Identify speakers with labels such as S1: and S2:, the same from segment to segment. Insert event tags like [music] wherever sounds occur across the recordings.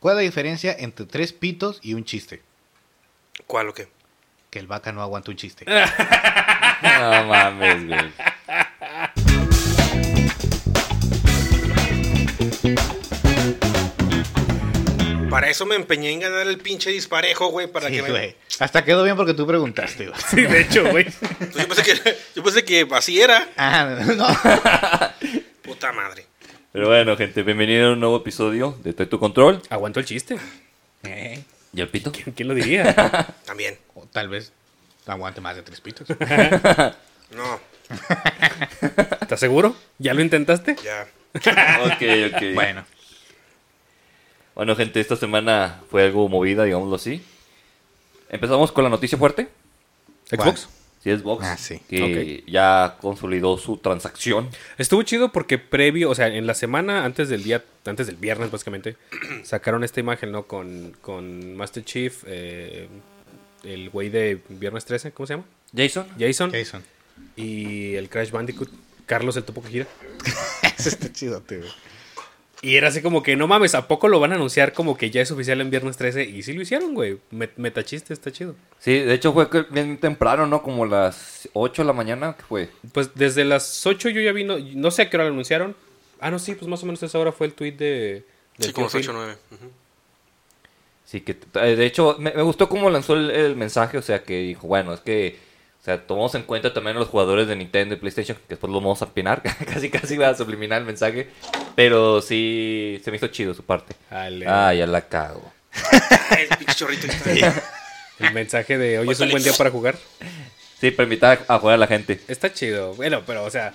S1: ¿Cuál es la diferencia entre tres pitos y un chiste?
S2: ¿Cuál o qué?
S1: Que el vaca no aguanta un chiste.
S3: No mames, güey.
S2: Para eso me empeñé en ganar el pinche disparejo, güey. Para
S1: Sí,
S2: que me-
S1: güey. Hasta quedó bien porque tú preguntaste. güey.
S4: Sí, de hecho, güey.
S2: Pues yo, pensé que, [laughs] yo pensé que así era.
S1: [laughs] Ah, no.
S2: Puta madre.
S3: Pero bueno, gente, bienvenido a un nuevo episodio de Tacto Control.
S4: Aguanto el chiste. [laughs]
S1: Eh,
S3: ¿Y el pito?
S4: ¿Quién lo diría?
S2: También.
S1: o tal vez aguante más de tres pitos.
S2: No,
S4: ¿Estás seguro? ¿Ya lo intentaste?
S2: ya.
S3: Ok, ok. Bueno.
S1: Bueno,
S3: gente, esta semana fue algo movida, digámoslo así. Empezamos con la noticia fuerte.
S4: Xbox.
S3: Si es Vox,
S1: Ah, sí.
S3: que ya consolidó su transacción.
S4: Estuvo chido porque previo, o sea, en la semana antes del día, antes del viernes básicamente, [clears throat] sacaron esta imagen, ¿no? Con, con Master Chief, eh, el güey de Viernes 13, ¿cómo se llama?
S3: Jason.
S4: Jason.
S1: Jason.
S4: Y el Crash Bandicoot, Carlos el Topo que gira.
S1: Eso está chido, tío.
S4: Y era así como que, no mames, ¿a poco lo van a anunciar como que ya es oficial en Viernes 13? Y sí lo hicieron, güey. Met- Metachiste, está chido.
S3: Sí, de hecho fue que bien temprano, ¿no? Como las 8 de la mañana, que fue?
S4: Pues desde las 8 yo ya vino, no sé a qué hora lo anunciaron. Ah, no, sí, pues más o menos a esa hora fue el tweet de... del
S2: Sí, como
S4: tío Phil.
S2: 8 o [laughs] 9.
S3: Sí, que eh, de hecho me, me gustó cómo lanzó el, el mensaje, o sea, que dijo, bueno, es que, o sea, tomamos en cuenta también a los jugadores de Nintendo y PlayStation, que después lo vamos a pinar, [laughs] casi casi va a subliminar el mensaje, pero sí, se me hizo chido su parte.
S4: Ale.
S3: Ah, ya la cago.
S2: El pinche chorrito que está-
S4: El mensaje de hoy es un buen día para jugar.
S3: Sí, para invitar a jugar a la gente.
S4: Está chido. Bueno, pero o sea,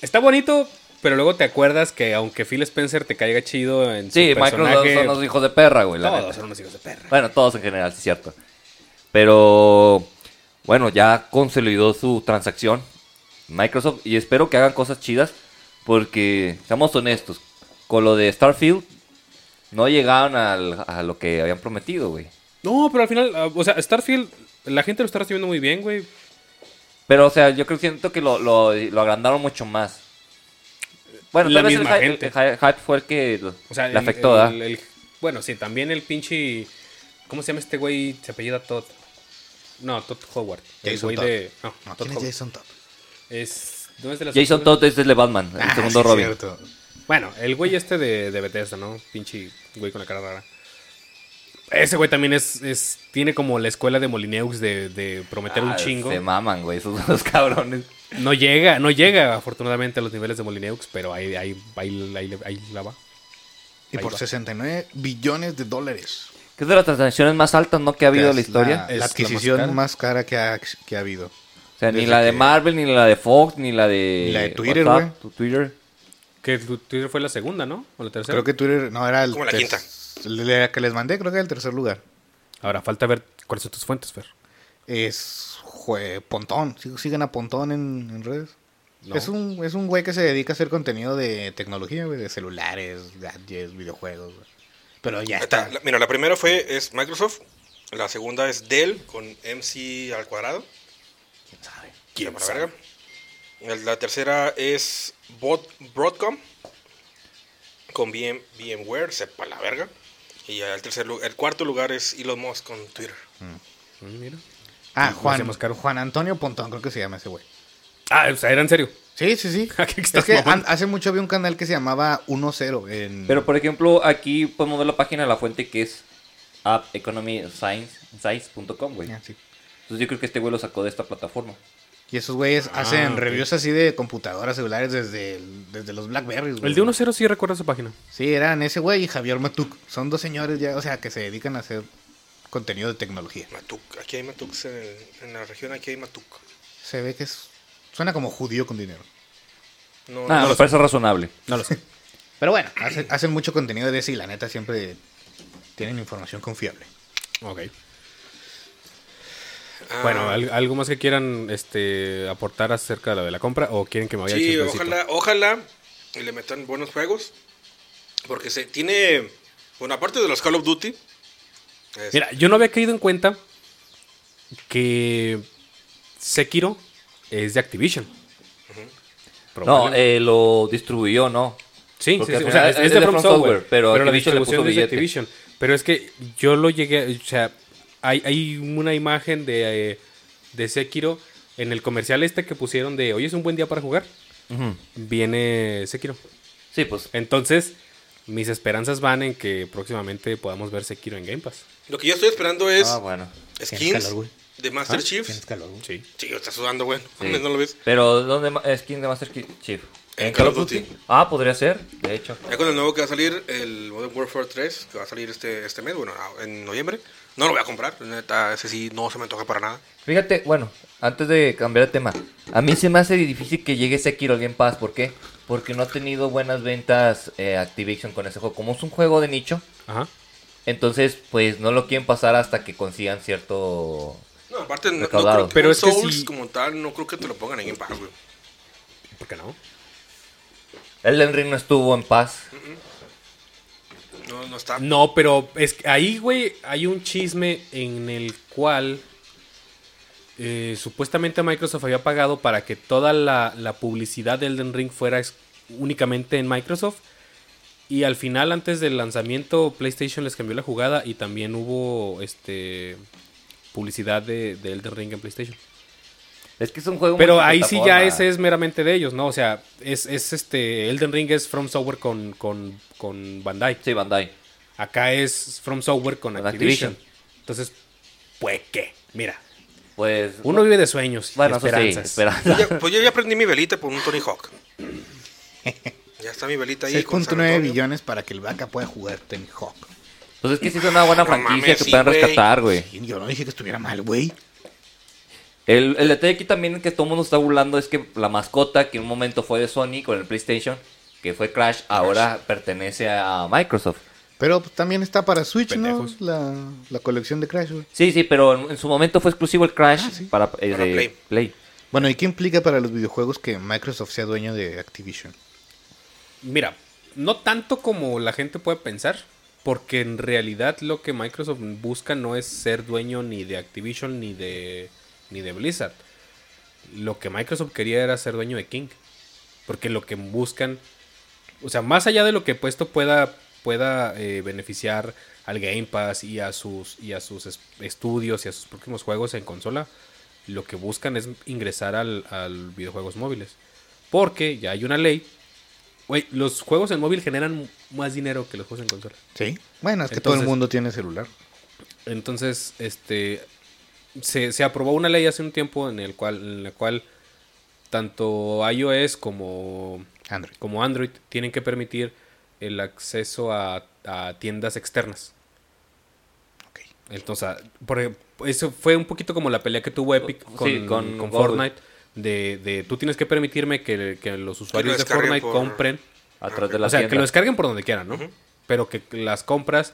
S4: está bonito, pero luego te acuerdas que aunque Phil Spencer te caiga chido en
S3: Sí,
S4: su
S3: Microsoft
S4: personaje,
S3: son los hijos de perra, güey. la neta.
S4: todos son unos hijos de perra.
S3: Bueno, todos en general, sí, cierto. Pero bueno, ya consolidó su transacción Microsoft y espero que hagan cosas chidas porque, seamos honestos, con lo de Starfield no llegaron al- a lo que habían prometido, güey.
S4: No, pero al final, ah, o sea, Starfield, la gente lo está recibiendo muy bien, güey.
S3: Pero, o sea, yo creo siento que lo, lo- lo agrandaron mucho más. Bueno,
S4: La
S3: tal vez el
S4: misma
S3: hy-
S4: gente.
S3: el hy- hype fue el que lo-
S4: O sea,
S3: le
S4: el-
S3: afectó, ¿verdad?
S4: el- el- Bueno, sí, también el pinche... ¿Cómo se llama este güey? Se apellida Todd. No, Todd Howard. El
S1: Jason
S4: güey
S1: Todd.
S4: de... No,
S1: No,
S4: Todd
S1: ¿Quién es
S4: Howard.
S1: Jason Todd?
S4: Es... ¿Dónde es de las
S3: Jason
S4: películas?
S3: Todd es el de Batman, el
S1: Ah,
S3: segundo
S1: sí,
S3: Robin.
S1: cierto.
S4: Bueno, el güey este de, de Bethesda, ¿no? Pinche güey con la cara rara. Ese güey también es, es- tiene como la escuela de Molineux de, de prometer un
S3: Ah,
S4: chingo.
S3: Se maman, güey, esos [laughs] dos cabrones.
S4: No llega, no llega afortunadamente a los niveles de Molineux, pero ahí, ahí, ahí, ahí- ahí la va.
S1: Y
S4: Ahí
S1: por
S4: va.
S1: 69 billones de dólares.
S3: Que es de las transacciones más altas, ¿no? Que ha habido en la
S1: Es
S3: historia.
S1: La,
S4: Es la más
S1: adquisición
S4: cara.
S1: más cara, que, ha, que ha habido.
S3: O sea, ni
S1: desde
S3: la de
S1: que-
S3: Marvel, ni la de Fox, ni la de.
S1: Ni la de Twitter,
S3: WhatsApp,
S1: güey.
S3: tu Twitter.
S4: Que tu- Twitter fue la segunda, ¿no? O la tercera.
S1: Creo que Twitter no era el.
S2: Como la
S1: ter-
S2: quinta.
S1: La que les mandé, creo que era el tercer lugar.
S4: Ahora falta ver cuáles son tus fuentes, Fer.
S1: Es jue- Pontón. Sí, Siguen a Pontón en, en redes. Es un es un güey que se dedica a hacer contenido de tecnología, güey, de celulares, gadgets, videojuegos. güey. Pero ya
S2: Está-
S1: está.
S2: la- Mira, la primera fue es Microsoft. La segunda es Dell con MC al cuadrado. ¿Quién sabe? la, verga. La tercera es Bot- Broadcom con BM, VMware, sepa la verga. Y el, tercer, lu- el cuarto lugar es Elon Musk con Twitter.
S4: Mm, Mira.
S1: Ah,
S4: Lo
S1: Juan,
S4: hacemos caro.
S1: Juan Antonio Pontón, creo que se llama ese güey.
S4: Ah, o sea, era en serio.
S1: Sí, sí,
S4: [laughs]
S1: sí.
S4: ¿A qué
S1: es
S4: Ah, estás
S1: que
S4: mamando?
S1: an- hace mucho había un canal que se llamaba 1-0 en...
S3: Pero por ejemplo, aquí podemos ver la página de la fuente que es appeconomyscience.com, güey.
S1: Ah, sí.
S3: Entonces yo creo que este güey lo sacó de esta plataforma.
S1: Y esos güeyes hacen
S4: Ah, ok.
S1: reviews así de computadoras celulares desde, el- desde los Blackberries, güey.
S4: El de 1.0 sí recuerda su página.
S1: Sí, eran ese güey y Javier Matuk. Son dos señores ya, o sea, que se dedican a hacer contenido de tecnología.
S2: Matuk, aquí hay Matuk en, el- en la región, aquí hay Matuk.
S1: Se ve que es, suena como judío con dinero.
S2: No,
S3: Ah,
S2: no
S3: me
S4: pues,
S2: lo-
S3: parece razonable.
S4: No lo sé.
S1: Pero bueno, hacen, hacen mucho contenido de ese y la neta siempre tienen información confiable.
S4: ok.
S2: Ah,
S4: Bueno, ¿al- ¿algo más que quieran este, aportar acerca de lo de la compra? ¿O quieren que me vaya al
S2: Sí,
S4: chismecito?
S2: ojalá, ojalá que le metan buenos juegos. Porque se tiene. Bueno, aparte de los Call of Duty. es-
S4: Mira, yo no había caído en cuenta que Sekiro es de Activision.
S3: No,
S4: Probable-
S3: eh, lo distribuyó, ¿no?
S4: Sí,
S3: Porque
S4: sí,
S3: al
S4: sí, o
S3: final
S4: sea,
S3: es- es
S4: es, de From Software, pero,
S3: Activision
S4: la
S3: le
S4: distribución
S3: puso
S4: es de
S3: billete.
S4: Activision. Pero es que yo lo llegué, o sea, hay, hay una imagen de, eh, de Sekiro en el comercial este que pusieron de hoy es un buen día para jugar.
S3: Ujú.
S4: Viene Sekiro.
S3: Sí, pues.
S4: Entonces, mis esperanzas van en que próximamente podamos ver Sekiro en Game Pass.
S2: Lo que yo estoy esperando es
S1: [laughs]
S3: Ah, bueno.
S1: Tienes
S2: skins
S1: calor, güey.
S2: de Master Chief.
S1: Ah, Tienes calor, güey.
S4: Sí.
S2: Sí, está sudando, güey.
S3: Ah, sí.
S2: [laughs] No lo ves.
S3: Pero, ¿dónde ma- skin de Master Ki- Chief?
S2: En Call of Duty.
S3: Ah, podría ser, de hecho.
S2: Ya con el nuevo que va a salir, el Modern Warfare 3, que va a salir este, este mes, bueno, a- en noviembre. No lo voy a comprar, la neta, ese sí no se me antoja para nada.
S3: Fíjate, bueno, antes de cambiar de tema, a mí se me hace difícil que llegue Sekiro al Game Pass. ¿Por qué? Porque no ha tenido buenas ventas eh, Activision con ese juego. Como es un juego de nicho,
S4: Ajá.
S3: entonces, pues no lo quieren pasar hasta que consigan cierto.
S2: No, aparte, no, no
S3: Recaudado.
S2: creo que
S4: Pero
S2: un
S4: es que
S2: Souls
S4: sí-
S2: como tal, no creo que te lo pongan ahí en paz, güey.
S4: ¿Por qué no?
S3: Elden Ring no estuvo en paz.
S2: No, no está.
S4: No, pero es que ahí, güey, hay un chisme en el cual eh, supuestamente Microsoft había pagado para que toda la, la publicidad de Elden Ring fuera ex- únicamente en Microsoft. Y al final, antes del lanzamiento, PlayStation les cambió la jugada y también hubo este publicidad de, de Elden Ring en PlayStation.
S3: Es que es un juego.
S4: Pero ahí sí ya
S3: multiplataforma.
S4: ese es meramente de ellos, ¿no? O sea, es, es este. Elden Ring es From Software con, con, con Bandai.
S3: Sí, Bandai.
S4: Acá es From Software con
S3: Con
S4: Activision.
S3: Activision.
S4: Entonces, pues qué. Mira,
S3: Pues.
S4: uno vive de sueños. y
S3: bueno, eso sí,
S4: esperanzas.
S3: esperanza.
S2: Ya- pues yo ya aprendí mi velita por un Tony Hawk. Ya está mi velita ahí. con San
S1: 6.9
S2: Antonio.
S1: billones para que el vaca pueda jugar Tony Hawk.
S3: Pues es que sí es una buena
S2: No
S3: franquicia
S2: mames,
S3: que
S2: sí,
S3: puedan
S2: güey.
S3: rescatar, güey.
S1: Y Yo no dije que estuviera mal, güey.
S3: El, el detalle aquí también que todo el mundo está burlando es que la mascota que en un momento fue de Sony con el PlayStation, que fue Crash, ahora pertenece a Microsoft.
S1: Pero pues, también está para Switch,
S4: Pendejos.
S1: ¿no? La, la colección de Crash, güey.
S3: Sí, sí, pero en, en su momento fue exclusivo el Crash
S4: Ah,
S3: para, eh,
S2: Para
S3: de
S2: Play.
S3: Play.
S1: Bueno, ¿y qué implica para los videojuegos que Microsoft sea dueño de Activision?
S4: Mira, no tanto como la gente puede pensar. Porque en realidad lo que Microsoft busca no es ser dueño ni de Activision ni de, ni de Blizzard. Lo que Microsoft quería era ser dueño de King. Porque lo que buscan. O sea, más allá de lo que puesto pueda, pueda eh, beneficiar al Game Pass y a sus, y a sus es- estudios y a sus próximos juegos en consola, lo que buscan es ingresar al, al videojuegos móviles. Porque ya hay una ley. Güey, los juegos en móvil generan más dinero que los juegos en consola.
S1: Sí. Bueno, es que todo el
S4: Entonces-
S1: mundo tiene celular.
S4: Entonces, este se, se aprobó una ley hace un tiempo en el cual en la cual tanto iOS como
S1: Android.
S4: como Android tienen que permitir el acceso a, a tiendas externas.
S1: Ok.
S4: Entonces, ah, por ej- eso fue un poquito como la pelea que tuvo Epic
S3: Sí,
S4: con,
S3: con
S4: con,
S3: Google.
S4: Fortnite. De, de tú tienes que permitirme que, que los usuarios de
S2: descarguen
S4: Fortnite
S2: por-
S4: compren.
S3: A través de la
S4: o sea, que lo
S3: tienda.
S4: descarguen por donde quieran, ¿no? Pero que las compras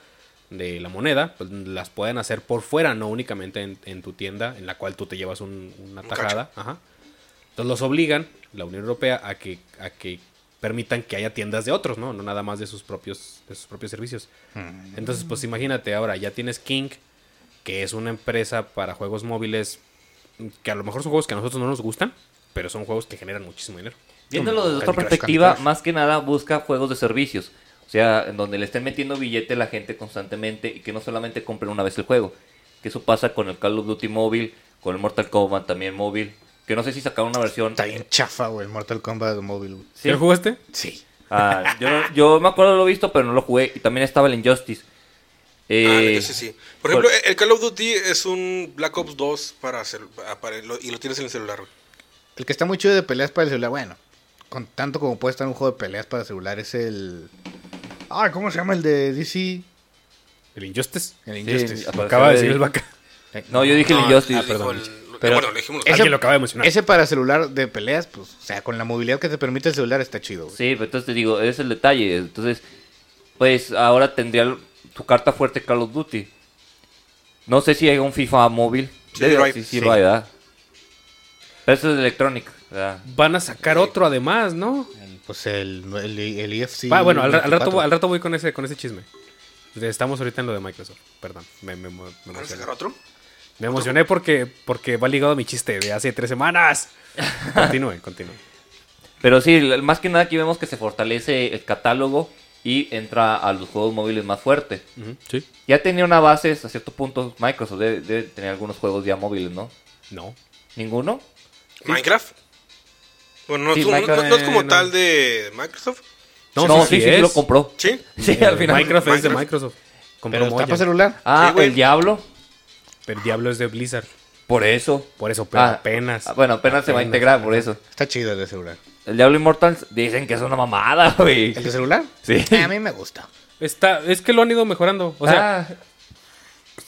S4: de la moneda pues, las pueden hacer por fuera, no únicamente en, en tu tienda, en la cual tú te llevas un- una
S2: cacho.
S4: tajada. Ajá. Entonces los obligan, la Unión Europea, a que, a que permitan que haya tiendas de otros, ¿no? No nada más de sus propios, de sus propios servicios. Entonces, pues imagínate, ahora ya tienes King, que es una empresa para juegos móviles, que a lo mejor son juegos que a nosotros no nos gustan, pero son juegos que generan muchísimo dinero.
S3: Viéndolo desde otra
S1: Candy Crush,
S3: perspectiva,
S1: Candy Crush.
S3: más que nada busca juegos de servicios. O sea, en donde le estén metiendo billete a la gente constantemente y que no solamente compren una vez el juego. Que eso pasa con el Call of Duty móvil, con el Mortal Kombat también móvil. Que no sé si sacaron una versión.
S1: Está bien chafa, güey, el Mortal Kombat móvil. güey.
S3: Sí.
S4: ¿Ya lo jugaste?
S1: Sí.
S3: Ah, yo, no- yo me acuerdo de lo visto, pero no lo jugué. Y también estaba el Injustice. Eh,
S2: Ah, no, sí, sí. Por ejemplo, el Call of Duty es un Black Ops 2 para celu- para el- y lo tienes en el celular. güey.
S1: El que está muy chido de peleas para el celular, bueno, con tanto como puede estar un juego de peleas para celular es el... Ah, ¿cómo se llama el de DC?
S4: El Injustice.
S1: El
S3: Sí,
S1: Injustice.
S3: apareció
S4: Acaba de decir
S3: el-
S4: el vaca.
S3: No, yo dije el
S2: No,
S3: Injustice.
S2: ah, dijo
S4: perdón.
S2: el-
S1: Pero-
S2: bueno, lo dijimos
S1: Ese-
S4: Alguien lo acaba de mencionar.
S1: Ese para celular de peleas, pues, o sea, con la movilidad que te permite el celular está chido, güey.
S3: Sí, pero entonces te digo, ese es el detalle. Entonces, pues ahora tendría tu carta fuerte Call of Duty. No sé si hay un FIFA móvil.
S2: Sí, lo hay.
S3: sí, sí,
S1: Sí.
S3: lo hay, ¿verdad? Pero eso es de Electronic, ¿verdad?
S4: Van a sacar otro además, ¿no?
S1: El- pues el, el, el E EFC.
S4: Ah, bueno, al, al rato,
S1: 24.
S4: al rato voy con ese, con ese chisme. Estamos ahorita en lo de Microsoft. Perdón, me, me, me
S2: ¿Van a
S4: emocioné.
S2: sacar otro?
S4: Me
S1: [laughs]
S4: emocioné porque, porque va ligado a mi chiste de hace tres semanas. Continúe, continúe.
S3: Pero sí, l- más que nada aquí vemos que se fortalece el catálogo y entra a los juegos móviles más fuerte.
S4: Ujú, Sí.
S3: Ya tenía una base, a cierto punto, Microsoft debe, debe tener algunos juegos ya móviles, ¿no?
S4: No.
S3: ¿Ninguno?
S2: Minecraft. Bueno, no,
S3: Sí,
S2: es como-
S3: Minecraft,
S2: no- no es como
S4: eh, no.
S2: tal de Microsoft.
S3: No, sí, sí, sí lo
S4: [laughs]
S3: compró.
S2: Sí.
S3: Sí,
S4: Eh,
S3: al final.
S4: Minecraft, es de
S2: Minecraft.
S4: Microsoft. Compró
S1: Pero está
S4: Moya.
S1: para celular.
S3: Ah,
S2: Sí, güey.
S3: el Diablo.
S4: Pero Diablo es de Blizzard.
S3: Por eso.
S4: Por eso, pero
S3: Ah,
S4: apenas.
S3: ah, Bueno, apenas se va a
S4: Apenas,
S3: integrar, por eso.
S1: Está chido el de celular.
S3: El Diablo Immortals dicen que es una mamada, [laughs] güey.
S1: ¿El de celular? Eh,
S3: Sí.
S1: A mí me gusta.
S4: Está, es que lo han ido mejorando. O sea,
S3: Ah,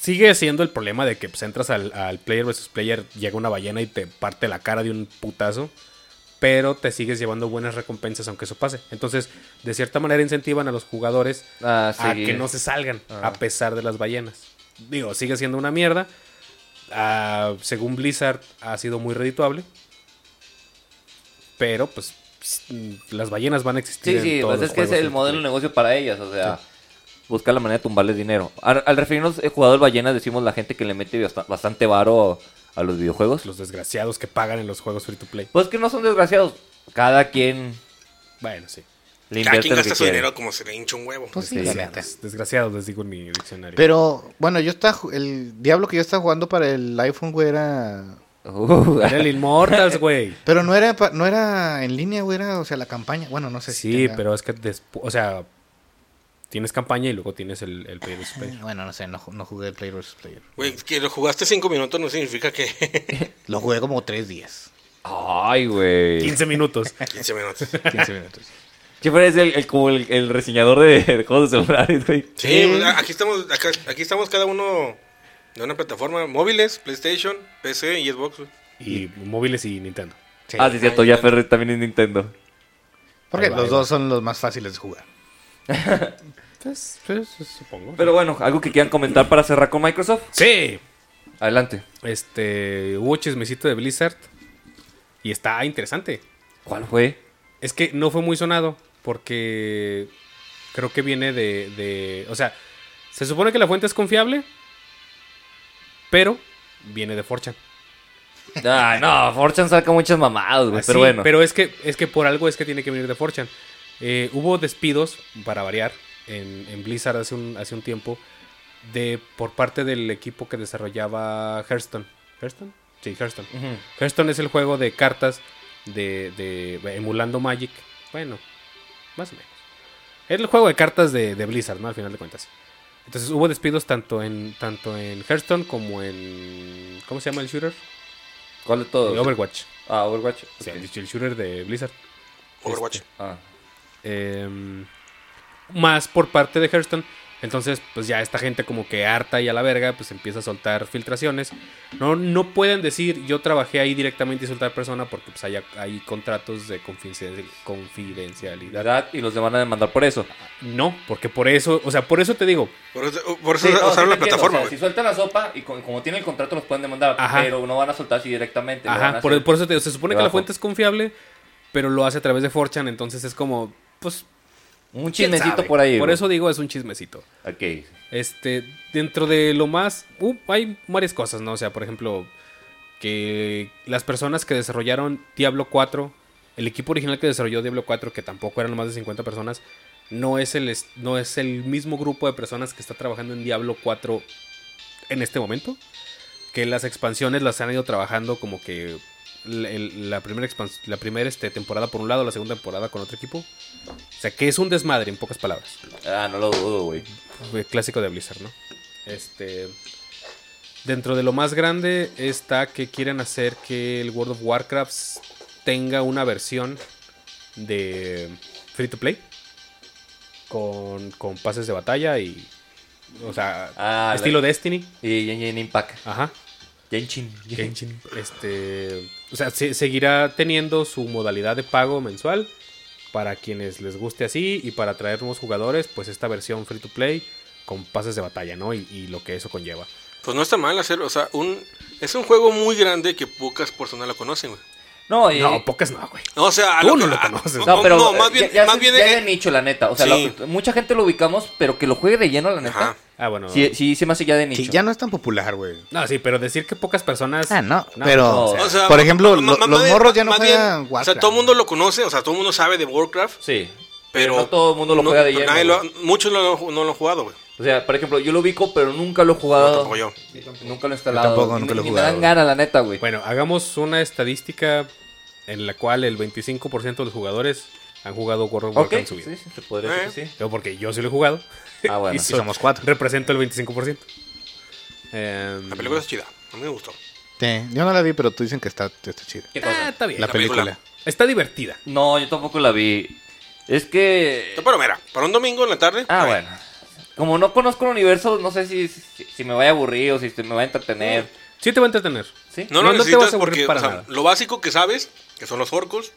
S4: sigue siendo el problema de que pues, entras al, al player versus player, llega una ballena y te parte la cara de un putazo, pero te sigues llevando buenas recompensas aunque eso pase. Entonces, de cierta manera incentivan a los jugadores
S3: ah,
S4: a
S3: sí.
S4: que no se salgan
S3: Ah.
S4: a pesar de las ballenas. Digo, sigue siendo una mierda. Ah, según Blizzard ha sido muy redituable. Pero pues mm, las ballenas van a existir.
S3: Sí,
S4: en
S3: sí,
S4: todos
S3: pues
S4: los
S3: es que es
S4: juegos
S3: el
S4: free to
S3: modelo de
S4: play.
S3: negocio para ellas, o sea, buscar la manera de tumbarles dinero. Al, al referirnos a jugador ballena, decimos la gente que le mete bast- bastante varo a los videojuegos.
S4: Los desgraciados que pagan en los juegos free to play.
S3: Pues que no son desgraciados, cada quien
S4: Bueno, sí.
S3: le
S2: Cada
S3: invierte
S2: quien
S3: lo
S2: gasta
S3: que
S2: su
S3: quiere.
S2: dinero como se le hincha un huevo.
S1: Pues sí, la neta.
S4: Desgraciados, desgraciados, les digo en mi diccionario.
S1: Pero, bueno, yo estaba. ju- El diablo que yo estaba jugando para el iPhone, güey, era.
S3: Uh,
S4: Era el Immortals, güey.
S1: Pero no era, pa- no era en línea, güey, era, o sea, la campaña. Bueno, no sé si.
S4: Sí,
S1: tenga-
S4: pero es que después, o sea, tienes campaña y luego tienes el, el Play vs. Play.
S1: Mm, Bueno, no sé, no, ju- no jugué Play vs. Player.
S2: Güey, que lo jugaste cinco minutos no significa que [laughs]
S1: Lo jugué como tres días.
S3: Ay, güey.
S4: 15 minutos.
S2: 15 minutos.
S1: 15 minutos.
S3: Siempre es el, el- como el, el reseñador de, [laughs] de juegos de celulares, güey.
S2: Sí,
S1: Sí.
S2: pues, a- aquí estamos, acá- aquí estamos cada uno de una plataforma, móviles, PlayStation, PC y Xbox. güey.
S4: Y móviles y Nintendo.
S1: Sí.
S3: ah, sí, es cierto, ya Ferry también es Nintendo.
S1: Porque
S4: Ahí va,
S1: los
S4: ahí va.
S1: dos son los más fáciles de jugar.
S4: Pues, pues, supongo.
S3: Pero bueno, algo que quieran comentar para cerrar con Microsoft.
S4: sí,
S3: Adelante.
S4: este hubo chismecito de Blizzard y está interesante.
S3: ¿Cuál fue?
S4: Es que no fue muy sonado porque creo que viene de, de- o sea, se supone que la fuente es confiable, pero viene de Forchan.
S3: Ay, Ah, no, Fortune saca muchas mamadas,
S2: Ah,
S3: güey. Pero bueno.
S4: pero es que es que por algo es que tiene que venir de Forchan. Eh, hubo despidos para variar en, en Blizzard hace un hace un tiempo de por parte del equipo que desarrollaba Hearthstone. Hearthstone, sí, Hearthstone.
S3: Ujú.
S4: Hearthstone es el juego de cartas de, de- emulando Magic. Bueno, más o menos. Es el juego de cartas de, de Blizzard, ¿no? Al final de cuentas. Entonces hubo despidos tanto en tanto en Hearthstone como en ¿cómo se llama el shooter?
S3: ¿Cuál de todos?
S4: En Overwatch.
S3: Ah, Overwatch.
S4: O sea,
S3: Ok.
S4: el shooter de Blizzard.
S2: Overwatch.
S3: Ah.
S4: eh, más por parte de Hearthstone. Entonces, pues ya esta gente como que harta y a la verga, pues empieza a soltar filtraciones. No, no pueden decir yo trabajé ahí directamente y soltar persona porque pues hay, hay contratos de confidencial-
S3: La
S4: confidencialidad.
S3: edad y los van a demandar por eso.
S4: No, porque por eso, o sea, por eso te digo,
S2: Por eso, por eso
S3: Sí, no, sí
S2: usaron
S3: te
S2: la
S3: entiendo,
S2: plataforma,
S3: o sea, si
S2: güey.
S3: sueltan la sopa y co- como tienen el contrato los pueden demandar,
S4: Ajá.
S3: pero no van a soltar así directamente. lo van
S4: Ajá,
S3: a
S4: por,
S3: hacer.
S4: por eso te digo, se supone que la
S3: Debajo.
S4: fuente es confiable, pero lo hace a través de Forchan, entonces es como, pues...
S3: un
S4: quién
S3: chismecito
S4: sabe.
S3: por ahí.
S4: Por
S3: güey.
S4: eso digo, es un chismecito.
S3: Ok.
S4: Este, dentro de lo más. uh, hay varias cosas, ¿no? O sea, por ejemplo, que las personas que desarrollaron Diablo 4, el equipo original que desarrolló Diablo 4, que tampoco eran más de 50 personas, no es el, es- no es el mismo grupo de personas que está trabajando en Diablo 4 en este momento. Que las expansiones las han ido trabajando como que. La, el- la primera, expans- la primera este, temporada por un lado, la segunda temporada con otro equipo. O sea, que es un desmadre, en pocas palabras
S3: Ah, no lo dudo, güey.
S4: fue clásico de Blizzard, ¿no? Este. Dentro de lo más grande está que quieren hacer que el World of Warcraft tenga una versión de free to play con, con pases de batalla y. O sea,
S3: Ah,
S4: estilo Destiny.
S3: Y Genshin Impact.
S4: Ajá.
S3: Genshin.
S4: Genshin, Este, o sea, se- seguirá teniendo su modalidad de pago mensual para quienes les guste así y para atraer nuevos jugadores, pues esta versión free to play con pases de batalla, ¿no? Y, y lo que eso conlleva.
S2: Pues no está mal hacer, o sea, un es un juego muy grande que pocas personas lo conocen, güey.
S3: No, y-
S4: No, pocas no, güey.
S2: O sea, a
S4: Tú
S2: lo
S4: no
S2: que-
S4: lo
S2: a-
S4: conoces.
S2: No,
S3: No, pero
S2: no, más
S3: eh,
S2: bien-
S3: ya, ya
S2: más
S3: se-
S2: bien
S3: ya
S2: en-
S3: de nicho, la neta. O sea,
S2: Sí.
S3: lo- mucha gente lo ubicamos, pero que lo juegue de lleno, la neta.
S2: Ajá.
S4: Ah, bueno.
S3: Sí, sí se me hace ya de nicho.
S1: Sí, ya no es tan popular, güey.
S4: No, sí, pero decir que pocas personas.
S1: Ah, no, pero-
S4: o sea,
S2: O sea,
S1: Por ejemplo,
S2: ma-
S1: lo-
S2: ma-
S1: los
S2: más
S1: morros ya no
S2: más
S1: juegan
S2: O sea,
S1: Warcraft.
S2: todo el mundo lo conoce, o sea, todo el mundo sabe de Warcraft,
S3: Sí.
S2: pero...
S3: Pero no todo el mundo lo
S2: no-
S3: juega de lleno.
S2: nadie lo ha-
S3: güey.
S2: muchos no lo, no lo han jugado, güey.
S3: O sea, por ejemplo, yo lo ubico, pero nunca lo he jugado.
S2: No, tampoco yo.
S3: Nunca lo he instalado.
S1: Yo tampoco,
S3: Ni-
S1: nunca lo he
S3: ni
S1: jugado,
S3: me dan
S1: güey.
S3: ganas, la neta, güey.
S4: Bueno, hagamos una estadística en la cual el 25% de los jugadores han jugado World
S3: ok,
S4: of Warcraft en su
S3: sí,
S4: vida.
S3: sí, se podría decir que
S2: Eh.
S3: sí.
S4: Yo, porque yo sí lo he jugado.
S3: Ah, bueno.
S4: Y
S1: Y somos cuatro.
S4: Represento el 25%. Em,
S2: La película es chida, a mí me gustó.
S1: Sí, yo no la vi, pero tú dicen que está, está chida.
S3: ¿Qué
S4: ah,
S3: cosa?
S4: está bien.
S1: La
S2: La película.
S1: película.
S4: Está divertida.
S3: No, yo tampoco la vi. Es que...
S2: Pero mira, para un domingo en la tarde...
S3: Ah,
S2: ahí.
S3: bueno. Como no conozco el universo, no sé si, si, si me vaya a aburrir o si se me va a entretener.
S4: Sí te va a entretener.
S3: ¿Sí?
S2: No, lo
S4: Mm. No, no te
S2: necesitas
S4: vas a
S2: porque
S4: aburrir para
S2: o sea,
S4: nada.
S2: lo básico que sabes, que son los orcos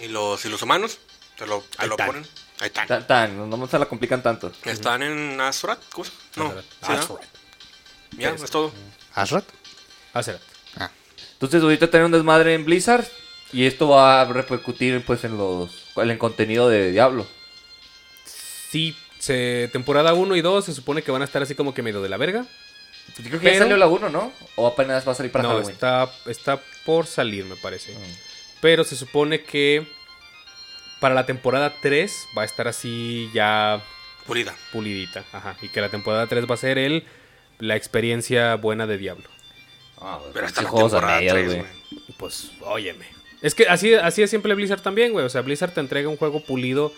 S2: y los, y los humanos, te lo, te
S4: Ahí
S2: lo
S4: están.
S2: ponen. Ahí están.
S3: Tan, tan, no se la complican tanto.
S2: Están en Azorat, ¿cómo se No,
S4: Azeroth.
S2: sí, ¿no?
S4: Azeroth.
S2: Ya, es todo.
S1: ¿Asrat?
S4: Azeroth.
S1: Ah.
S3: Entonces ahorita tienen un desmadre en Blizzard y esto va a repercutir pues en los en el contenido de Diablo.
S4: Sí, se- temporada 1 y 2 se supone que van a estar así como que medio de la verga.
S3: Yo creo que
S4: Pero-
S3: ya salió la 1, ¿no? O apenas va a salir para
S4: no,
S3: Halloween.
S4: está, está por salir, me parece.
S3: Mm.
S4: Pero se supone que para la temporada 3 va a estar así ya
S2: Pulida.
S4: pulidita. Ajá. Y que la temporada 3 va a ser el, la experiencia buena de Diablo.
S3: Ah, güey,
S2: Pero
S3: pinche
S2: hasta la
S3: juegos a
S2: temporada
S3: medias,
S2: 3,
S3: güey.
S2: güey.
S4: Y pues, óyeme. Es que así, así es siempre Blizzard también, güey. O sea, Blizzard te entrega un juego pulido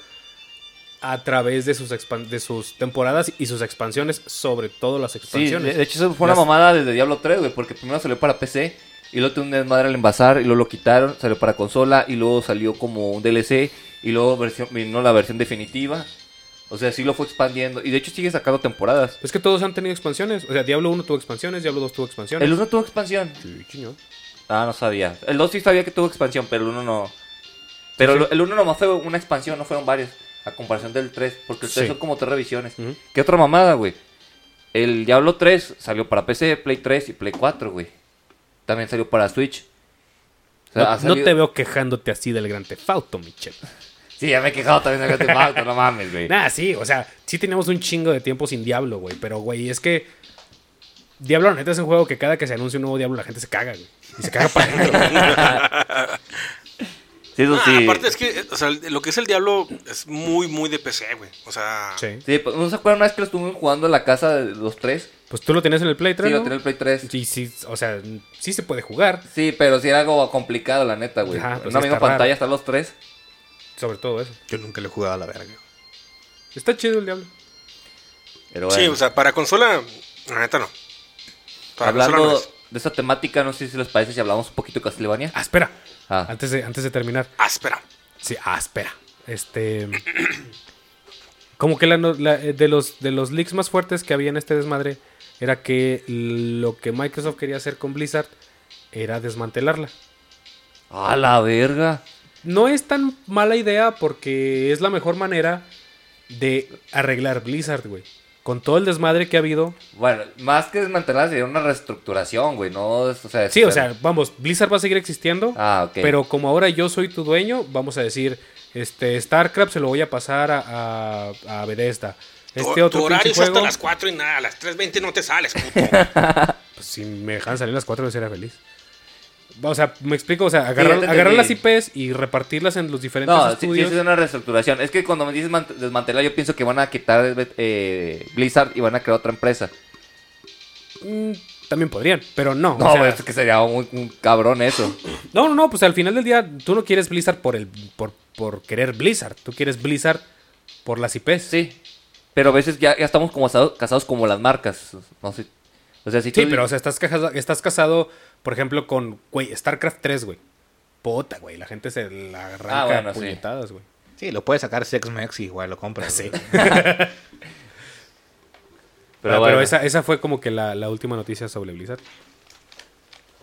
S4: a través de sus, expan- de sus temporadas y sus expansiones, sobre todo las
S3: Sí, de,
S4: expansiones.
S3: de hecho eso fue una
S4: Las-
S3: mamada desde Diablo 3, güey, porque primero salió para PC y luego tuvo un desmadre al envasar y luego lo quitaron, salió para consola y luego salió como un DLC y luego versión, vino la versión definitiva. O sea, sí lo fue expandiendo y de hecho sigue sacando temporadas.
S4: Es que todos han tenido expansiones. O sea, Diablo 1 tuvo expansiones, Diablo 2 tuvo expansiones.
S3: El 1 tuvo expansión.
S4: Sí, chiño.
S3: Ah, no sabía. El 2 sí sabía que tuvo expansión, pero el 1 no. Pero el- el 1 nomás fue una expansión, no fueron varias. A comparación del 3, porque el 3
S4: Sí.
S3: son como tres revisiones.
S4: Ujú.
S3: ¿Qué otra mamada, güey? El Diablo 3 salió para PC, Play 3 y Play 4, güey. También salió para Switch. O sea,
S4: no,
S3: ha
S4: no
S3: salido-
S4: te veo quejándote así del gran tefauto, Michel.
S3: Sí, ya me he quejado también de Grand Theft Auto, no mames, güey.
S4: Nada, sí, o sea, sí teníamos un chingo de tiempo sin Diablo, güey. Pero, güey, es que Diablo, la neta, es un juego que cada que se anuncia un nuevo Diablo, la gente se caga, güey. Y se caga
S3: [laughs]
S4: para adentro.
S3: Sí, eso
S2: Ah,
S3: sí.
S2: Aparte es que, eh, o sea, lo que es el Diablo es muy, muy de PC, güey. O sea,
S4: Sí.
S3: Sí, pues, ¿no se acuerdan una vez que lo estuvimos jugando en la casa de los tres?
S4: Pues tú lo tenías en el Play 3,
S3: Sí, lo
S4: ¿no?
S3: tenía el Play 3.
S4: Sí, sí, o sea, sí se puede jugar,
S3: Sí, pero sí era algo complicado, la neta, güey.
S4: Ajá, pues
S3: una
S4: sí
S3: misma
S4: está raro.
S3: pantalla están los tres.
S4: sobre todo eso.
S1: Yo nunca le he jugado a la verga.
S4: Está chido el diablo.
S3: Pero
S2: sí,
S3: bueno.
S2: o sea, para consola, la neta no. Para consola no
S3: Hablando
S2: es.
S3: de esta temática, no sé si les parece si hablamos un poquito de Castlevania.
S4: Ah, espera.
S3: Ah.
S4: Antes, de, antes de terminar.
S2: Áspera.
S4: Sí, ah, espera. Este. Como que la no- la- eh, de, los, de los leaks más fuertes que había en este desmadre era que lo que Microsoft quería hacer con Blizzard era desmantelarla.
S3: A la verga.
S4: No es tan mala idea porque es la mejor manera de arreglar Blizzard, güey. Con todo el desmadre que ha habido,
S3: Bueno, más que desmantelar, sería una reestructuración, güey. No, es- o sea, es-
S4: Sí, o sea, vamos, Blizzard va a seguir existiendo.
S3: Ah, ok.
S4: Pero como ahora yo soy tu dueño, vamos a decir, este, StarCraft se lo voy a pasar a, a, a Bethesda.
S2: Tu-
S4: Este otro
S2: tu horario
S4: pinche
S2: es hasta
S4: juego.
S2: las 4 y nada, a las 3.20 no te sales, puto.
S4: [laughs] pues, si me dejan salir a las 4, yo sería feliz. O sea, me explico, o sea,
S3: ya
S4: agarrar,
S3: te
S4: agarrar las
S3: entendí.
S4: IPs y repartirlas en los diferentes
S3: No, sí, sí,
S4: estudios.
S3: es una reestructuración. Es que cuando me dices man- desmantelar, yo pienso que van a quitar eh, Blizzard y van a crear otra empresa.
S4: Mm, también podrían, pero no. o
S3: No,
S4: sea,
S3: güey, es que sería un, un cabrón eso.
S4: No, no, no, pues al final del día tú no quieres Blizzard por el por, por querer Blizzard, tú quieres Blizzard por las IPs.
S3: Sí. Pero a veces ya, ya estamos como asado- casados como las marcas. No sé. O sea, si
S4: Sí,
S3: tú-
S4: pero o sea, estás casado, estás casado, por ejemplo, con, güey, StarCraft 3, güey. Puta, güey, la gente se la arranca
S3: Ah, bueno,
S4: a
S3: sí.
S4: puñetadas, güey.
S1: Sí, lo puedes sacar Sex Mex y igual lo compras.
S4: Sí.
S1: güey.
S4: Pero,
S3: bueno.
S4: esa, esa fue como que la, la última noticia sobre Blizzard.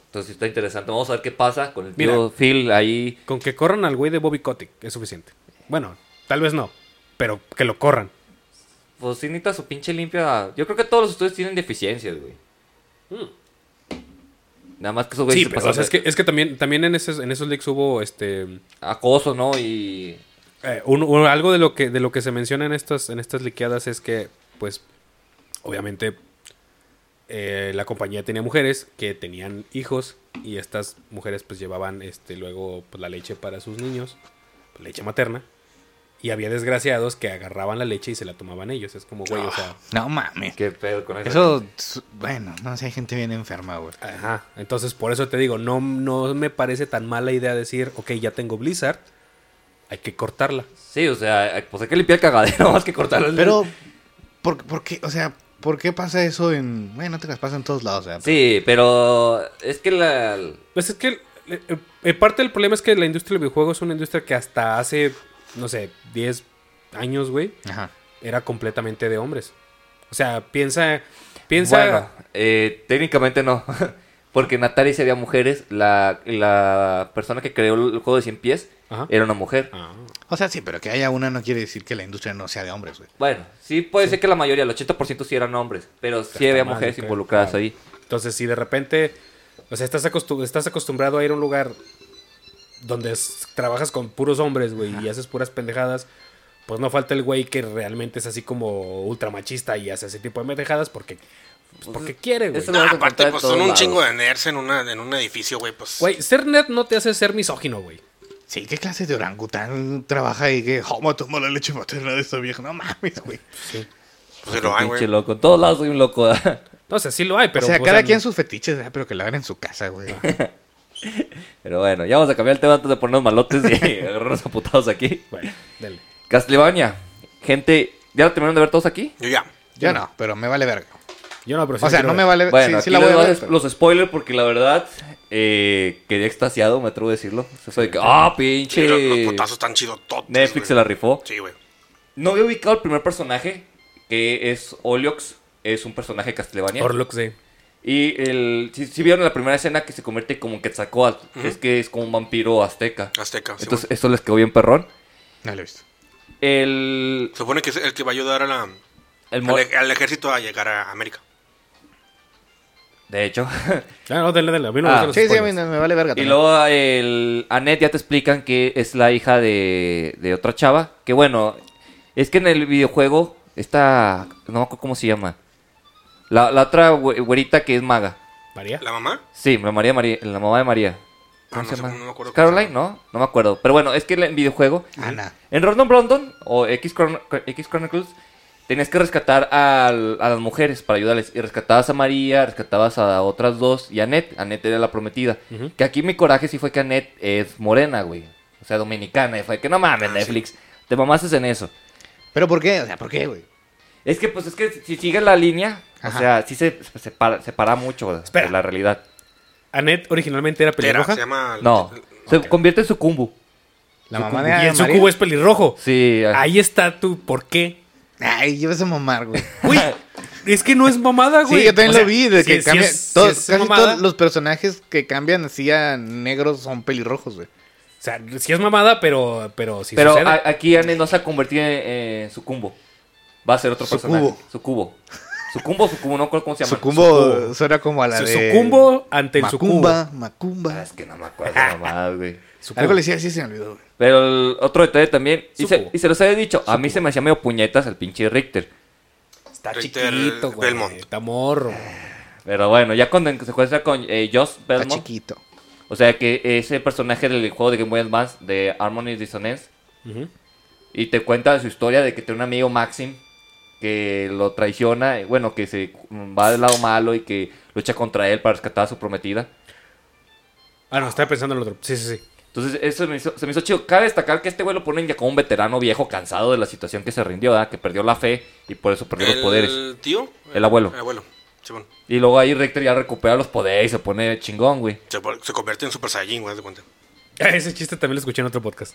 S3: Entonces está interesante. Vamos a ver qué pasa con el
S4: Mira.
S3: tío Phil ahí.
S4: Con que corran al güey de Bobby Kotick es suficiente. Bueno, tal vez no, pero que lo corran.
S3: Pues sí necesita su pinche limpia. Yo creo que todos los estudios tienen deficiencias, güey. Nada más que esos güeyes
S4: Sí,
S3: se
S4: pero o
S3: pasaron
S4: sea,
S3: de-
S4: es que, es que también, también en, esos, en esos leaks hubo este
S3: acoso, ¿no? Y
S4: Eh, un- un- algo de lo que de lo que se menciona en estas en estas liqueadas es que pues obviamente eh, la compañía tenía mujeres que tenían hijos y estas mujeres pues llevaban este luego pues, la leche para sus niños pues, leche materna y había desgraciados que agarraban la leche y se la tomaban ellos es como güey o sea
S1: No mames.
S3: qué pedo con eso.
S1: Eso, s- bueno, no sé, hay gente bien enferma, güey.
S4: ajá entonces por eso te digo no no me parece tan mala idea decir ok ya tengo Blizzard hay que cortarla
S3: Sí, o sea, pues hay que limpiar el cagadero [laughs] más que cortar el...
S1: Pero, ¿por, por qué? O sea, ¿por qué pasa eso en. Bueno, no te las pasa en todos lados, o sea,
S3: Sí, pero es que la...
S4: Pues es que el- el- el- parte del problema es que la industria del videojuego es una industria que hasta hace, no sé, 10 años, güey,
S1: Ajá.
S4: era completamente de hombres. O sea, piensa, piensa,
S3: Bueno, eh, técnicamente no. [laughs] Porque en Atari se había mujeres. La, la persona que creó el juego de 100 pies
S4: Ajá.
S3: era una mujer.
S4: Ah,
S1: O sea, sí, pero que haya una no quiere decir que la industria no sea de hombres, güey.
S3: Bueno, sí puede ser que la mayoría, el 80% sí eran hombres. Pero sí
S4: está
S3: había
S4: mal,
S3: mujeres
S4: yo creo.
S3: involucradas
S4: Claro.
S3: ahí.
S4: entonces si de repente, o sea, estás, acostum- estás acostumbrado a ir a un lugar donde es- trabajas con puros hombres, güey, y haces puras pendejadas. Pues no falta el güey que realmente es así como ultramachista y hace ese tipo de pendejadas porque, pues, porque quiere, güey.
S3: Eso lo
S2: No,
S3: vas a encontrar
S2: aparte,
S3: en
S2: pues
S3: todos
S2: son un
S3: lados.
S2: chingo de nerds en, una, en un edificio, güey. Pues
S4: Güey, ser net no te hace ser misógino, güey.
S1: Sí, ¿qué clase de orangután trabaja y que, ¿cómo toma la leche materna de esta vieja? No mames, güey.
S2: pues, se lo hay,
S3: Pinche
S2: güey.
S3: loco. En todos lados soy un loco. [laughs]
S4: No, o sea, sí lo hay,
S1: o
S4: pero.
S1: sea,
S4: pues,
S1: cada
S4: en-
S1: quien sus fetiches, ¿verdad? pero que lo hagan en su casa, güey.
S3: pero bueno, ya vamos a cambiar el tema antes de ponernos malotes y [laughs] agarrarnos a putados aquí.
S4: Bueno, dale.
S3: Castlevania. Gente, ¿ya la terminaron de ver todos aquí?
S2: Yo ya.
S1: Yo no, pero me vale verga.
S4: Yo no, pero sí
S1: O sea,
S4: quiero
S1: no me
S4: ver.
S1: vale verga.
S3: Bueno,
S1: Eh, Sí, sí
S3: aquí
S1: la voy
S3: les
S1: a
S3: voy a
S1: ver.
S3: des-
S1: pero-
S3: los spoilers porque la verdad eh, quedé extasiado, me atrevo a decirlo. Eso de que, ah, pinche.
S2: Sí, los, los putazos están chidos todos.
S3: Netflix se la rifó.
S2: Sí, güey.
S3: No había ubicado el primer personaje, que es Oliox, es un personaje de Castlevania.
S4: Orlok, sí.
S3: y el, si, si vieron la primera escena que se convierte como en Quetzalcoatl, es que es como un vampiro azteca.
S2: Azteca. Ah, sí,
S3: Entonces, eso les quedó bien perrón.
S1: No lo he visto.
S3: El.
S2: güey. Se supone que es el que va a ayudar a la-
S3: el mo-
S2: al, ej- al ejército a llegar a América.
S3: de hecho. [laughs]
S4: Ah, no, dale, dale. A mí no
S3: Ah,
S4: me gustan los
S1: Sí, sí, a mí
S4: spoilers.
S1: no, me vale verga.
S3: Y
S1: también.
S3: luego el Anet ya te explican que es la hija de, de otra chava. Que bueno, es que en el videojuego, esta. No me acuerdo cómo se llama. La, la otra güe- güerita que es maga.
S4: María.
S2: ¿La mamá?
S3: Sí, la, María, María- la mamá de María. ¿Cómo
S2: Ah, no
S3: se
S2: sé,
S3: llama?
S2: no me acuerdo cómo
S3: Caroline,
S2: se
S3: ¿no? No me acuerdo. Pero bueno, es que en el videojuego.
S1: Ana.
S3: En Rondon Brondon o X, Chron- X Chronicles tenías que rescatar al- a las mujeres para ayudarles. Y rescatabas a María, rescatabas a otras dos y a Annette. Annette era la prometida. Que aquí mi coraje sí fue que Annette es morena, güey. O sea, dominicana. Y fue que no mames,
S4: Ah,
S3: Netflix. Te mamases en eso.
S1: ¿Pero por qué? O sea, ¿por qué, güey?
S3: Es que, pues, es que si sigues la línea, o
S1: Ajá.
S3: sea, sí se se separa, separa mucho
S4: Espera.
S3: de la realidad.
S4: Annette originalmente era
S2: Tera,
S4: pelirroja.
S2: se llama.
S3: No, se convierte en sucumbu.
S1: La
S4: Su
S1: mamá
S4: cubo.
S1: de
S4: Y
S1: Ana
S4: en su
S1: María.
S4: cubo es pelirrojo.
S3: Sí.
S4: Ahí está tu por
S1: [laughs]
S4: qué.
S1: Ay, llevas a mamar,
S4: [laughs]
S1: güey.
S4: Güey, es que no es mamada, güey.
S1: Sí, yo también
S4: O sea,
S1: lo vi, de
S4: sí
S1: que
S4: es- sí
S1: cambian.
S4: es- sí
S1: todos-
S4: es
S1: casi
S4: mamada.
S1: todos los personajes que cambian así a negros son pelirrojos, güey.
S4: O sea, sí es mamada, pero, pero sí
S3: Pero
S4: sucede.
S3: a- aquí Anne no se ha convertido en, en sucumbo. Va a ser otro
S1: Sucubo.
S3: personaje. Sucubo. Sucumbo, sucubo, no recuerdo cómo se llama.
S1: Sucumbo suena como a la
S4: Su-
S1: de.
S4: sucumbo ante el
S1: Macumba,
S3: Ah,
S1: Macumba.
S3: es que no
S1: [laughs]
S3: me acuerdo nomás, güey.
S4: Su cubo.
S1: Algo le decía así, se me olvidó, güey.
S3: Pero el otro detalle también, y se,
S4: Sucubo.
S3: y se los había dicho, a mí se me hacía medio puñetas el pinche Richter.
S4: Está
S2: Richter
S4: chiquito, güey.
S2: Belmont.
S4: Está morro.
S3: Pero bueno, ya cuando se encuentra con eh, Joss
S1: Está
S3: Belmont,
S1: chiquito.
S3: o sea que ese personaje del juego de Game Boy Advance, de Harmony Dissonance,
S4: Ujú.
S3: Y te cuenta su historia de que tiene un amigo Maxim que lo traiciona, y bueno, que se va del lado malo y que lucha contra él para rescatar a su prometida.
S4: Ah, no, estaba pensando en el otro. Sí, sí, [laughs] sí.
S3: Entonces, eso me hizo- se me hizo chido. Cabe destacar que este güey lo ponen ya como un veterano viejo cansado de la situación que se rindió, ¿verdad? que perdió la fe y por eso perdió los poderes.
S2: ¿El tío?
S3: El abuelo.
S2: El abuelo. Sí, bueno.
S3: Y luego ahí Rector ya recupera los poderes y se pone chingón, güey.
S2: Se, vol- se convierte en Super Saiyajin, güey, haz de cuenta.
S4: Ese chiste también lo escuché en otro podcast.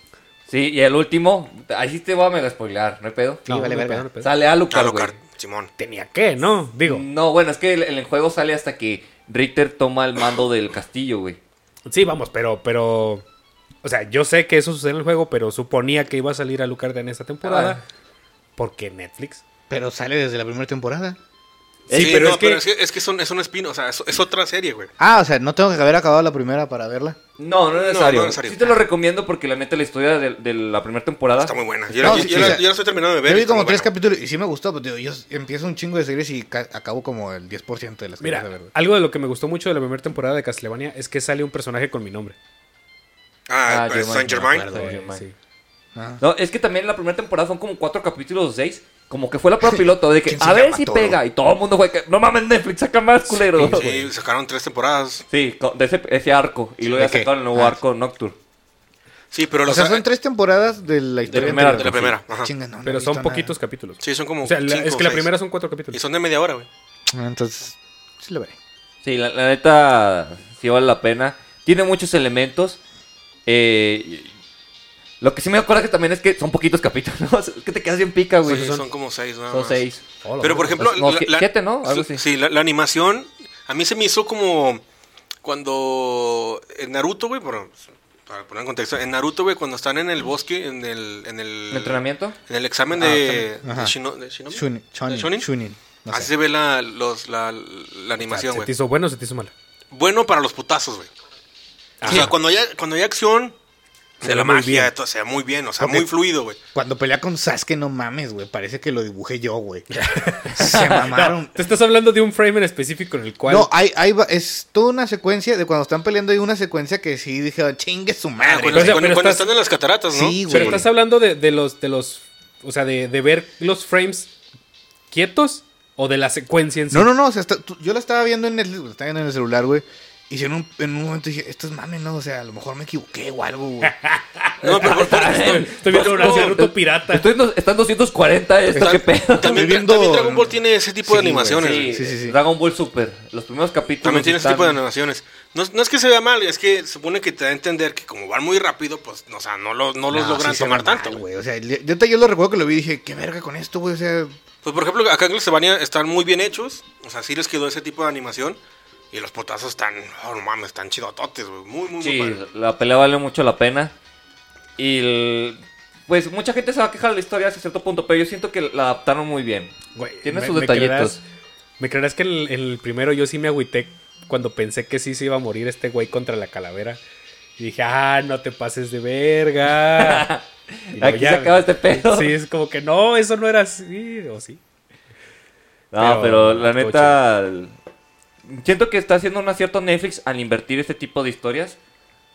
S3: Sí, y el último, ahí sí te voy a mega spoilear, no hay pedo.
S1: Sí, vale verga.
S4: pedo.
S3: Sale Alucard, güey.
S2: Alucard, Simón.
S4: Tenía que, ¿no? Digo.
S3: No, bueno, es que el, el juego sale hasta que Richter toma el mando del castillo, güey.
S4: Sí, vamos, pero, pero. O sea, yo sé que eso sucede en el juego, pero suponía que iba a salir a Lucard en esta temporada.
S3: Ah.
S4: Porque Netflix.
S1: Pero sale desde la primera temporada.
S2: Sí,
S4: Ey, pero
S2: no,
S4: es que-
S2: pero es que, es que son, es un spin, o sea, es, es otra serie, güey.
S1: Ah, o sea, no tengo que haber acabado la primera para verla.
S3: No, no es
S2: No,
S3: necesario.
S2: no es necesario.
S3: Sí te lo recomiendo porque la neta la historia de, de la primera temporada.
S2: Está muy buena. Yo,
S3: Ah,
S1: No,
S2: yo-
S1: sí,
S2: yo
S1: sí,
S2: la-
S1: o sea,
S2: yo la estoy terminando de ver.
S1: Yo
S2: y
S1: vi
S2: está
S1: como
S2: muy
S1: tres
S2: buena.
S1: capítulos y sí me gustó, pero digo, yo empiezo un chingo de series y ca- acabo como el 10% de las
S4: Mira,
S1: cosas de verdad.
S4: algo de lo que me gustó mucho de la primera temporada de Castlevania es que sale un personaje con mi nombre.
S2: Ah,
S3: Ah,
S2: pues,
S3: Germain,
S2: Saint
S3: me
S2: Germain.
S3: acuerdo.
S4: Eh,
S3: Germán.
S4: sí.
S1: Ah.
S3: No, es que también la primera temporada son como cuatro capítulos o seis. Como que fue la prueba piloto de que
S1: ¿Quién se
S3: a ver
S1: llama
S3: si
S1: Toro?
S3: pega. Y todo el mundo fue que no mames, Netflix saca más culero.
S2: Sí,
S3: Sí,
S2: sacaron tres temporadas.
S3: con- de ese, ese arco. Y luego ya
S1: ¿De qué?
S3: sacaron el nuevo
S1: Ah.
S3: arco Nocturne.
S2: Sí, pero
S1: O
S2: los
S1: sea, son tres temporadas de la historia.
S3: primera,
S1: anterior.
S2: de la primera, ajá.
S1: Chinga, no, no
S4: Pero
S1: he
S4: son
S1: visto
S4: poquitos capítulos.
S2: Sí, son como.
S4: O sea, la-
S2: cinco
S4: es que la
S2: seis.
S4: primera son cuatro
S2: Y
S4: capítulos.
S2: son de media hora, güey.
S1: nada. Ah, Entonces, sí lo veré.
S3: Sí, la, la neta sí vale la pena. Tiene muchos elementos. Eh, y- lo que sí me acuerdo que también es que son poquitos capítulos. [laughs] Es que te quedas bien pica, güey.
S2: Sí,
S3: son,
S2: son, como seis, nada
S3: son
S2: más.
S3: seis.
S1: Oh,
S4: Hola,
S2: Pero por
S4: madre.
S2: ejemplo,
S3: No, si- siete, ¿no? Algo
S2: sí,
S3: así.
S2: sí, la, la animación a mí se me hizo como cuando en Naruto, güey, por- para poner en contexto, en Naruto, güey, cuando están en el bosque, en el en el,
S3: ¿El entrenamiento?
S2: en el examen
S3: Ah,
S2: de,
S1: Ajá.
S2: de Shino- de Shinobi?
S1: Shunin.
S2: ¿De Shonin? Ah,
S1: Chunin. Chunin. No
S2: Así
S1: sé. Ah,
S2: se ve la, los, la, la animación,
S4: ¿Se
S2: güey.
S4: te hizo bueno o se te hizo mal?
S2: Bueno para los putazos, güey. O sea, cuando hay, cuando hay acción,
S4: Se
S2: se la
S4: ve muy bien.
S2: magia, todo, se ve muy bien, o sea,
S1: Ok.
S2: muy fluido, güey.
S1: Cuando pelea con Sasuke, no mames, güey. Parece que lo dibujé yo, güey. se mamaron.
S4: Te estás hablando de un frame en específico en el cual.
S1: No, hay, hay, va- es toda una secuencia de cuando están peleando. Hay una secuencia que sí dije, "Ah, chingue su madre.
S2: Cuando,
S4: o sea,
S2: cuando-
S4: pero
S2: cuando
S4: estás-
S2: están en las cataratas, ¿no?
S1: Sí,
S4: pero
S1: güey.
S4: estás hablando de, de los, de los. O sea, de, de ver los frames quietos o de la secuencia en sí.
S1: No, no, no. o sea, está- tú- yo la estaba viendo en el, la estaba viendo en el celular, güey. Y yo en un, en un momento dije, esto es mame, ¿no? O sea, a lo mejor me equivoqué o algo, güey.
S2: No, pero por- por-
S4: Ah,
S3: [laughs]
S4: Estoy viendo una Naruto pirata.
S3: Estoy en los- están 240 esto, qué pedo.
S2: También,
S1: viendo-
S2: también Dragon Ball tiene ese tipo
S1: Sí,
S2: de
S1: güey,
S2: animaciones. güey.
S3: Sí,
S1: sí, sí, sí.
S3: Dragon Ball Super. Los primeros capítulos.
S2: También tiene ese
S3: están-
S2: tipo de animaciones. No, es- no es que se vea mal, es que supone que te da a entender que como van muy rápido, pues, o sea, no, lo- [laughs] no los
S1: No,
S2: logran
S1: sí se
S2: tomar
S1: ve mal,
S2: tanto,
S1: güey.
S2: güey.
S1: O sea, le- yo, te- yo lo recuerdo que lo vi y dije, qué verga con esto, güey. O sea,
S2: Pues, por ejemplo, acá en Castlevania están muy bien hechos, o sea, sí les quedó ese tipo de animación, y los potazos están, oh, no mames, están chidototes, güey, muy, muy,
S3: Sí,
S2: muy padre.
S3: la pelea vale mucho la pena. Y el- pues mucha gente se va a quejar de la historia hasta cierto punto, pero yo siento que la adaptaron muy bien.
S4: Güey,
S3: tiene
S4: me-
S3: sus
S4: me
S3: detallitos.
S4: creerás- Me creerás que en el, en el primero yo sí me agüité cuando pensé que sí se iba a morir este güey contra la calavera. Y dije, ah, no te pases
S3: [laughs]
S4: de verga. Y luego
S3: Aquí se acaba este pedo.
S4: Sí, es como que no, eso no era así. O sí.
S3: No,
S4: Pero-
S3: pero, la
S4: estuvo
S3: neta. Siento que está haciendo un acierto Netflix al invertir este tipo de historias.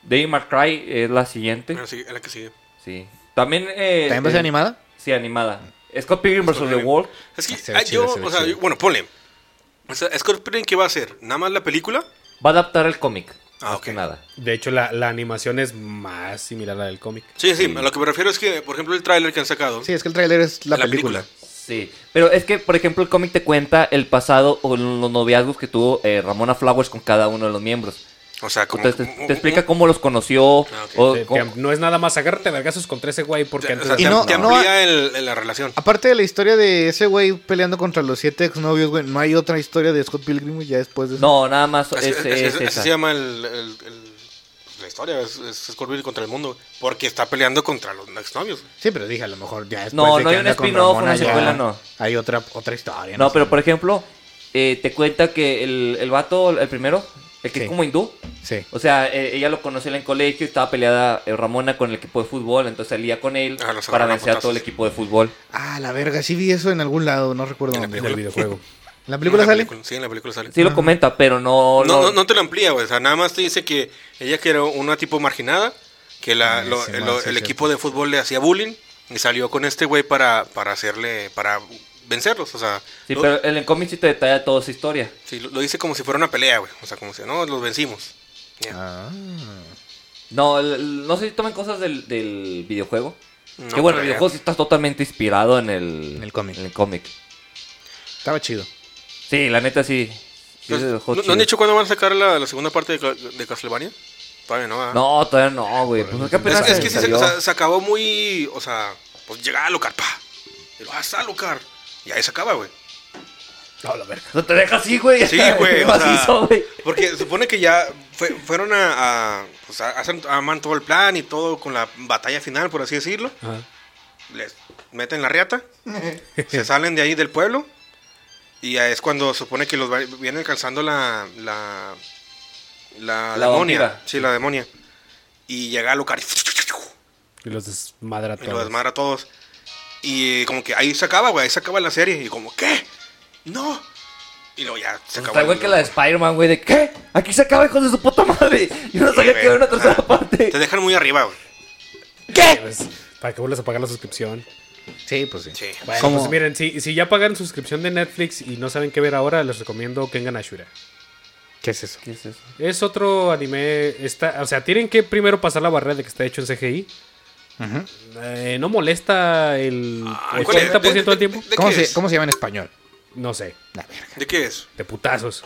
S3: Dave McCray es la siguiente.
S2: Bueno, sí, es la que sigue.
S3: Sí. También. eh,
S1: ¿también va a ser
S3: eh,
S1: animada?
S3: Sí, animada. Scott Pilgrim vs. The
S2: Pilgrim.
S3: World.
S2: Es que
S1: Se ve
S2: ah,
S1: chido,
S2: yo,
S1: se ve
S2: o sea,
S1: chido.
S2: yo- bueno, ponle. O sea, Scott Pilgrim, ¿qué va a hacer? ¿Nada más la película?
S3: Va a adaptar el cómic.
S2: Ah,
S3: más
S2: ok.
S3: que nada.
S4: De hecho, la, la animación es más similar a la del cómic.
S2: Sí, sí, a lo que me refiero es que, por ejemplo, el tráiler que han sacado,
S1: Sí, es que el tráiler es la,
S2: La
S1: película.
S2: película.
S3: Sí. Pero es que, por ejemplo, el cómic te cuenta el pasado o los noviazgos que tuvo eh, Ramona Flowers con cada uno de los miembros.
S2: o sea, como...
S3: Entonces te, te explica cómo los conoció.
S2: Ah, ok.
S3: o
S4: Te- te
S3: cómo-
S4: am- no es nada más agarrarte a vergazos contra ese güey porque
S2: Te- o
S4: antes
S2: sea,
S1: Y
S2: te-
S1: no-
S2: te
S1: no-
S2: amplía el- el- la relación.
S1: Aparte de la historia de ese güey peleando contra los siete exnovios, güey, no hay otra historia de Scott Pilgrim güey, ya después de eso.
S3: No, nada más.
S2: Así-
S3: Es,
S2: así-
S3: es
S2: así
S3: esa.
S2: se llama el, el- el- la historia, es, es Scott Pilgrim contra el mundo, güey, porque está peleando contra los exnovios.
S1: Sí, pero dije, a lo mejor ya después
S3: No,
S1: de
S3: no
S1: que
S3: hay un
S1: anda con
S3: spin-off,
S1: Ramona,
S3: una
S1: ya
S3: secuela, no.
S1: Hay otra, otra historia.
S3: No, pero
S1: sé.
S3: por ejemplo, eh, te cuenta que el, el vato, el primero, el que
S1: Sí.
S3: es como hindú,
S1: Sí.
S3: o sea, eh, ella lo conoció en el colegio, estaba peleada eh, Ramona con el equipo de fútbol, entonces salía con él
S2: Ah, los
S3: para
S2: agarraron
S3: vencer a todo el
S2: putazos.
S3: equipo de fútbol.
S1: Ah, la verga, sí vi eso en algún lado, no recuerdo
S2: En la
S1: dónde.
S4: en el videojuego.
S1: ¿La película
S2: En la
S1: sale?
S2: película- sí, en la película sale.
S3: Sí lo comenta, pero no...
S2: no,
S3: lo-
S2: no, no te lo amplía, güey, o sea, nada más te dice que ella que era una tipo marginada, que la-
S1: Ah,
S2: lo-
S1: sí,
S2: lo-
S1: man, sí,
S2: el
S1: cierto.
S2: equipo de fútbol le hacía bullying y salió con este güey para, para hacerle, para vencerlos, o sea,
S3: Sí,
S2: lo,
S3: pero en el cómic sí te detalla toda su historia.
S2: sí, lo- lo dice como si fuera una pelea, güey, o sea, como si, no, los vencimos. Ya.
S1: Ah.
S3: No, el- el- no sé si toman cosas del, del videojuego.
S2: No,
S3: que
S2: pero
S3: bueno, el videojuego
S2: ya.
S3: sí está totalmente inspirado en el...
S1: En el cómic.
S3: En el cómic.
S1: Estaba chido.
S3: Sí, la neta sí. Sí, es el
S2: Entonces,
S3: juego
S2: Pues, ¿no, no han
S3: chido.
S2: dicho cuándo van a sacar la, la segunda parte de, Ca- de Castlevania? Todavía no, ¿verdad?
S3: No, todavía no, güey. Pues es que
S2: Es,
S3: apenas
S2: es que sí, se,
S3: salió.
S2: o sea, se acabó muy. O sea, pues llegaba a Lucar, pa. Y lo hasta Lucar. Y ahí se acaba, güey.
S4: No, la verga.
S3: O sea, te deja así, güey. [laughs]
S2: Sí, güey. o sea,
S3: Macizo, güey.
S2: porque supone que ya fue- fueron a. a pues a, hacen- aman todo el plan y todo con la batalla final, por así decirlo.
S4: Ajá.
S3: [laughs]
S2: Les meten la riata. se salen de ahí del pueblo. Y ya es cuando supone que los va- viene alcanzando la. La, la,
S3: La
S2: demonia.
S3: vampira.
S2: Sí, la demonia. Y llega a Lucar y
S4: Y los desmadra
S2: Y lo
S4: todos.
S2: desmadra a todos. Y como que ahí se acaba, güey. Ahí se acaba la serie. Y como, ¿qué? ¡No! Y luego ya se acabó.
S3: Pues Está igual que la de Spider-Man, güey, de ¿qué? Aquí se acaba, hijos de su puta madre. Yo no
S2: Sí,
S3: sabía
S2: güey.
S3: que había una tercera
S2: Ajá.
S3: parte.
S2: Te dejan muy arriba, güey.
S3: ¿Qué?
S4: Pues, ¿Para que vuelvas a pagar la suscripción?
S1: Sí, pues sí.
S2: Sí.
S4: Bueno,
S1: Como-
S4: pues miren, si, si ya pagaron suscripción de Netflix y no saben qué ver ahora, les recomiendo Kengan Ashura.
S1: ¿Qué es eso?
S3: ¿Qué es eso?
S4: Es otro anime. Está, o sea, tienen que primero pasar la barrera de que está hecho en CGI.
S1: Ujú.
S4: Eh, no molesta el
S2: Ah, ¿cuál es?
S4: 80%
S2: ¿De- de-
S4: del
S2: de-
S4: tiempo.
S2: de
S1: ¿Cómo
S2: qué
S1: se,
S2: es?
S1: ¿Cómo se llama en español?
S4: No sé,
S1: La verga.
S2: ¿De qué es?
S4: de putazos.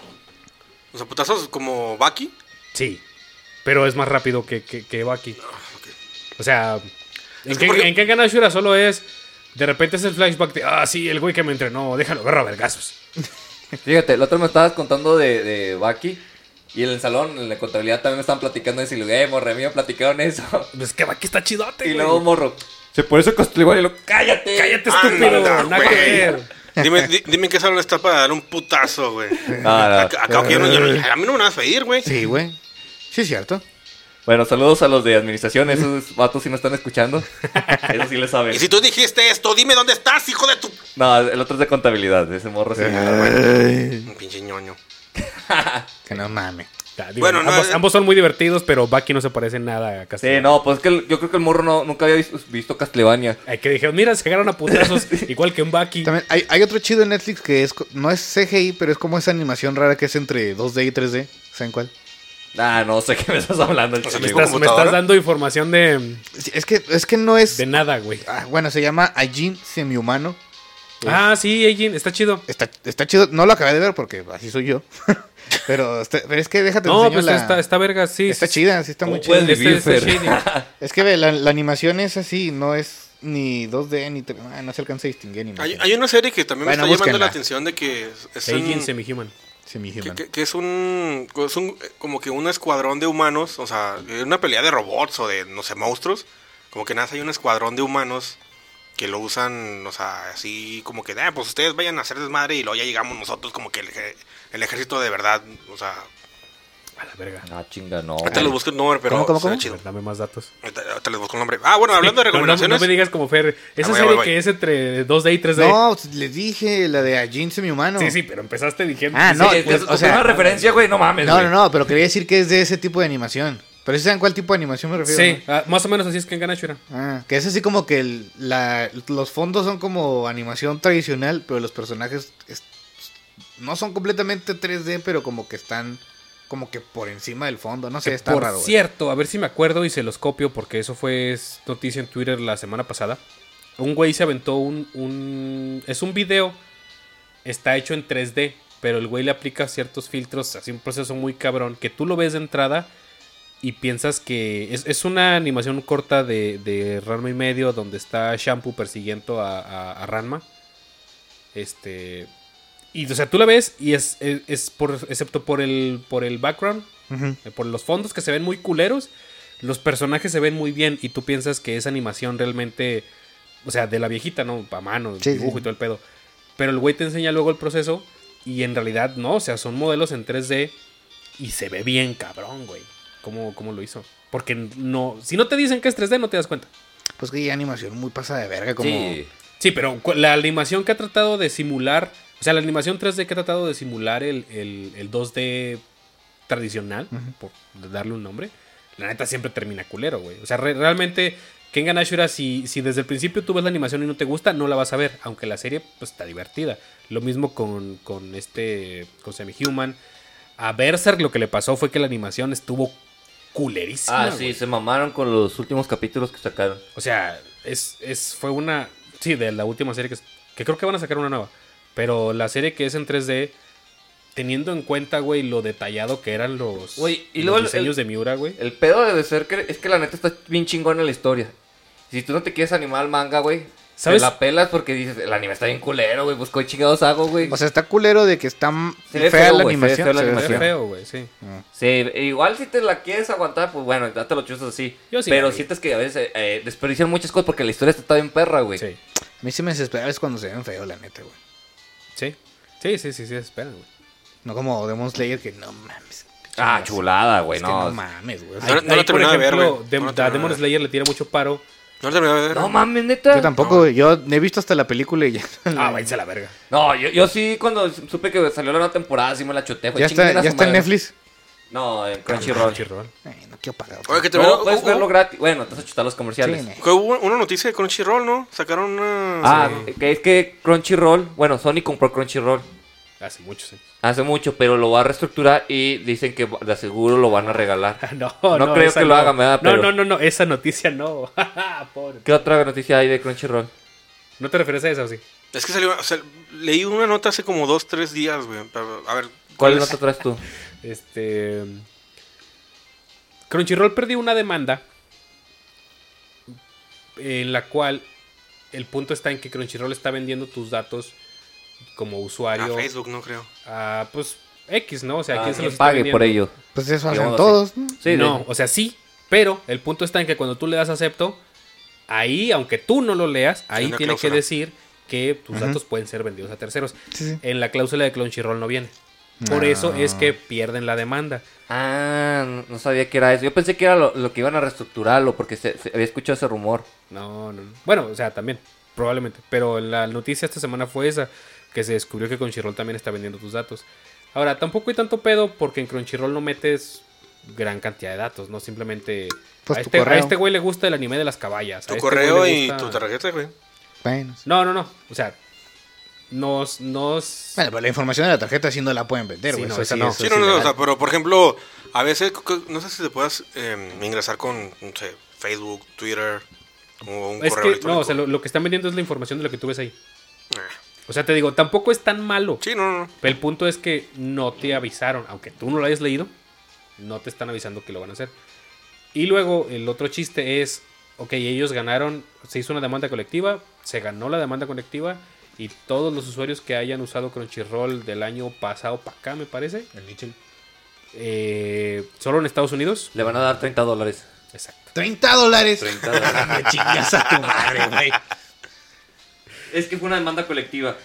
S2: ¿Los aputazos como Baki?
S4: Sí, pero es más rápido que, que, que Baki. O sea,
S2: Ah, Es
S4: en,
S2: que
S4: que,
S2: porque-
S4: en Kengan Ashura solo es. De repente es el flashback de. Ah, sí, el güey que me entrenó, déjalo ver a vergazos.
S3: Fíjate, el otro me estabas contando de, de Baki. Y en el salón, en la contabilidad, también me estaban platicando de Silvia. Eh, morre mío, platicaron eso.
S4: Pues que Baki está chidote,
S3: Y
S4: güey.
S3: luego morro. Se por eso Castlevania. Y lo, cállate.
S4: Cállate,
S2: Anda,
S4: estúpido. nada que
S2: güey.
S4: ver.
S1: [laughs]
S2: Dime, di- dime en qué salón está para dar un putazo, güey.
S3: No, no.
S2: Acá, acá, yo no- yo no- a mí no me van a pedir, güey.
S1: Ah, Sí, güey. Sí, es cierto.
S3: Bueno, saludos a los de administración. Esos vatos si no
S2: [laughs]
S3: están escuchando. Eso sí lo saben.
S2: Y si tú dijiste esto, dime dónde estás, hijo de tu.
S3: No, el otro es de contabilidad. Ese morro sí.
S2: Ah, Un pinche ñoño.
S1: Que no mames.
S4: Ya, digo,
S2: Bueno, no,
S4: ambos,
S2: eh.
S4: ambos son muy divertidos, pero Baki no se parece en nada a
S3: Sí,
S4: Castlevania.
S3: no, pues es que el- yo creo que el morro no, nunca había vis- visto Castlevania.
S4: Ay, que dijeron, mira, se agarraron
S1: [laughs]
S4: a putazos, igual que un Baki.
S1: También hay, hay otro chido en Netflix que es co- no es CGI, pero es como esa animación rara que es entre 2D y 3D. ¿Saben cuál?
S3: Ah, no sé qué me estás hablando.
S2: O sea,
S3: chile,
S2: tipo
S3: güey.
S4: Estás- me
S2: computadora?
S4: estás dando información de,
S1: Sí, Es que, es que no es.
S4: de nada, güey.
S1: Ah, bueno, se llama Ajin Semihumano.
S4: Ah, sí, Eijin, está chido.
S1: Está, está chido. No lo acabé de ver porque así soy yo. [laughs] pero, está- pero es que déjate
S4: No,
S1: enseño
S4: pues
S1: la-
S4: está, está verga, sí.
S1: está
S4: sí,
S1: chida, sí está
S3: ¿Cómo
S1: muy chida.
S3: puedes
S4: Este-
S3: vivir,
S4: este
S3: Fer?
S4: shitty.
S1: Es que ve, la, la animación es así, no es ni 2D ni 3D. Ah, no se alcanza a distinguir ni
S2: Hay, hay una serie que también
S1: Bueno,
S2: me está
S1: búsquenla.
S2: llamando la atención de que es- es un-
S4: Eijin Semi-Human.
S2: que, que- que es un, es un- como que un escuadrón de humanos, o sea, una pelea de robots o de no sé monstruos, como que nace hay un escuadrón de humanos que lo usan, o sea, así como que, "Ah, pues ustedes vayan a hacer desmadre y luego ya llegamos nosotros como que el, eje- el ejército de verdad, o sea,
S4: A la verga.
S3: [laughs] Ah, chinga, no.
S2: ahorita les busco el nombre, pero
S1: ¿Cómo, cómo,
S2: será
S1: cómo?
S2: chido.
S4: Dame más datos.
S2: Ahorita, ahorita les busco el nombre. Ah, bueno, hablando de
S4: No, no,
S2: recomendaciones,
S4: No me digas como Fer. Esa
S2: Ah, voy,
S4: serie
S2: voy, voy.
S4: que es entre 2D y 3D.
S1: No, les dije, la de Ajin Semihumano.
S4: Sí, sí, pero empezaste diciendo.
S1: Ah, no,
S3: Sí,
S1: pues,
S3: tu
S1: o sea-
S3: primera referencia, güey, no mames.
S1: No,
S3: güey.
S1: no, no, pero quería decir que es de ese tipo de animación. Pero ¿sí ¿saben cuál tipo de animación me refiero?
S4: Sí,
S1: no?
S4: ah, más o menos así es que en Ganachura.
S1: Ah, que es así como que el- la- los fondos son como animación tradicional, pero los personajes es- no son completamente 3D, pero como que están como que por encima del fondo. No sé, está
S4: Por
S1: raro. güey.
S4: cierto, a ver si me acuerdo y se los copio porque eso fue es- noticia en Twitter la semana pasada. Un güey se aventó un, un... Es un video. Está hecho en 3D. Pero el güey le aplica ciertos filtros. Así un proceso muy cabrón. Que tú lo ves de entrada y piensas que... Es, es una animación corta de, de Ranma y medio donde está Shampoo persiguiendo a, a- a Ranma. Este... Y, o sea, tú la ves y es, es, es por, excepto por el, por el background,
S1: Ujú.
S4: eh, Por los fondos que se ven muy culeros, los personajes se ven muy bien y tú piensas que es animación realmente, o sea, de la viejita, ¿no? A mano,
S1: Sí,
S4: dibujo
S1: sí.
S4: y todo el pedo. Pero el güey te enseña luego el proceso y en realidad no, o sea, son modelos en 3D y se ve bien cabrón, güey. ¿Cómo, cómo lo hizo? Porque no, si no te dicen que es 3D, no te das cuenta.
S1: Pues que hay animación muy pasada de verga, como...
S3: Sí.
S4: Sí, pero cu- la animación que ha tratado de simular, o sea, la animación 3D que ha tratado de simular el, el- el 2D tradicional, por darle un nombre, la neta siempre termina culero, güey. O sea, re- realmente, Kengan Ashura, si, si desde el principio tú ves la animación y no te gusta, no la vas a ver, aunque la serie pues, está divertida. Lo mismo con, con este, con Semi-Human. A Berserk lo que le pasó fue que la animación estuvo culerísima.
S3: Ah, sí,
S4: güey.
S3: se mamaron con los últimos capítulos que sacaron.
S4: O sea, es, es, fue una. Sí, de la última serie que, es- que creo que van a sacar una nueva. Pero la serie que es en 3D, teniendo en cuenta, güey, lo detallado que eran los,
S3: Güey, y
S4: los
S3: luego el-
S4: diseños de Miura, güey.
S3: El pedo debe ser que es que la neta está bien chingona la historia. Si tú no te quieres animar al manga, güey, ¿Sabes?
S4: ¿Sabes?
S3: la pelas porque dices, el anime está bien culero, güey, pues qué chingados hago, güey.
S1: O sea, está culero de que está m-
S3: Se ve
S1: fea,
S3: feo,
S1: la
S3: güey, se ve
S1: animación.
S3: feo la
S1: se ve
S4: Era
S3: animación.
S1: feo.
S4: feo, güey, sí.
S3: Sí, e igual si te la quieres aguantar, pues bueno, date los chuzos así.
S4: Yo sí
S3: Pero
S4: la vi.
S3: sientes que a veces eh, eh, desperdician muchas cosas porque la historia está bien perra, güey.
S4: Sí,
S1: A mí se me desespera es cuando se ven feo, la neta, güey.
S4: sí. Sí, sí, sí, sí, esperan, güey.
S1: No como Demon Slayer que no mames.
S3: Ah, chulada, güey.
S1: Es que
S3: No,
S1: no mames, güey. O sea,
S2: No, no lo
S4: por
S2: terminaba de ver,
S4: ejemplo,
S2: güey.
S4: Dem-
S2: No lo
S4: a
S2: terminaba
S4: Demon
S2: de ver.
S4: Slayer le tiene mucho paro.
S2: No lo terminaba de ver.
S3: No mames, neta.
S1: Yo tampoco, güey. Yo he visto hasta la película y ya.
S4: Ah, váyanse a la verga.
S3: No, yo, yo sí, cuando supe que salió la nueva temporada, sí me Pues la chuté. güey.
S1: ya
S3: Chinguen
S1: está,
S3: a
S1: ya
S3: su
S1: está en
S3: madre.
S1: Netflix.
S3: No, en Crunchyroll.
S4: Crunchyroll. uh,
S1: Eh, no quiero pagar.
S2: Oye, que terminó.
S3: No, puedes
S2: hubo-
S3: verlo gratis. Bueno, te vas a chutar los comerciales.
S1: Sí,
S2: que hubo una noticia de Crunchyroll, ¿no? Sacaron una.
S3: ah, que es que Crunchyroll, bueno, Sony compró Crunchyroll
S4: Hace muchos años.
S3: hace mucho, pero lo va a reestructurar y dicen que de seguro lo van a regalar.
S4: [laughs] No,
S3: No creo
S4: esa
S3: que lo haga, me da
S4: No,
S3: pero-
S4: no, no, no, esa noticia no. [laughs] Pobre.
S3: ¿Qué otra noticia hay de Crunchyroll?
S4: ¿No te refieres a esa o sí?
S2: Es que salió. o sea, leí una nota hace como dos, tres días, güey. Pero, A ver.
S3: ¿Cuál
S4: Pues,
S3: nota traes tú?
S4: Este. Crunchyroll perdió una demanda. En la cual. El punto está en que Crunchyroll está vendiendo tus datos como
S2: A
S4: usuario.
S2: Facebook, no creo.
S4: a, pues X, ¿no? O sea,
S3: Ah,
S4: ¿quién se
S3: quien
S4: los está
S3: pague
S4: vendiendo?
S3: por ello.
S1: Pues eso
S3: Digamos
S1: hacen
S3: así.
S1: todos. ¿no?
S3: Sí,
S4: no,
S3: de-
S4: o sea, sí, pero el punto está en que cuando tú le das acepto, ahí, aunque tú no lo leas, ahí
S2: una
S4: tiene
S2: cláusula.
S4: que decir que tus
S1: Ujú.
S4: datos pueden ser vendidos a terceros.
S1: Sí, sí.
S4: En la cláusula de Crunchyroll no viene. Por eso es que pierden la demanda.
S3: Ah, no- no sabía que era eso. Yo pensé que era lo, lo que iban a reestructurarlo porque se, se- había escuchado ese rumor.
S4: No, no, no. Bueno, o sea, también, probablemente. Pero la noticia esta semana fue esa, que se descubrió que Crunchyroll también está vendiendo tus datos. Ahora, tampoco hay tanto pedo porque en Crunchyroll no metes gran cantidad de datos, ¿no? Simplemente...
S1: Pues
S4: a,
S1: tu
S4: este, a
S1: correo.
S4: este güey le gusta el anime de las caballas. a
S2: Tu
S4: este
S2: correo
S4: güey le
S2: y
S4: gusta-
S2: tu tarjeta, güey.
S1: Bueno, sí.
S4: No, no, no. O sea, nos... nos...
S1: Bueno, pero la información de la tarjeta sí no la pueden vender,
S4: Sí, ¿eh?
S1: güey.
S4: no,
S1: Eso
S4: esa
S1: sí,
S4: no.
S1: eso
S2: Sí,
S1: es
S2: no, no, o
S1: ilegal.
S2: sea, pero por ejemplo, a veces, c- c- no sé si te puedas eh, ingresar con, no sé, Facebook, Twitter, o un
S4: Es
S2: correo
S4: que,
S2: electrónico.
S4: no, o sea, lo, lo que están vendiendo es la información de lo que tú ves ahí.
S2: Ah,
S4: O sea, te digo, tampoco es tan malo.
S2: Sí, no, no, no.
S4: Pero el punto es que no te avisaron, aunque tú no lo hayas leído, no te están avisando que lo van a hacer. Y luego el otro chiste es, ok, ellos ganaron, se hizo una demanda colectiva, se ganó la demanda colectiva y todos los usuarios que hayan usado Crunchyroll del año pasado para acá, me parece, eh, solo en Estados Unidos,
S3: Le van a dar 30 dólares.
S4: exacto.
S1: 30 dólares.
S3: 30 dólares.
S1: Me [laughs] chingas a tu madre, güey.
S3: es que fue una demanda colectiva.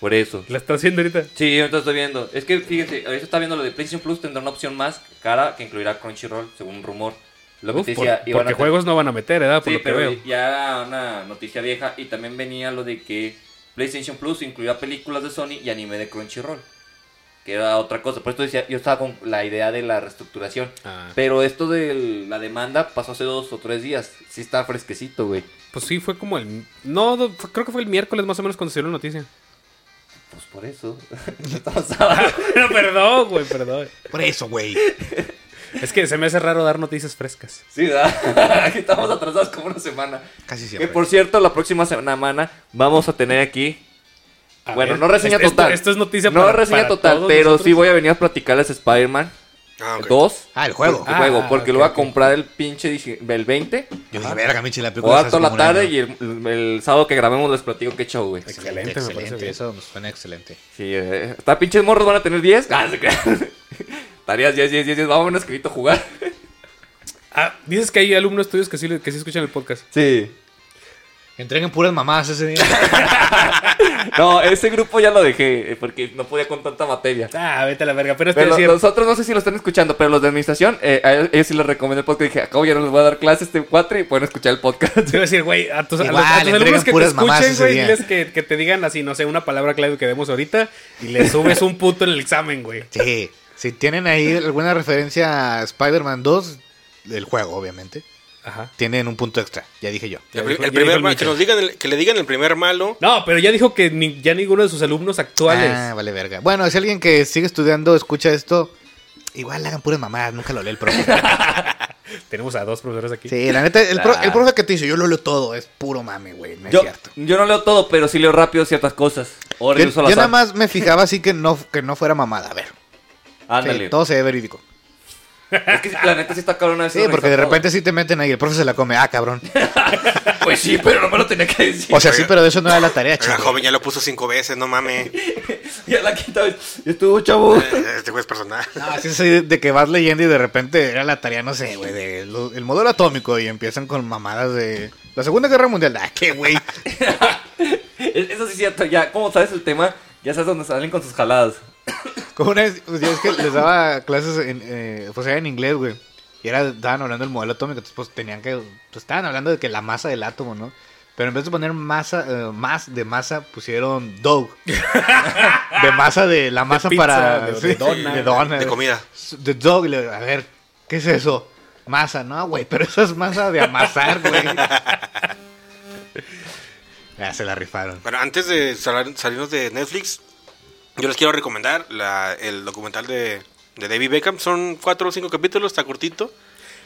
S3: Por eso.
S4: La está haciendo ahorita.
S3: Sí, yo estoy viendo. Es que fíjense, ahorita está viendo lo de PlayStation Plus, tendrá una opción más cara que incluirá Crunchyroll, según un rumor. Lo que
S4: Uf,
S3: te
S4: por-
S3: decía, iban a
S4: porque
S3: tener-
S4: juegos no van a meter, ¿verdad? Por
S3: Sí,
S4: lo que
S3: pero
S4: veo.
S3: ya era una noticia vieja y también venía lo de que PlayStation Plus incluía películas de Sony y anime de Crunchyroll, que era otra cosa. Por esto decía, yo estaba con la idea de la reestructuración.
S4: Ah,
S3: Pero esto de la demanda pasó hace dos o tres días. Sí está fresquecito, güey.
S4: pues sí, fue como el... No, do- fue- creo que fue el miércoles más o menos cuando se dio la noticia.
S3: Pues por eso. [laughs] Estamos sábado.
S4: [laughs] No, perdón, güey, perdón.
S1: Por eso, güey.
S4: Es que se me hace raro dar noticias frescas.
S3: Sí, ¿verdad? [laughs] Aquí estamos atrasados como una semana.
S1: Casi
S3: Que
S1: siempre.
S3: por cierto, la próxima semana vamos a tener aquí. bueno, no reseña
S4: este, Esto-
S3: total.
S4: Esto, es noticia
S3: No
S4: para-
S3: reseña
S4: para
S3: total,
S4: todos
S3: pero
S4: nosotros.
S3: sí voy a venir a platicarles Spider-Man
S2: Ah, ok.
S3: 2.
S1: Ah, el juego.
S3: El
S4: Ah,
S3: juego, porque
S4: ok,
S3: lo va
S4: ok.
S3: a comprar el pinche dije- el 20.
S1: Yo dije, verga, Michi, la
S3: Voy
S1: película.
S3: a toda la tarde y el, el sábado que grabemos les platico qué show, güey.
S1: Excelente,
S4: Excelente, me parece
S1: excelente.
S4: bien.
S1: Eso nos suena excelente.
S3: Sí, eh, está pinches morros, van a tener 10. [laughs] Ah, se crean. Tareas 10, 10, 10, 10. Vamos a un escrito a jugar.
S4: Ah, dices que hay alumnos tuyos que sí, le- que sí escuchan el podcast.
S3: Sí.
S1: Entreguen puras mamadas ese día.
S3: No, ese grupo ya lo dejé eh, porque no podía con tanta materia.
S4: Ah, vete a la verga, pero estoy
S3: Pero lo-
S4: diciendo.
S3: los otros no sé si lo están escuchando, pero los de administración, eh, a ellos- ellos sí les recomendé porque dije, acabo ya no les voy a dar clases este cuatro y pueden escuchar el
S1: [laughs]
S3: podcast.
S4: [laughs] Te iba a decir, güey, a tus, a
S1: Igual,
S4: los- a tus
S1: le
S4: alumnos
S1: entregan
S4: que te
S1: puras mamás
S4: escuchen,
S1: ese
S4: güey,
S1: día.
S4: diles que, que te digan así, no sé, una palabra clave que vemos ahorita y le subes un punto en el examen, güey.
S1: Sí. Si tienen ahí alguna referencia a Spider-Man 2, el juego, obviamente,
S4: Ajá.
S1: tienen un punto extra. Ya dije yo.
S4: Ya
S2: El, pri-
S4: dijo-
S2: el
S4: ya dijo
S2: primer
S4: el
S2: ma-
S4: Micho.
S2: que, nos digan el- que le digan el primer
S4: [laughs]
S2: malo.
S4: No, pero ya dijo que ni- ya ninguno de sus alumnos actuales.
S1: Ah, vale, verga. Bueno, si alguien que sigue estudiando escucha esto, igual hagan puras mamadas. Nunca lo lee el profe.
S4: Tenemos a dos profesores
S1: [laughs]
S4: aquí.
S1: Sí, la neta, el, pro-
S3: Claro.
S1: el profe que te dice, yo lo leo todo, es puro mame, güey. No es
S3: Yo,
S1: cierto.
S3: yo no leo todo, pero sí leo rápido ciertas cosas. O
S1: Yo,
S3: regreso al
S1: yo nada
S3: azar.
S1: más me fijaba así que no, que no fuera mamada. A ver, sí,
S3: Ándale.
S1: todo se ve verídico.
S3: es que la neta sí está cabrón a veces
S1: Sí, porque de
S3: organizar
S1: repente sí te meten ahí, el profe se la come. Ah, cabrón.
S3: todo. Pues sí, pero no me lo tenía que decir.
S1: O sea, sí, pero de eso no era la tarea,
S2: [laughs] La
S1: chico.
S2: joven ya lo puso cinco veces, no mames. Eh,
S1: Pues-
S3: Ya la quinta vez. Yo estuvo chavo.
S2: Este juez personal.
S1: No, así es así de que vas leyendo y de repente era la tarea, no sé, güey, de lo- el modelo atómico y empiezan con mamadas de la Segunda Guerra Mundial. Ah, qué güey.
S3: Eso sí es cierto. Ya, como sabes el tema, Ya sabes dónde salen con sus jaladas.
S1: Como una vez, pues, ya es que les daba clases en, eh, pues era en inglés, güey. Y era, estaban hablando del modelo atómico, entonces pues tenían que, pues estaban hablando de que la masa del átomo, ¿no? Pero en vez de poner masa, eh, más de masa, pusieron dog. de masa de, la masa
S4: pizza,
S1: para,
S4: de-
S1: sí,
S4: de dona.
S1: de dona.
S2: De comida.
S1: De dog, le- a ver, ¿qué es eso? Masa, no, güey, pero eso es masa de amasar, güey. ya se la rifaron.
S2: Bueno, antes de salar- salirnos de Netflix, yo les quiero recomendar la- el documental de, de David Beckham. Son cuatro o cinco capítulos, está cortito.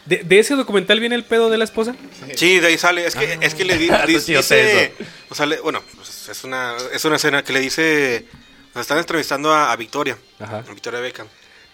S4: ¿De, de ese documental viene el pedo de la esposa?
S2: Sí, de ahí sale. Es que, es que le di-
S3: Ah,
S2: di-
S3: está chido
S2: dice. O sea, le- bueno, pues, es, una, es una escena que le dice. Nos están entrevistando a, a Victoria.
S4: Ajá.
S2: a Victoria Beckham.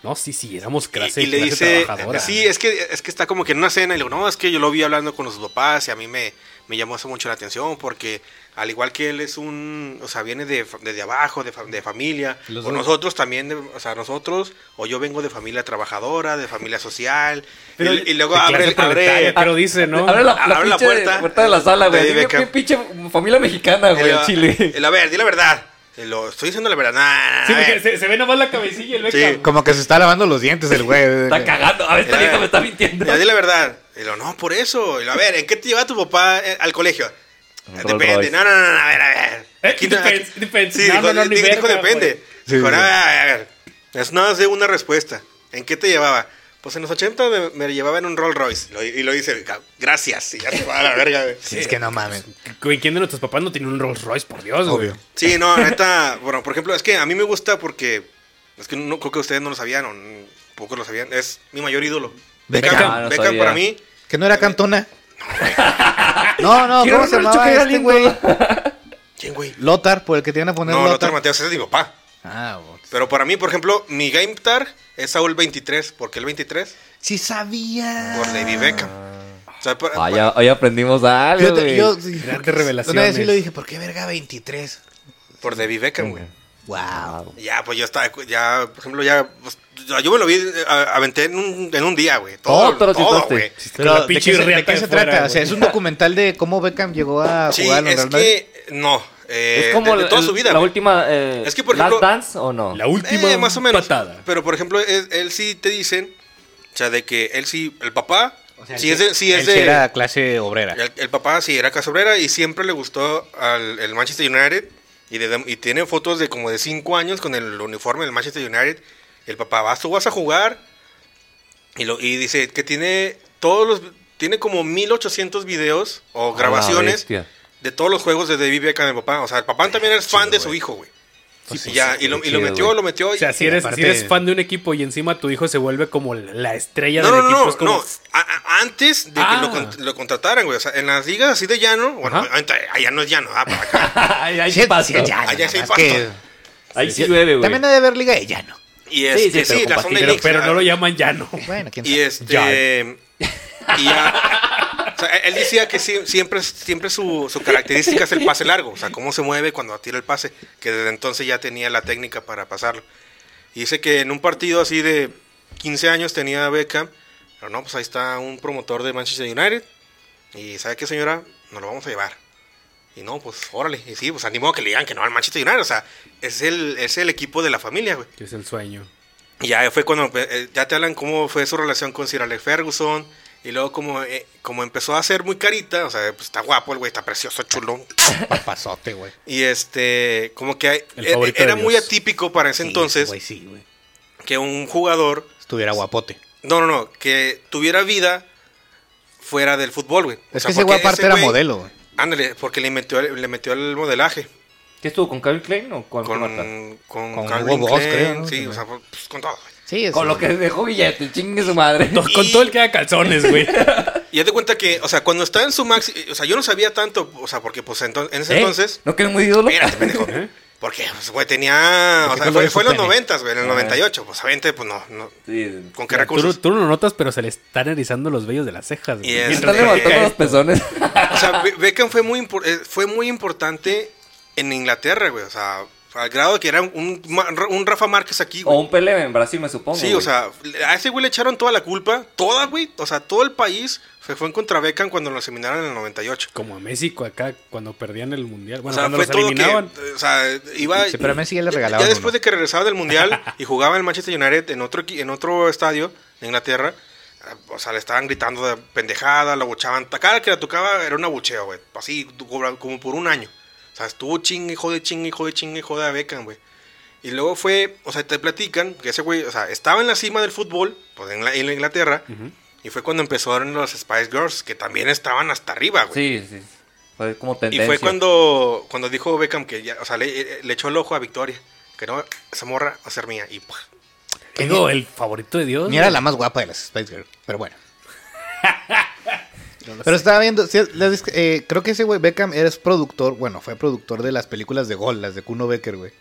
S4: No, sí, sí, éramos
S2: Y-
S4: clase,
S2: y, le
S4: clase
S2: dice,
S4: trabajadora.
S2: sí, es que, es que está como que en una cena y le digo, no, es que yo lo vi hablando con los papás y a mí me, me llamó eso mucho la atención porque al igual que él es un, o sea, viene de, fa- desde abajo, de, fa- de familia,
S1: Los
S2: o
S1: dos.
S2: nosotros también, de- o sea, nosotros, o yo vengo de familia trabajadora, de familia social,
S4: Pero-
S2: y, y luego
S4: de
S2: abre,
S4: clase
S2: el- abre-
S4: proletaria, Pero dice, ¿no?
S3: Abre la, la
S2: Abre la
S3: pinche
S2: puerta.
S3: puerta, de la sala, güey.
S2: De
S3: Dime
S2: Beca.
S3: qué pinche familia mexicana, güey,
S2: el- [laughs]
S3: al chile.
S2: el- a ver, di eh, la verdad, El- lo- estoy diciendo la verdad, nah, nah,
S4: Sí,
S2: nah,
S4: porque
S2: eh.
S4: se, se ve nomás la cabecilla y el
S2: Sí.
S4: Beckham.
S1: Como que se está lavando los dientes el güey.
S3: Está cagando. A ver, esta
S2: Mira,
S3: vieja me está mintiendo.
S2: Mira, di la verdad. Y lo, no, por eso. Y lo, a ver, ¿en qué te lleva tu papá eh, al colegio?
S3: Un
S2: Eh,
S3: Rolls
S2: Depende.
S3: Royce.
S2: No, no, no, no, a ver, a ver.
S4: Eh,
S2: Aquí no-
S4: depends,
S2: aquí-
S4: depends.
S2: Sí,
S4: No,
S2: dijo,
S4: no, no, ni
S2: dijo- dijo
S4: verga,
S2: depende.
S1: Sí,
S2: dijo,
S1: sí,
S2: no,
S1: sí.
S2: a ver, a ver. Es nada más de una respuesta. ¿En qué te llevaba? Pues en los 80 me, me llevaba en un Rolls Royce. Lo- y lo dice, "Ca- gracias. Y ya se va a la verga, güey.
S1: Sí, es que no mames.
S4: Güey, ¿Quién de nuestros papás no tiene un Rolls Royce, por Dios, güey?
S1: Obvio.
S2: Sí, no, neta. Bueno, por ejemplo, es que a mí me gusta porque. Es que no creo que ustedes no lo sabían o n- poco lo sabían. Es mi mayor ídolo.
S1: Beckham.
S3: Ah, no
S2: Beckham
S3: sabía.
S2: para mí.
S1: Que no era [laughs] Cantona. No, no,
S3: Quiero
S1: ¿cómo se
S3: ver el
S1: llamaba
S3: choque de
S1: este
S3: aliento.
S1: güey?
S2: ¿Quién, güey?
S1: Lothar, por el que te iban a poner
S2: No, no te
S1: Lothar.
S2: lo Mateos, ese es de mi papá.
S1: Ah, bo-
S2: Pero para mí, por ejemplo, mi game tar es Saúl 23. ¿Por qué el 23?
S1: sí sabía.
S2: Por David Beckham. O sea, por-
S3: Vaya, Ah, hoy aprendimos algo,
S1: Yo, te-
S3: güey.
S1: yo
S4: Grandes revelaciones.
S1: Una vez sí lo dije, ¿por qué verga 23?
S2: por, por David Beckham, güey.
S1: Wow.
S2: Ya, pues yo estaba, ya, por ejemplo, ya, pues, yo yo me lo vi, eh, a- aventé en un, en un día, güey. Todo,
S3: Todo te lo
S2: todo,
S3: chutaste.
S2: güey.
S4: Con la
S1: Pero, ¿de qué,
S4: pinche
S1: se, de
S4: riata
S1: qué
S4: de
S1: se
S4: fuera,
S1: trata? O sea,
S4: güey.
S1: es un documental de cómo Beckham llegó a
S2: Sí,
S1: jugar en el
S2: es
S1: Real Madrid.
S2: que, no, eh,
S3: es como
S2: de, de
S3: el-
S2: toda
S3: el-
S2: su vida,
S3: La
S2: güey.
S3: última. eh,
S2: Es que, por
S3: Last
S2: ejemplo-
S3: Dance o no?
S4: La última
S2: Eh, más o menos.
S4: patada.
S2: Pero, por ejemplo, es- él sí te dicen, o sea, de que él sí, el papá,
S1: sea,
S2: sí es de, sí es
S1: Él sí
S2: de-
S1: era clase obrera.
S2: El, el papá sí era casobrera y siempre le gustó al el Manchester United. Y, desde- y tiene fotos de como de 5 años con el uniforme del Manchester United. El papá, vas tú vas a jugar. Y, lo, y dice que tiene todos los. Tiene como 1800 videos o
S3: la
S2: grabaciones
S3: Ah,
S2: [laughs]
S3: bestia.
S2: de todos los juegos de David Beckham, el papá. O sea, el papá también es fan de su hijo, güey. y, ya, y, lo,
S3: qué
S2: y lo metió,
S3: chido, pues güey.
S2: lo metió.
S4: O sea,
S2: y-
S4: si eres,
S1: aparte-
S4: si eres fan de un equipo y encima tu hijo se vuelve como la estrella
S2: No,
S4: del
S2: no,
S4: equipo,
S2: no,
S4: es como...
S2: no. A- a- antes de
S4: Ah.
S2: que lo, con- lo contrataran, güey. O sea, en las ligas así de llano, bueno,
S4: Ajá.
S2: ahorita allá no es llano, ah, para acá.
S3: Ay, ahí
S1: Sí,
S3: sí pasa.
S1: sí, ya,
S2: Allá
S1: nada
S2: sí
S1: más
S2: pasó.
S1: que-
S3: Ahí sí llueve, güey.
S1: También ha de haber liga de llano.
S2: Y
S3: sí,
S2: este, sí,
S3: pero
S2: la
S3: con
S2: son de
S3: patines,
S4: Pero,
S2: Knicks,
S4: pero
S2: ah,
S4: no lo llaman llano.
S1: Bueno, quién
S2: Y
S1: sabe.
S2: este. Y ya. o sea, él decía que sí- siempre, siempre su, su característica es el pase largo. O sea, cómo se mueve cuando tira el pase. Que desde entonces ya tenía la técnica para pasarlo. Y dice que en un partido así de 15 años tenía Beckham. Pero no, pues ahí está un promotor de Manchester United. Y ¿sabe qué, señora? Nos lo vamos a llevar. Y no, pues órale. Y sí, pues animo a que le digan que no al Manchester United. O sea, es el, es el equipo de la familia, güey.
S4: Que es el sueño.
S2: Y ya fue cuando empe- eh, ya te hablan cómo fue su relación con Sir Alex Ferguson. Y luego como, eh, como empezó a ser muy carita, o sea, pues está guapo el güey, está precioso, chulo.
S1: Papazote, güey.
S2: Y este, como que hay-
S4: El
S2: eh,
S4: favorito de
S2: era
S4: Dios.
S2: muy atípico para ese
S1: Sí,
S2: entonces
S1: Güey, sí, güey.
S2: que un jugador,
S1: Estuviera guapote.
S2: no, no, no, que tuviera vida fuera del fútbol, güey. O
S1: Es
S2: sea,
S1: que ese
S2: porque
S1: güey aparte era
S2: güey-
S1: modelo, güey.
S2: Ándale, porque le metió, le metió el modelaje.
S3: ¿Qué estuvo con Kevin Klein o con,
S2: Con,
S3: Marta?
S2: con, con
S1: Hugo
S2: Calvin
S1: Boss,
S2: Klein,
S1: creo, ¿no?
S2: Sí,
S1: También.
S2: o sea, pues, con todo, güey.
S1: Sí, es
S3: Con lo que dejó billete, chingue su madre.
S4: To- Con todo el que haga calzones, güey.
S2: Y haz de cuenta que, o sea, cuando está en su maxi, o sea, yo no sabía tanto, o sea, porque pues ento- en ese
S3: ¿Eh?
S2: entonces,
S3: ¿No que es muy ídolo?
S2: espérate, pendejo,
S4: ¿Eh?
S2: porque pues, güey, tenía, o
S1: Porque
S2: sea,
S1: no
S2: fue,
S1: lo
S2: fue en los
S1: pene.
S2: noventas, güey, en el
S3: Ah.
S2: 98, pues obviamente, pues no, no
S3: Sí.
S2: ¿con qué
S4: Mira, Tú, no-
S2: recursos?
S4: tú no lo notas, pero se le están erizando los vellos de las cejas, güey.
S2: Y es-
S3: Me
S4: Mientras
S3: están
S4: platica
S3: levantando los
S4: esto.
S3: pezones.
S2: O sea, Be- Beckham fue muy, impor- eh, fue muy importante en Inglaterra, güey, o sea, Al grado de que era un, un, un Rafa Márquez aquí, güey.
S3: [laughs] O un Pelé en Brasil, me supongo.
S2: Sí, o
S3: Oh, güey.
S2: sea, a ese güey le echaron toda la culpa, toda, güey. O sea, todo el país se fue en contra Beckham cuando lo eliminaron en el 98.
S4: Como a México acá cuando perdían el mundial.
S2: O
S4: Bueno,
S2: sea,
S4: cuando
S2: fue
S4: los
S2: todo que.
S4: eliminaban.
S2: O sea, iba.
S1: Sí, pero a Messi ya le regalaban
S2: Ya después
S1: uno.
S2: de que regresaba del mundial y jugaba en Manchester United en otro, equi- en otro estadio de Inglaterra, ah, o sea, le estaban gritando de pendejada, la bochaban. Cada que la tocaba era una bucheo, güey. Así, tu- cobra- como por un año. O sea, estuvo chingue, jode, chingue, jode, chingue, jode a Beckham, güey. Y luego fue, o sea, te platican que ese güey, o sea, estaba en la cima del fútbol, pues en, la, en la Inglaterra, y fue cuando empezaron los Spice Girls, que también estaban hasta arriba, güey.
S3: Sí, sí. Fue como
S2: Y
S3: tendencia.
S2: fue cuando, cuando dijo Beckham que ya, o sea, le, le echó el ojo a Victoria. Que no, esa morra va a ser mía. Y pues, ¡pua!
S4: Tengo el favorito de Dios.
S1: Ni era
S4: güey.
S1: la más guapa de las Spice Girls, pero
S2: [laughs]
S1: bueno. pero estaba viendo, sí, la dis- eh, creo que ese güey Beckham eres productor, bueno, fue productor de las películas de Gol, las de Kuno Becker, güey.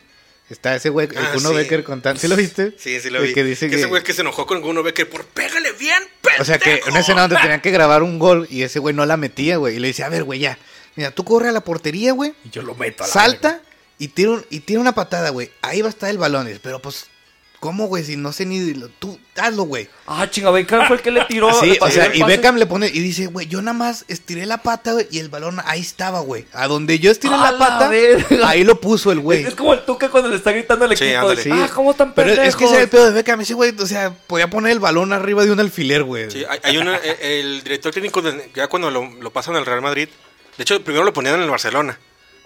S1: Está ese güey, el
S2: Ah,
S1: Kuno
S2: sí.
S1: Becker con tan... ¿Sí lo viste?
S2: Sí, sí lo
S1: El
S2: vi.
S1: Que dice
S2: que ese
S1: que...
S2: güey que se enojó con uno Becker por pégale bien, pendejo.
S1: O sea, que una escena donde tenían que grabar un gol y ese güey no la metía, güey. Y le dice, a ver, güey, ya. Mira, tú corre a la portería, güey.
S4: Y yo lo meto a la verga.
S1: Salta y tira, un- y tira una patada, güey. Ahí va a estar el balón. Y dice, Pero pues, ¿cómo, güey? Si no sé ni... lo- Tú, hazlo, güey.
S3: Ah, chinga, Beckham fue el que le tiró.
S1: Ah, Sí,
S3: le
S1: o
S3: pasó
S1: sea,
S3: el
S1: y
S3: pase.
S1: Beckham le pone y dice, güey, yo nada más estiré la pata, güey, y el balón ahí estaba, güey. A donde yo estiré
S3: ¡A
S1: la
S3: la
S1: pata,
S3: verga!
S1: ahí lo puso el güey.
S3: Es, es como el Tuca cuando le está gritando al
S2: Sí,
S3: equipo.
S2: ándale.
S3: de, Ah, ¿cómo tan
S1: Pero
S3: pendejos?
S1: es que ese era el pedo de Beckham, ese güey, o sea, podía poner el balón arriba de un alfiler, güey.
S2: Sí, hay, hay una, eh, el director técnico, de- ya cuando lo, lo pasan al Real Madrid, de hecho, primero lo ponían en el Barcelona,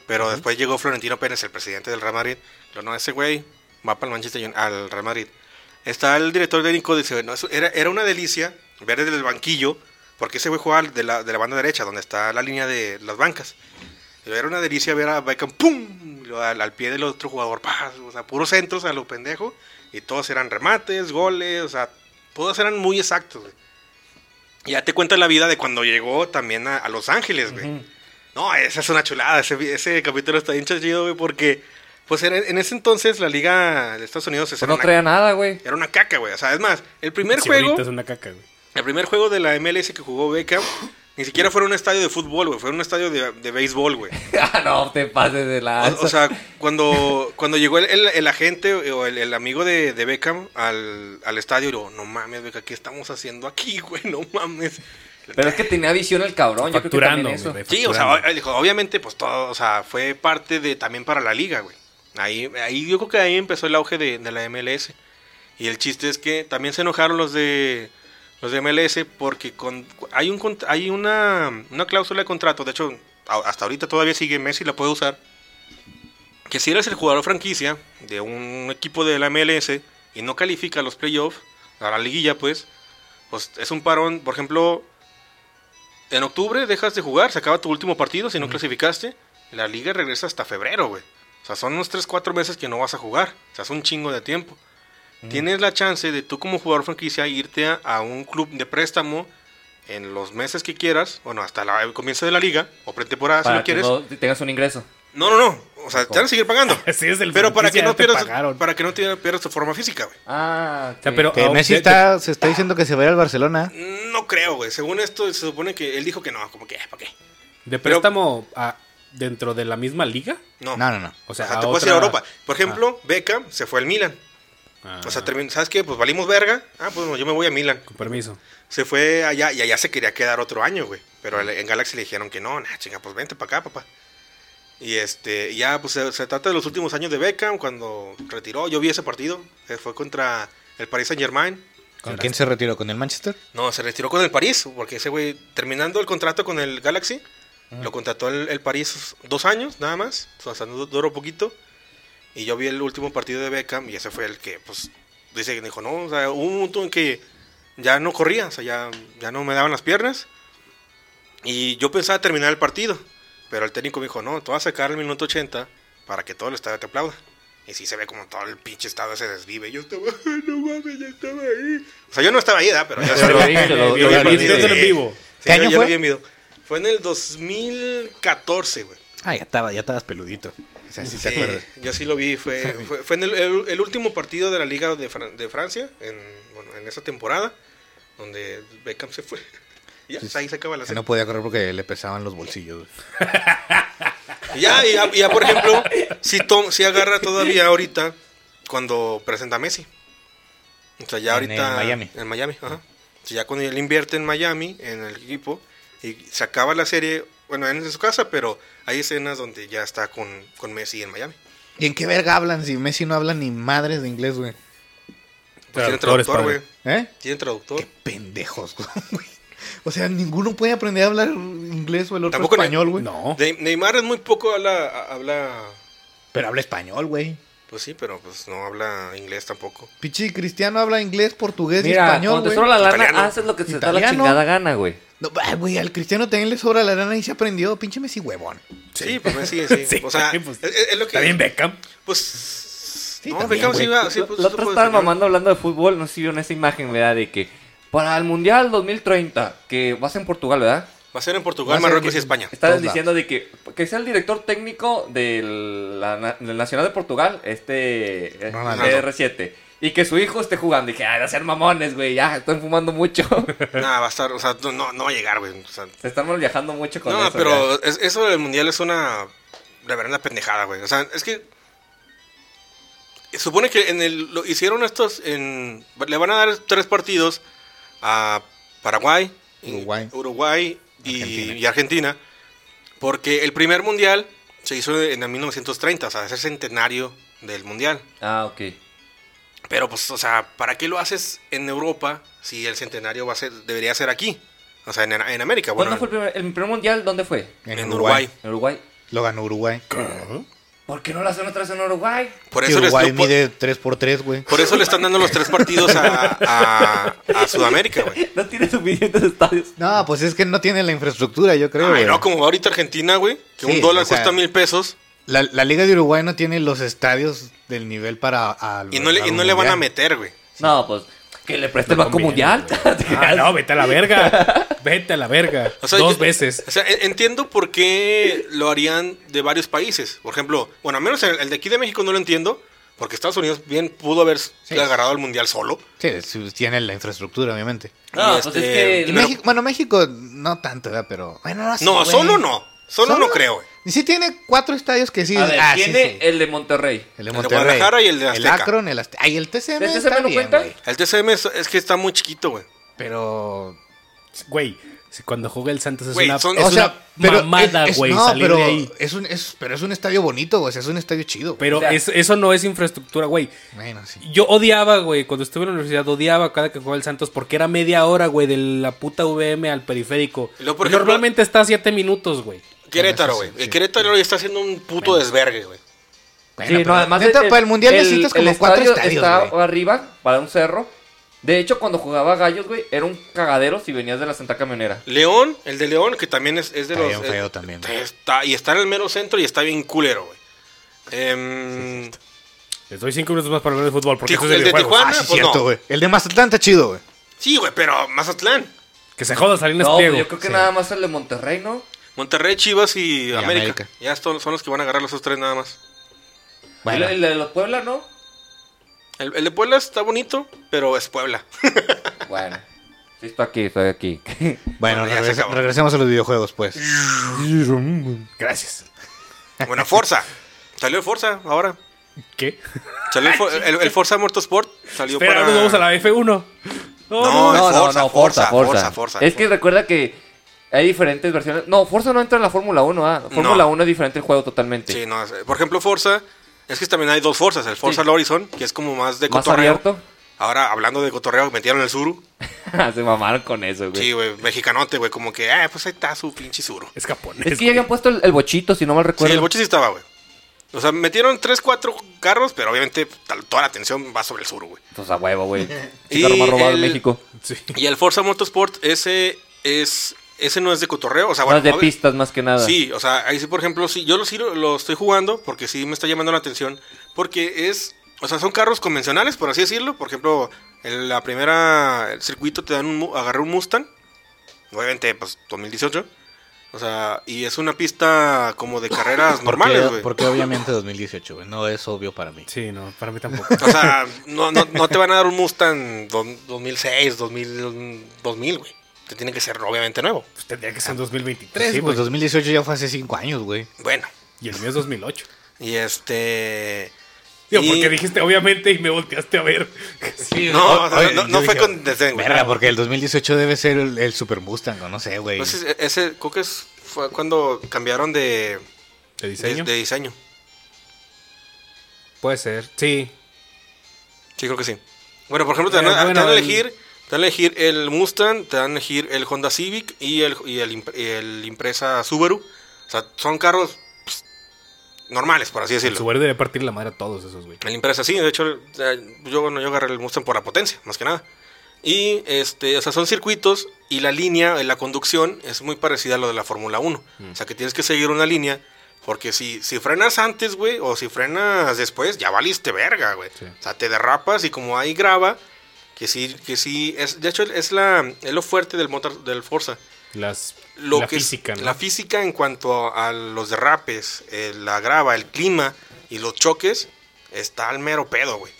S2: pero después llegó Florentino Pérez, el presidente del Real Madrid. Lo no, ese güey va para el Manchester United, al Real Madrid. Está el director técnico, dice, no, eso era, era una delicia ver desde el banquillo, porque ese güey jugaba de la, de la banda derecha, donde está la línea de las bancas. Era una delicia ver a Beckham, ¡pum! Lo- Al, al pie del otro jugador, ¡pah! O sea, puros centros a lo pendejo. Y todos eran remates, goles, o sea, todos eran muy exactos, güey. Ya te cuenta la vida de cuando llegó también a, a Los Ángeles, güey. No, esa es una chulada. Ese, vi- ese capítulo está bien chido, güey, porque... Pues era- en ese entonces la liga de Estados Unidos
S3: Pues
S2: era,
S3: no
S2: una,
S3: traía nada, güey.
S2: era una caca, güey. O sea, es más, el primer
S4: Sí,
S2: juego...
S4: ahorita es una caca, güey.
S2: El primer juego de la MLS que jugó Beckham ni siquiera fue en un estadio de fútbol, güey. Fue en un estadio de, de béisbol, güey.
S3: [laughs] ah, no, te pases de la.
S2: O, o sea, cuando, cuando llegó el, el- el agente eh, o el, el amigo de, de Beckham al, al estadio, digo, no mames, Beckham, ¿qué estamos haciendo aquí, güey? No mames.
S3: Pero es que tenía visión el cabrón. Yo creo que
S4: Facturando.
S3: también eso.
S4: güey,
S2: Sí, o sea,
S4: facturando.
S2: o- dijo, obviamente, pues todo, o sea, fue parte de también para la liga, güey. Ahí, ahí yo creo que ahí empezó el auge de, de la MLS. Y el chiste es que también se enojaron los de los de MLS porque con, hay un cont- hay una, una cláusula de contrato, de hecho, a- hasta ahorita todavía sigue Messi la puede usar. Que si eres el jugador franquicia de un equipo de la MLS y no califica a los playoffs, a la liguilla, pues, pues es un parón, por ejemplo, en octubre dejas de jugar, se acaba tu último partido si no clasificaste. La liga regresa hasta febrero, güey. O sea, son unos 3-4 meses que no vas a jugar. O sea, es un chingo de tiempo. Tienes la chance de tú como jugador franquicia irte a, a un club de préstamo en los meses que quieras. Bueno, hasta la- el comienzo de la liga o pretemporada si
S3: Para
S2: no
S3: que
S2: Ah, quieres.
S3: no tengas un ingreso.
S2: No, no, no. O sea, te van a seguir
S4: [laughs]
S2: pagando.
S4: Así es el
S2: Pero para que,
S4: franquicia,
S2: no
S4: ya te
S2: pierdas,
S4: pagaron.
S2: para que no te pierdas tu forma física, güey.
S3: Ah,
S4: O sea, pero
S1: Que
S4: ah,
S1: Messi
S4: de-
S1: está, se está diciendo que se va a ir al Barcelona.
S2: No creo, güey. Según esto, se supone que él dijo que no. Como que, ¿para qué?
S4: de, de préstamo a- dentro de la misma liga.
S2: No.
S1: No, no, no.
S4: O sea,
S2: Ajá,
S4: a
S2: te puedes ir a
S4: otra-
S2: Europa. Por ejemplo, Beckham se fue al Milan.
S4: Ah,
S2: O sea, termin- ¿sabes qué? Pues valimos verga. Ah, pues no, yo me voy a Milan.
S4: con permiso.
S2: Se fue allá y allá se quería quedar otro año, güey. Pero
S4: Mm.
S2: el- en Galaxy le dijeron que no, nah, chinga, pues vente para acá, papá. Y este, y ya, pues se, se trata de los últimos años de Beckham, cuando retiró. Yo vi ese partido, se fue contra el Paris Saint Germain.
S1: ¿Con quién se retiró? ¿Con el Manchester?
S2: No, se retiró con el París, porque ese güey, terminando el contrato con el Galaxy, lo contrató el, el París dos años, nada más. O sea, du- duró poquito. Y yo vi el último partido de Beckham y ese fue el que, pues, dice que dijo, no, o sea, hubo un momento en que ya no corría, o sea, ya, ya no me daban las piernas. Y yo pensaba terminar el partido, pero el técnico me dijo, no, te vas a sacar el minuto 80 para que todo el estadio te aplauda. Y sí se ve como todo el pinche estadio se desvive. Yo estaba, [laughs] no mames, ya estaba ahí. O sea, yo no estaba ahí, ¿verdad? Pero yo
S3: Pero viste,
S4: Eh,
S3: lo-
S4: vi-
S3: lo
S4: vi- vi-
S3: viste.
S4: viéndolo en vivo.
S2: Sí,
S1: ¿Qué
S2: yo-
S1: año
S2: yo lo
S1: fue?
S2: vi en video. Fue en el 2014, güey.
S1: Ah, ya estaba, ya estabas peludito. O sea, sí, te
S2: Sí,
S1: acuerdas.
S2: yo sí lo vi. Fue, fue, fue en el, el- el último partido de la Liga de, Fran- de Francia, en, bueno, en esa temporada, donde Beckham se fue. [laughs] Y ya, ahí se acaba la
S1: Ya
S2: serie.
S1: no podía correr porque le pesaban los bolsillos. güey.
S2: Y Ya, y ya, y ya, por ejemplo, si, Tom, si agarra todavía ahorita cuando presenta a Messi. O sea, ya
S1: En,
S2: ahorita.
S1: eh, Miami.
S2: En Miami, ajá. O sea, ya cuando él invierte en Miami, en el equipo, y se acaba la serie, bueno, en su casa, pero hay escenas donde ya está con, con Messi en Miami.
S1: ¿Y en qué verga hablan si Messi no habla ni madres de inglés, güey?
S2: Pues tiene
S4: Traductor es
S2: traductor,
S4: padre.
S2: güey.
S1: ¿Eh?
S2: Tiene traductor.
S1: Qué pendejos, [laughs] güey. O sea, ninguno puede aprender a hablar inglés o el otro
S2: Tampoco
S1: español, güey.
S4: No.
S2: Ne- Neymar es muy poco habla, a- habla.
S1: Pero habla español, güey.
S2: Pues sí, pero pues no habla inglés tampoco.
S1: Pichi, Cristiano habla inglés, portugués y
S3: Mira,
S1: español,
S3: cuando
S1: güey.
S3: te sobra la lana,
S2: Italiano.
S3: haces lo que se te da la
S1: Italiano.
S3: chingada gana, güey.
S1: No, ah, güey, al Cristiano también le sobra la lana y se aprendió. Pinche Messi huevón.
S2: Sí, pues Messi, sí.
S4: Sí,
S2: o sea,
S4: pues,
S2: es, es lo que. [laughs]
S4: También Beckham.
S2: Pues. no,
S1: también,
S2: Beckham
S1: güey.
S2: sí iba. Sí,
S3: La-
S2: pues,
S3: la
S2: sí
S3: otra
S2: puede
S3: estaba
S2: español.
S3: mamando hablando de fútbol, no sé si vieron esa imagen, ¿verdad? De que para el Mundial 2030, que va a ser en Portugal, ¿verdad?
S2: Va a ser en
S1: Va a
S2: Portugal,
S1: ser
S2: Marruecos
S1: que- [laughs]
S2: y España.
S3: Estaban
S1: Todos lados.
S3: diciendo de que, que sea el director técnico del, la na- del Nacional de Portugal, este eh,
S1: Ronaldo.
S3: CR7. Y que su hijo esté jugando. Dije, ay, de ser mamones, güey, ya, están fumando mucho. [laughs]
S2: Nah, va a estar. O sea, no, no, no va a llegar, güey. O sea,
S3: Se están mal viajando mucho con
S2: no,
S3: eso. ya.
S2: pero es- eso del mundial es una reverenda pendejada, güey. O sea, es que. Supone que en el, lo hicieron estos. En, le van a dar tres partidos a Paraguay, y-
S1: Uruguay.
S2: Uruguay y,
S1: Argentina.
S2: y Argentina. Porque el primer mundial se hizo en el 1930, o sea, es el centenario del mundial.
S3: Ah, ok.
S2: Pero pues, o sea, ¿para qué lo haces en Europa si el centenario va a ser, debería ser aquí? O sea, en, en América, bueno.
S3: ¿Cuándo fue el primer, el primer mundial? ¿Dónde fue?
S2: En Uruguay.
S3: ¿En Uruguay?
S1: Lo ganó Uruguay.
S3: ¿Por qué no lo hacen otra vez en Uruguay? [laughs]
S2: Por
S1: Que
S2: eso les-
S1: Uruguay
S2: no po-
S1: mide 3x3, güey.
S2: Por eso le están dando los tres partidos a, a- a Sudamérica, güey.
S3: No tiene suficientes estadios.
S1: No, pues es que no tiene la infraestructura, yo creo.
S2: Ay,
S1: güey.
S2: Ah, no, como va ahorita Argentina, güey, que
S1: Sí,
S2: un dólar
S1: o sea,
S2: cuesta mil pesos
S1: la, la Liga de Uruguay no tiene los estadios del nivel para. al-
S2: y no le, y
S1: al
S2: no le van a
S1: mundial.
S2: meter, güey.
S3: No, pues que le preste el Banco
S4: conviene,
S3: Mundial. [laughs]
S4: Ah, no, vete a
S2: [laughs]
S4: la verga. Vete a la verga.
S2: O sea,
S4: Dos
S2: yo-
S4: veces.
S2: O sea, en- entiendo por qué lo harían de varios países. Por ejemplo, bueno, al menos el, el de aquí de México no lo entiendo, porque Estados Unidos bien pudo haber agarrado al mundial solo.
S1: Sí, sí, tiene la infraestructura, obviamente.
S3: No,
S2: Y,
S3: pues es que-
S1: Y
S3: Pero-
S1: México- bueno, México no tanto, ¿verdad? Pero. Bueno, no, sé,
S2: No,
S1: güey.
S2: solo no. Solo, no creo, güey.
S1: Y sí tiene cuatro estadios que sí.
S3: A ver,
S1: ah, sí,
S3: tiene
S1: sí.
S3: el de Monterrey.
S1: El de
S2: de
S1: Monterrey.
S2: Guadalajara y el de
S1: El
S2: Azteca.
S1: Akron, el Azteca. Ay, el TCM.
S3: ¿El TCM
S1: está
S3: no
S1: bien,
S3: cuenta?
S1: güey.
S2: El TCM es, es que está muy chiquito, güey.
S1: Pero.
S4: Güey, si cuando juega el Santos es
S2: Güey,
S4: una,
S2: son-
S4: es
S2: o
S4: una mamada,
S1: es- es-
S4: güey,
S1: no,
S4: salir
S1: pero
S4: de ahí.
S1: Es un, es, pero es un estadio bonito, güey. o sea, Es un estadio chido. güey.
S4: Pero
S3: O sea-
S4: es- eso no es infraestructura, güey.
S1: bueno, sí.
S4: Yo odiaba, güey, cuando estuve en la universidad, odiaba cada que jugaba el Santos porque era media hora, güey, de la puta VM al periférico.
S2: Y luego, por
S4: Y
S2: ejemplo-
S4: Normalmente está a siete minutos, güey.
S2: Querétaro,
S1: eso sí,
S2: güey. El
S1: sí.
S2: Querétaro hoy está haciendo un puto desvergue, güey.
S1: Bueno,
S3: Sí,
S1: pero
S3: no, además
S1: neta,
S3: el-
S1: para el mundial
S3: el-
S1: necesitas
S3: el
S1: como cuatro
S3: estadio
S1: estadios.
S3: Está
S1: güey.
S3: arriba, para un cerro. De hecho, cuando jugaba Gallos, güey, era un cagadero si venías de la Santa Camionera.
S2: León, el de León, que también es, es de
S1: Está
S2: los.
S1: bien feo
S2: eh,
S1: también.
S2: Está, y está en el mero centro y está bien culero, güey. Em,
S4: Les doy cinco minutos más para hablar de fútbol porque
S2: Tiju-
S4: esto es
S2: el
S4: el
S2: de
S4: videojuego.
S2: Tijuana.
S1: Ah, sí,
S2: pues
S1: cierto,
S2: no.
S1: güey. El de Mazatlán está chido, güey.
S2: sí, güey, pero Mazatlán.
S4: Que se joda Salinas
S3: No,
S4: Pliego.
S3: yo creo que
S1: sí.
S3: nada más el de Monterrey, ¿no?
S2: Monterrey, Chivas y, América.
S1: América.
S2: Ya son, son los que van a agarrar los esos tres nada más.
S1: Bueno,
S3: El, el de los Puebla, ¿no?
S2: El, el de Puebla está bonito, pero es Puebla.
S3: Bueno. Sí, estoy aquí, estoy aquí.
S1: bueno,
S2: Bueno, ya se
S1: regresa-
S2: acabó.
S1: regresemos a los videojuegos, pues.
S4: Gracias.
S2: Bueno, Forza. Salió el Forza ahora.
S4: ¿Qué?
S2: Salió el, For- el- el Forza Motorsport. Salió
S4: Espera,
S2: para...
S4: nos vamos a la F1. No,
S2: No,
S4: no.
S2: es Forza, Forza, Forza, Forza.
S3: Es que recuerda que hay diferentes versiones. No, Forza no entra en la Fórmula 1, ¿ah? Fórmula
S2: No.
S3: 1 es diferente el juego totalmente.
S2: Sí, no. es- Por ejemplo, Forza. Es que también hay dos Forzas. El Forza
S3: Sí.
S2: Horizon, que es como más de
S3: Más
S2: cotorreo.
S3: abierto. [laughs] Ah,
S2: Ahora, hablando de cotorreo, metieron el Zuru.
S3: Se mamaron con eso, güey.
S2: Sí, güey, mexicanote, güey, como que, ah, pues ahí está su pinche suro.
S4: Es japonés.
S3: es que ya habían puesto el, el bochito, si no mal
S2: Sí,
S3: recuerdo.
S2: el boche sí estaba, güey. O sea, metieron 3, 4 carros, pero obviamente tal- toda la atención va sobre el sur, güey.
S3: Entonces, a huevo, güey.
S2: Y
S3: El carro más robado
S2: el-
S3: en México.
S4: Sí.
S2: Y el Forza Motorsport, ese es ese no es de cotorreo, o sea, bueno,
S3: Más de
S2: obvi-
S3: pistas, más que nada.
S2: Sí, o sea, ahí sí, por ejemplo, sí, yo lo, sí lo, lo estoy jugando porque sí me está llamando la atención. Porque es, o sea, son carros convencionales, por así decirlo. Por ejemplo, en la primera el circuito te dan un, mu- agarré un Mustang. Obviamente, pues 2018. O sea, y es una pista como de carreras normales, güey.
S1: Porque obviamente 2018, güey. No es obvio para mí.
S4: Sí, no, para mí tampoco. [laughs] Pues
S2: O sea, no, no, no te van a dar un Mustang dos- 2006, 2000, 2000, güey. Te tiene que ser obviamente nuevo.
S4: Pues tendría que ser en
S1: Tres,
S4: 2023,
S1: pues
S4: güey.
S1: 2018 ya fue hace cinco años, güey.
S2: Bueno,
S4: Y el mío es 2008.
S2: Y este.
S4: Digo,
S2: y-
S4: porque dijiste obviamente y me volteaste a ver. Sí,
S2: No, o sea,
S1: Oye,
S2: no,
S1: yo
S2: no fue
S1: dije,
S2: con desdén, güey.
S1: Verga, porque el 2018 debe ser el, el Super Mustang, o no sé, güey.
S2: Pues ese, ese creo que es- fue cuando cambiaron de
S4: ¿De
S2: de-
S4: diseño?
S2: de diseño.
S4: Puede ser. Sí.
S2: Sí, creo que sí. Bueno, por ejemplo, te
S4: Eh,
S2: dan, te
S4: bueno,
S2: dan a
S4: el-
S2: elegir, te dan a elegir el Mustang, te dan a elegir el Honda Civic y el, y el, imp- y el Impresa Subaru. O sea, son carros pues, normales, por así
S4: El
S2: decirlo.
S4: Subaru debe partir la madre a todos esos, güey.
S2: El Impresa sí, de hecho, el- eh, yo, bueno, yo agarré el Mustang por la potencia, más que nada. Y, este, o sea, son circuitos y la línea, eh, la conducción es muy parecida a lo de la Fórmula 1. O sea, que tienes que seguir una línea, porque si, si frenas antes, güey, o si frenas después, ya valiste verga, güey.
S4: Sí.
S2: O sea, te derrapas y como ahí grava, que sí, que sí, es, de hecho, es, la, es lo fuerte del, motor, del Forza
S4: Las,
S2: lo
S4: la
S2: que es-
S4: física, ¿no?
S2: la física en cuanto a los derrapes, eh, la grava, el clima y los choques está al mero pedo, güey.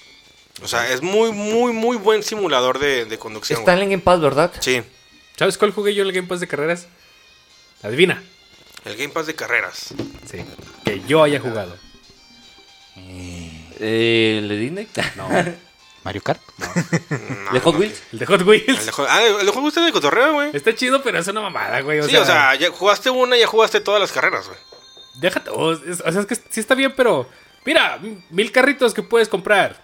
S2: O sea, es muy, muy, muy buen simulador de, de conducción.
S3: Está
S2: güey.
S3: en el Game Pass, ¿verdad?
S2: Sí,
S4: ¿Sabes cuál jugué yo en el Game Pass de carreras? Adivina.
S2: el Game Pass de carreras.
S4: Sí. Que yo haya jugado.
S3: Eh, ¿El de Disney? [laughs]
S4: No.
S1: Mario Kart.
S2: No,
S3: ¿De Hot
S2: no,
S3: Wheels?
S4: El de Hot Wheels.
S2: El de Hot- ah, el de Hot Wheels es de cotorreo, güey.
S4: Está chido, pero es una mamada, güey. Este, O
S2: sí,
S4: sea,
S2: o sea, ya jugaste una y ya jugaste todas las carreras, güey.
S4: Déjate. O, es- o sea, es que sí está bien, pero. Mira, m- mil carritos que puedes comprar.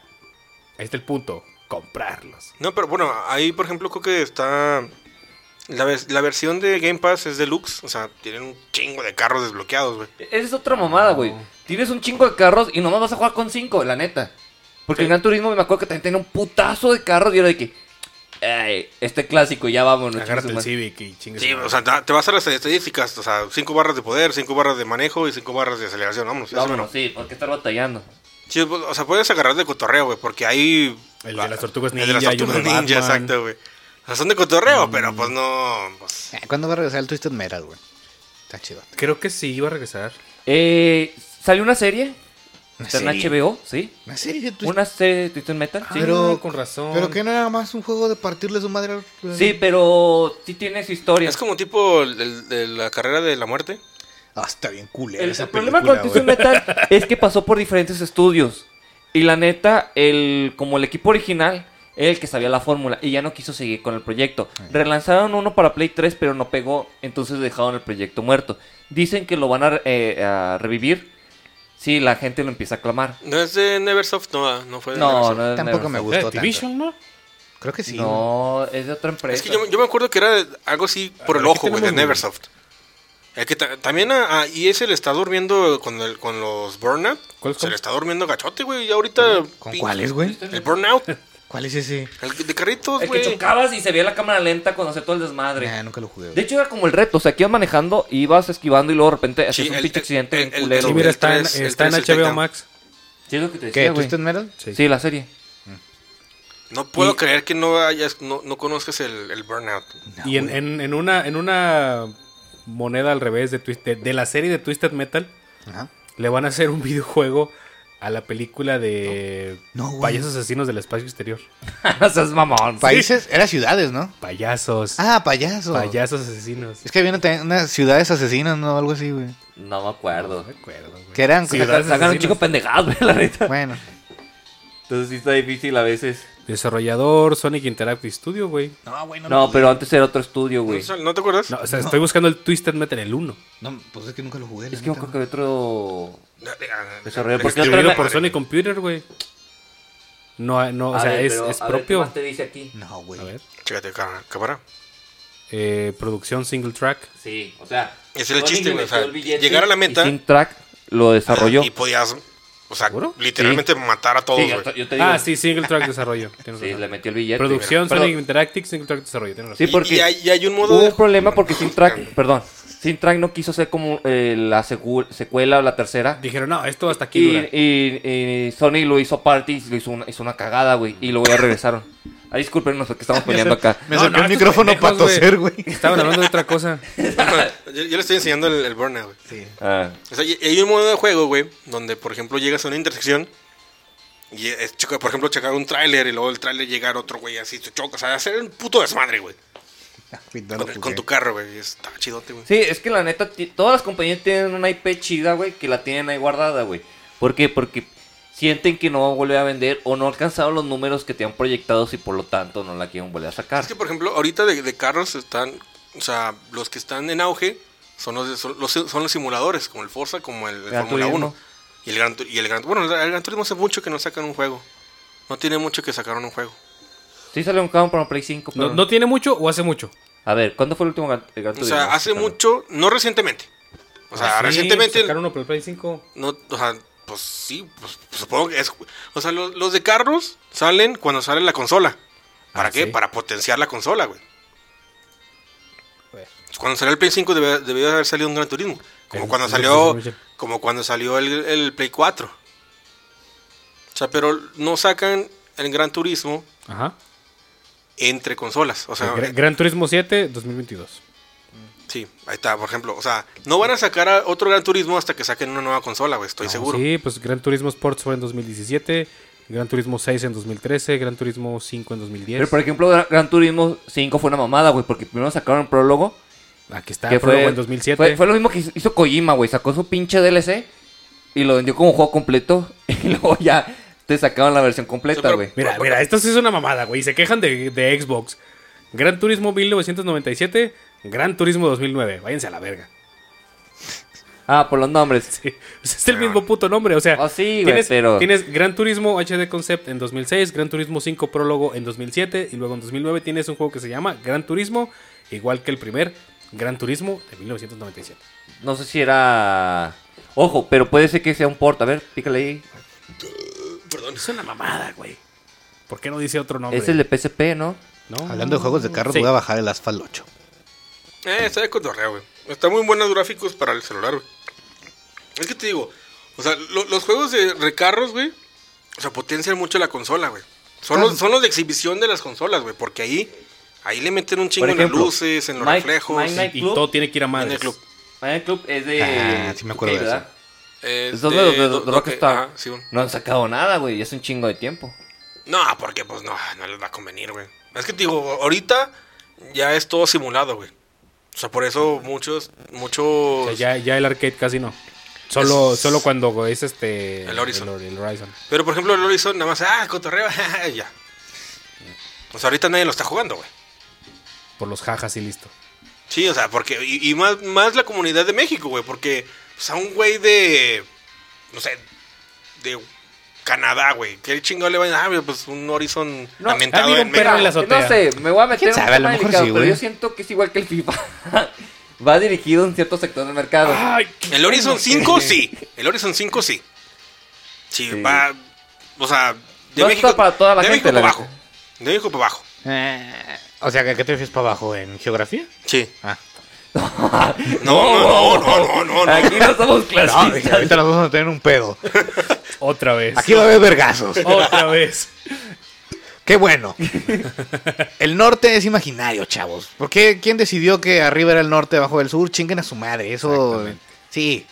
S4: Ahí está el punto. Comprarlos.
S2: No, pero bueno, ahí por ejemplo creo que está... La, vers- la versión de Game Pass es deluxe, o sea, tienen un chingo de carros desbloqueados, güey.
S3: Esa es otra mamada, güey. Tienes un chingo de carros y nomás vas a jugar con cinco, la neta. Porque el Gran Turismo me acuerdo que también tenía un putazo de carros y era de que. Ay, este clásico, ya vámonos.
S4: Agárrate el
S3: chingue su madre".
S4: Civic y chingues.
S2: Sí, o sea, ta- te vas a las estadísticas, o sea, 5 barras de poder, 5 barras de manejo y 5 barras de aceleración, vamos.
S3: Vámonos, sí, porque estar batallando.
S2: Sí, pues, o sea, puedes agarrar de cotorreo, güey, porque ahí...
S4: El de las tortugas
S2: El de las
S4: ninja y
S2: tortugas
S4: uno de
S2: ninja,
S4: Batman. Mm.
S2: exacto, güey. O sea, son de cotorreo, pero pues no... pues,
S1: Ah, ¿Cuándo va a regresar el Twisted Metal, güey? Está chido.
S4: Creo que sí iba a regresar.
S3: Eh, salió una serie. Ah, Está en
S1: serie?
S3: HBO, sí.
S1: Una serie de Twisted
S3: Una serie de Twisted Metal, sí.
S1: Pero-
S4: con razón.
S1: Pero que no era más un juego de partirle su madre. al-
S3: Sí, pero sí tiene su historia.
S2: Es como tipo el- el- de la carrera de la muerte.
S1: Ah, está bien culera
S3: El,
S1: esa
S3: el problema
S1: película,
S3: con Twisted
S1: güey.
S3: Metal
S2: [laughs]
S3: es que pasó por diferentes estudios. Y la neta, el, como el equipo original era el que sabía la fórmula y ya no quiso seguir con el proyecto. Relanzaron uno para Play 3, pero no pegó, entonces dejaron el proyecto muerto. Dicen que lo van a, eh, a revivir si la gente lo empieza a aclamar.
S2: No es de Neversoft, no, ah, no fue de
S3: No,
S2: Neversoft.
S3: no,
S1: Tampoco
S3: no,
S1: me
S3: no.
S4: Era de
S1: gustó tanto.
S4: Activision, ¿no?
S1: Creo que sí. güey.
S3: No, es de otra empresa.
S2: Es que yo, yo me acuerdo que era de- algo así por el
S4: Ah, Aquí
S2: ojo, güey, de
S4: tenemos, güey.
S2: Neversoft. El que ta- también ah, a, a EA se le está durmiendo con, el, con los Burnout.
S4: ¿Cuál-
S2: se
S4: cuál?
S2: le está durmiendo gachote, güey. Y ahorita.
S1: ¿Con
S2: pin-
S1: cuáles, güey?
S2: El Burnout.
S1: ¿Cuál es ese?
S2: El que- de carritos,
S3: El que
S2: güey.
S3: chocabas y se veía la cámara lenta cuando hacía todo el desmadre.
S1: Nah, nunca lo jugué. güey.
S3: De hecho, era como el reto. O sea, que ibas manejando, ibas esquivando y luego de repente hacías
S2: Sí,
S3: un
S2: el-
S3: pinche
S2: el-
S3: accidente
S2: el-
S3: bien
S2: el-
S3: culero.
S4: Sí,
S2: el-
S3: güey.
S4: mira, está,
S2: tres-
S4: en,
S2: el
S4: está en
S2: tres, el
S4: HBO
S2: Takedown.
S4: Max.
S3: Sí, es lo que te
S1: ¿Qué?
S3: decía, güey.
S1: ¿Twisted Metal?
S4: Sí.
S3: Sí, la serie. [laughs]
S2: No puedo
S4: Y-
S2: creer que no hayas, no, no conozcas el, el Burnout.
S4: Y en, en- en una, en una moneda al revés de, Twisted, de la serie de Twisted Metal,
S1: Ajá.
S4: le van a hacer un [laughs] videojuego a la película de
S1: No, güey.
S4: Payasos Asesinos del Espacio Exterior.
S3: no seas mamón.
S1: Países, era ciudades, ¿no?
S4: Payasos.
S1: Ah, payaso.
S4: Payasos Asesinos.
S1: Es que había una- también unas ciudades asesinas, ¿no? Algo así, güey.
S3: No me acuerdo.
S4: No me acuerdo, güey.
S1: Que eran.
S4: Sí,
S1: cosas-
S4: Ciudades
S3: Sacan un
S4: asesinas.
S3: chico pendejado, [laughs] güey, la neta.
S1: Bueno,
S3: Entonces sí está difícil a veces.
S4: Desarrollador Sonic Interactive Studio, güey.
S3: No, pero antes era otro estudio, güey.
S2: ¿No, te acuerdas?
S4: No, o sea, estoy buscando el Twisted Metal el 1.
S1: no, pues es que nunca lo jugué. la
S3: Es que yo
S1: neta,
S3: creo que había otro desarrollo.
S2: Desarrollador.
S3: Porque otra
S4: Distribuido
S3: vez-
S4: por Sony Computer, güey. No, eh, no, o
S3: A
S4: sea,
S3: ver,
S4: es,
S3: pero,
S4: es
S3: a ver, ¿qué
S4: propio.
S3: más te dice aquí?
S1: güey. No, güey.
S4: a ver.
S2: Chécate, ca- cámara.
S4: Eh, producción single track.
S3: Sí, o sea.
S2: Ese era el
S3: Sony
S2: chiste, güey. O
S3: inventó
S2: sea,
S3: el billete
S2: llegar a la
S3: y
S2: meta. Ah,
S3: Sin track lo desarrolló.
S2: Y podías, o sea,
S4: ¿Seguro?
S2: literalmente matar a todos,
S3: Sí,
S2: güey.
S3: yo, te- yo te digo.
S4: Ah, sí, single
S3: [laughs]
S4: track desarrollo. Tienes
S3: Sí,
S4: razón.
S3: le metió el billete.
S4: Producción
S3: Pero-
S4: Sonic Interactive, single track desarrollo. Tienes razón.
S3: Sí,
S2: Y-
S3: porque
S2: y hay- y hay un modo
S3: hubo
S2: de-
S3: un problema porque Sin Track, perdón, Sin Track no quiso ser como eh, la segu- secuela o la tercera.
S4: Dijeron, no, esto hasta aquí
S3: Y,
S4: dura.
S3: y- y Sony lo hizo party, lo hizo una, hizo una cagada, güey, y luego ya regresaron. Ah, discúlpenos que estamos peleando acá.
S1: Me
S4: No,
S1: saqué
S4: no,
S1: el
S4: estos
S1: micrófono para
S4: pendejos, güey.
S1: toser, güey.
S4: Estaban hablando de otra cosa.
S2: [laughs] yo, yo le estoy enseñando el, el Burnout, güey.
S3: Ah,
S2: O sea, y- y hay un modo de juego, güey, donde, por ejemplo, llegas a una intersección y, es choca- por ejemplo, checar un tráiler y luego el tráiler llegar otro, güey, así, te choca. O sea, hacer un puto desmadre, güey.
S1: Pintando
S2: Con, el-
S1: puse.
S2: con tu carro, güey. Está chidote, güey.
S3: Sí, es que la neta, ti- todas las compañías tienen una IP chida, güey, que la tienen ahí guardada, güey. ¿Por qué? Porque sienten que no va a volver a vender o no alcanzaron los números que te han proyectado y por lo tanto no la quieren volver a sacar.
S2: Es que, por ejemplo, ahorita de, de carros están, o sea, los que están en auge son los, de- son los, son los simuladores, como el Forza, como el, el
S3: Gran
S2: Fórmula
S3: Turismo.
S2: 1. Y el, gran, Tu- y el Gran Bueno, el Gran Turismo hace mucho que no sacan un juego. No tiene mucho que sacaron un juego.
S3: Sí salió un cabrón para Play 5,
S4: ¿No,
S3: pero-
S4: no tiene mucho o hace mucho?
S3: A ver, ¿cuándo fue el último Gran, el Gran
S2: O
S3: Turismo? Ah,
S2: sea, hace
S3: Claro.
S2: mucho, no recientemente. O sea,
S4: Sí,
S2: recientemente.
S4: Sacaron uno para el Play 5.
S2: No, o sea, pues sí, pues, supongo que es. O sea, los, los de carros salen cuando sale la consola. ¿Para
S4: Ah,
S2: qué?
S4: sí.
S2: Para potenciar la consola, güey.
S4: Bueno.
S2: Cuando salió el Play 5 debe- debió, haber salido un Gran Turismo. Como
S4: Eso
S2: cuando
S4: sí,
S2: salió,
S4: pues, sí,
S2: como cuando salió el, el Play 4. O sea, pero no sacan el Gran Turismo
S4: Ajá.
S2: entre consolas. O sea,
S4: Gra- Gran Turismo 7, 2022.
S2: sí, ahí está, por ejemplo. O sea, no van a sacar a otro Gran Turismo hasta que saquen una nueva consola, güey, estoy
S4: No,
S2: seguro.
S4: Sí, pues Gran Turismo Sports fue en 2017, Gran Turismo 6 en 2013, Gran Turismo 5 en 2010.
S3: Pero por ejemplo, Gran- Gran Turismo 5 fue una mamada, güey, porque primero sacaron el prólogo.
S4: Aquí está,
S3: que
S4: prólogo
S3: fue,
S4: en 2007.
S3: Fue, fue lo mismo que hizo- hizo Kojima, güey. Sacó su pinche DLC y lo vendió como juego completo. [laughs] Y luego ya te sacaron la versión
S2: Sí,
S3: completa,
S2: pero-
S3: güey.
S4: Mira, mira, esto sí es una mamada, güey. Se quejan de, de Xbox. Gran Turismo 1997, Gran Turismo 2009. Váyanse a la verga. [laughs]
S3: Ah, por los nombres.
S4: Sí, o sea, es
S2: Ah.
S4: el mismo puto nombre, o sea.
S3: Ah, sí, güey,
S4: tienes,
S3: pero-
S4: tienes Gran Turismo HD Concept en 2006, Gran Turismo 5 Prólogo en 2007 y luego en 2009 tienes un juego que se llama Gran Turismo, igual que el primer Gran Turismo de 1997.
S3: No sé si era. Ojo, pero puede ser que sea un port. A ver, pícale ahí.
S2: Perdón.
S4: Es una mamada, güey. ¿Por qué no dice otro nombre?
S3: Es el de PSP, ¿no?
S4: No.
S1: Hablando de juegos de carros,
S4: Sí.
S1: voy a bajar el Asphalt 8.
S2: Eh, está de cotorreo, güey. Está muy buenos gráficos para el celular, güey. Es que te digo, o sea, lo- los juegos de recarros, güey, o sea, potencian mucho la consola, güey. Son los, son los de exhibición de las consolas, güey, porque ahí, ahí le meten un chingo
S3: Por
S2: en
S3: ejemplo,
S2: las luces, en los
S3: Mike-
S2: reflejos.
S3: Mike Night
S4: Y
S3: Club.
S4: todo tiene que ir a
S2: En
S4: madres.
S2: el club.
S3: Mayan Club es de.
S1: Ah, sí me acuerdo
S3: 2K,
S1: de eso.
S3: ¿verdad?
S2: Este,
S3: Es donde los de,
S2: do- do- eh,
S3: Rockstar. Ah,
S2: ajá, sí, güey.
S3: No han sacado nada, güey. Ya es un chingo de tiempo.
S2: No, porque pues no, no les va a convenir, güey. Es que te digo, ahorita ya es todo simulado, güey. O sea, por eso muchos, muchos...
S4: O sea, ya, ya el arcade casi no. Solo,
S2: Es-
S4: solo cuando es este.
S2: El Horizon.
S4: El, el Horizon.
S2: Pero por ejemplo, el Horizon nada más, ah, cotorreo, [laughs] ya. O sea, ahorita nadie lo está jugando, güey.
S4: Por los jajas y listo.
S2: Sí, o sea, porque. Y, y más, más la comunidad de México, güey, porque. O sea, un güey de. No sé. De Canadá, güey. ¿Qué chingado le va a. Ah, güey, pues un Horizon
S3: No,
S2: lamentado
S4: ha habido
S2: en
S4: un perro
S2: México.
S4: en la azotea.
S3: No sé, me voy a meter
S1: ¿Quién
S3: en un
S1: sabe? A lo
S3: tema
S1: mejor
S3: delicado,
S1: sí,
S3: pero
S1: güey.
S3: yo siento que es igual que el FIFA. [laughs] Va dirigido a un cierto sector del mercado. [laughs]
S2: El Horizon 5, sí. El Horizon 5, sí. Sí,
S3: Sí.
S2: va. O sea, de
S3: No está
S2: México.
S3: para toda la
S2: de
S3: gente,
S2: México
S3: la
S2: para abajo.
S3: neta.
S2: De México para abajo.
S1: o sea, ¿qué te refieres para abajo? ¿En geografía?
S2: Sí.
S3: [laughs]
S1: Ah.
S2: No, no, no, no, no. no.
S3: Aquí no somos
S1: No,
S3: clasistas.
S1: dije, ahorita nos vamos a tener un pedo. [laughs]
S4: Otra vez.
S1: Aquí va a haber vergazos.
S4: Otra vez.
S1: Qué bueno. El norte es imaginario, chavos. ¿Por qué? ¿Quién decidió que arriba era el norte, abajo del sur? Chinguen a su madre. Eso.
S4: Exactamente.
S1: Sí,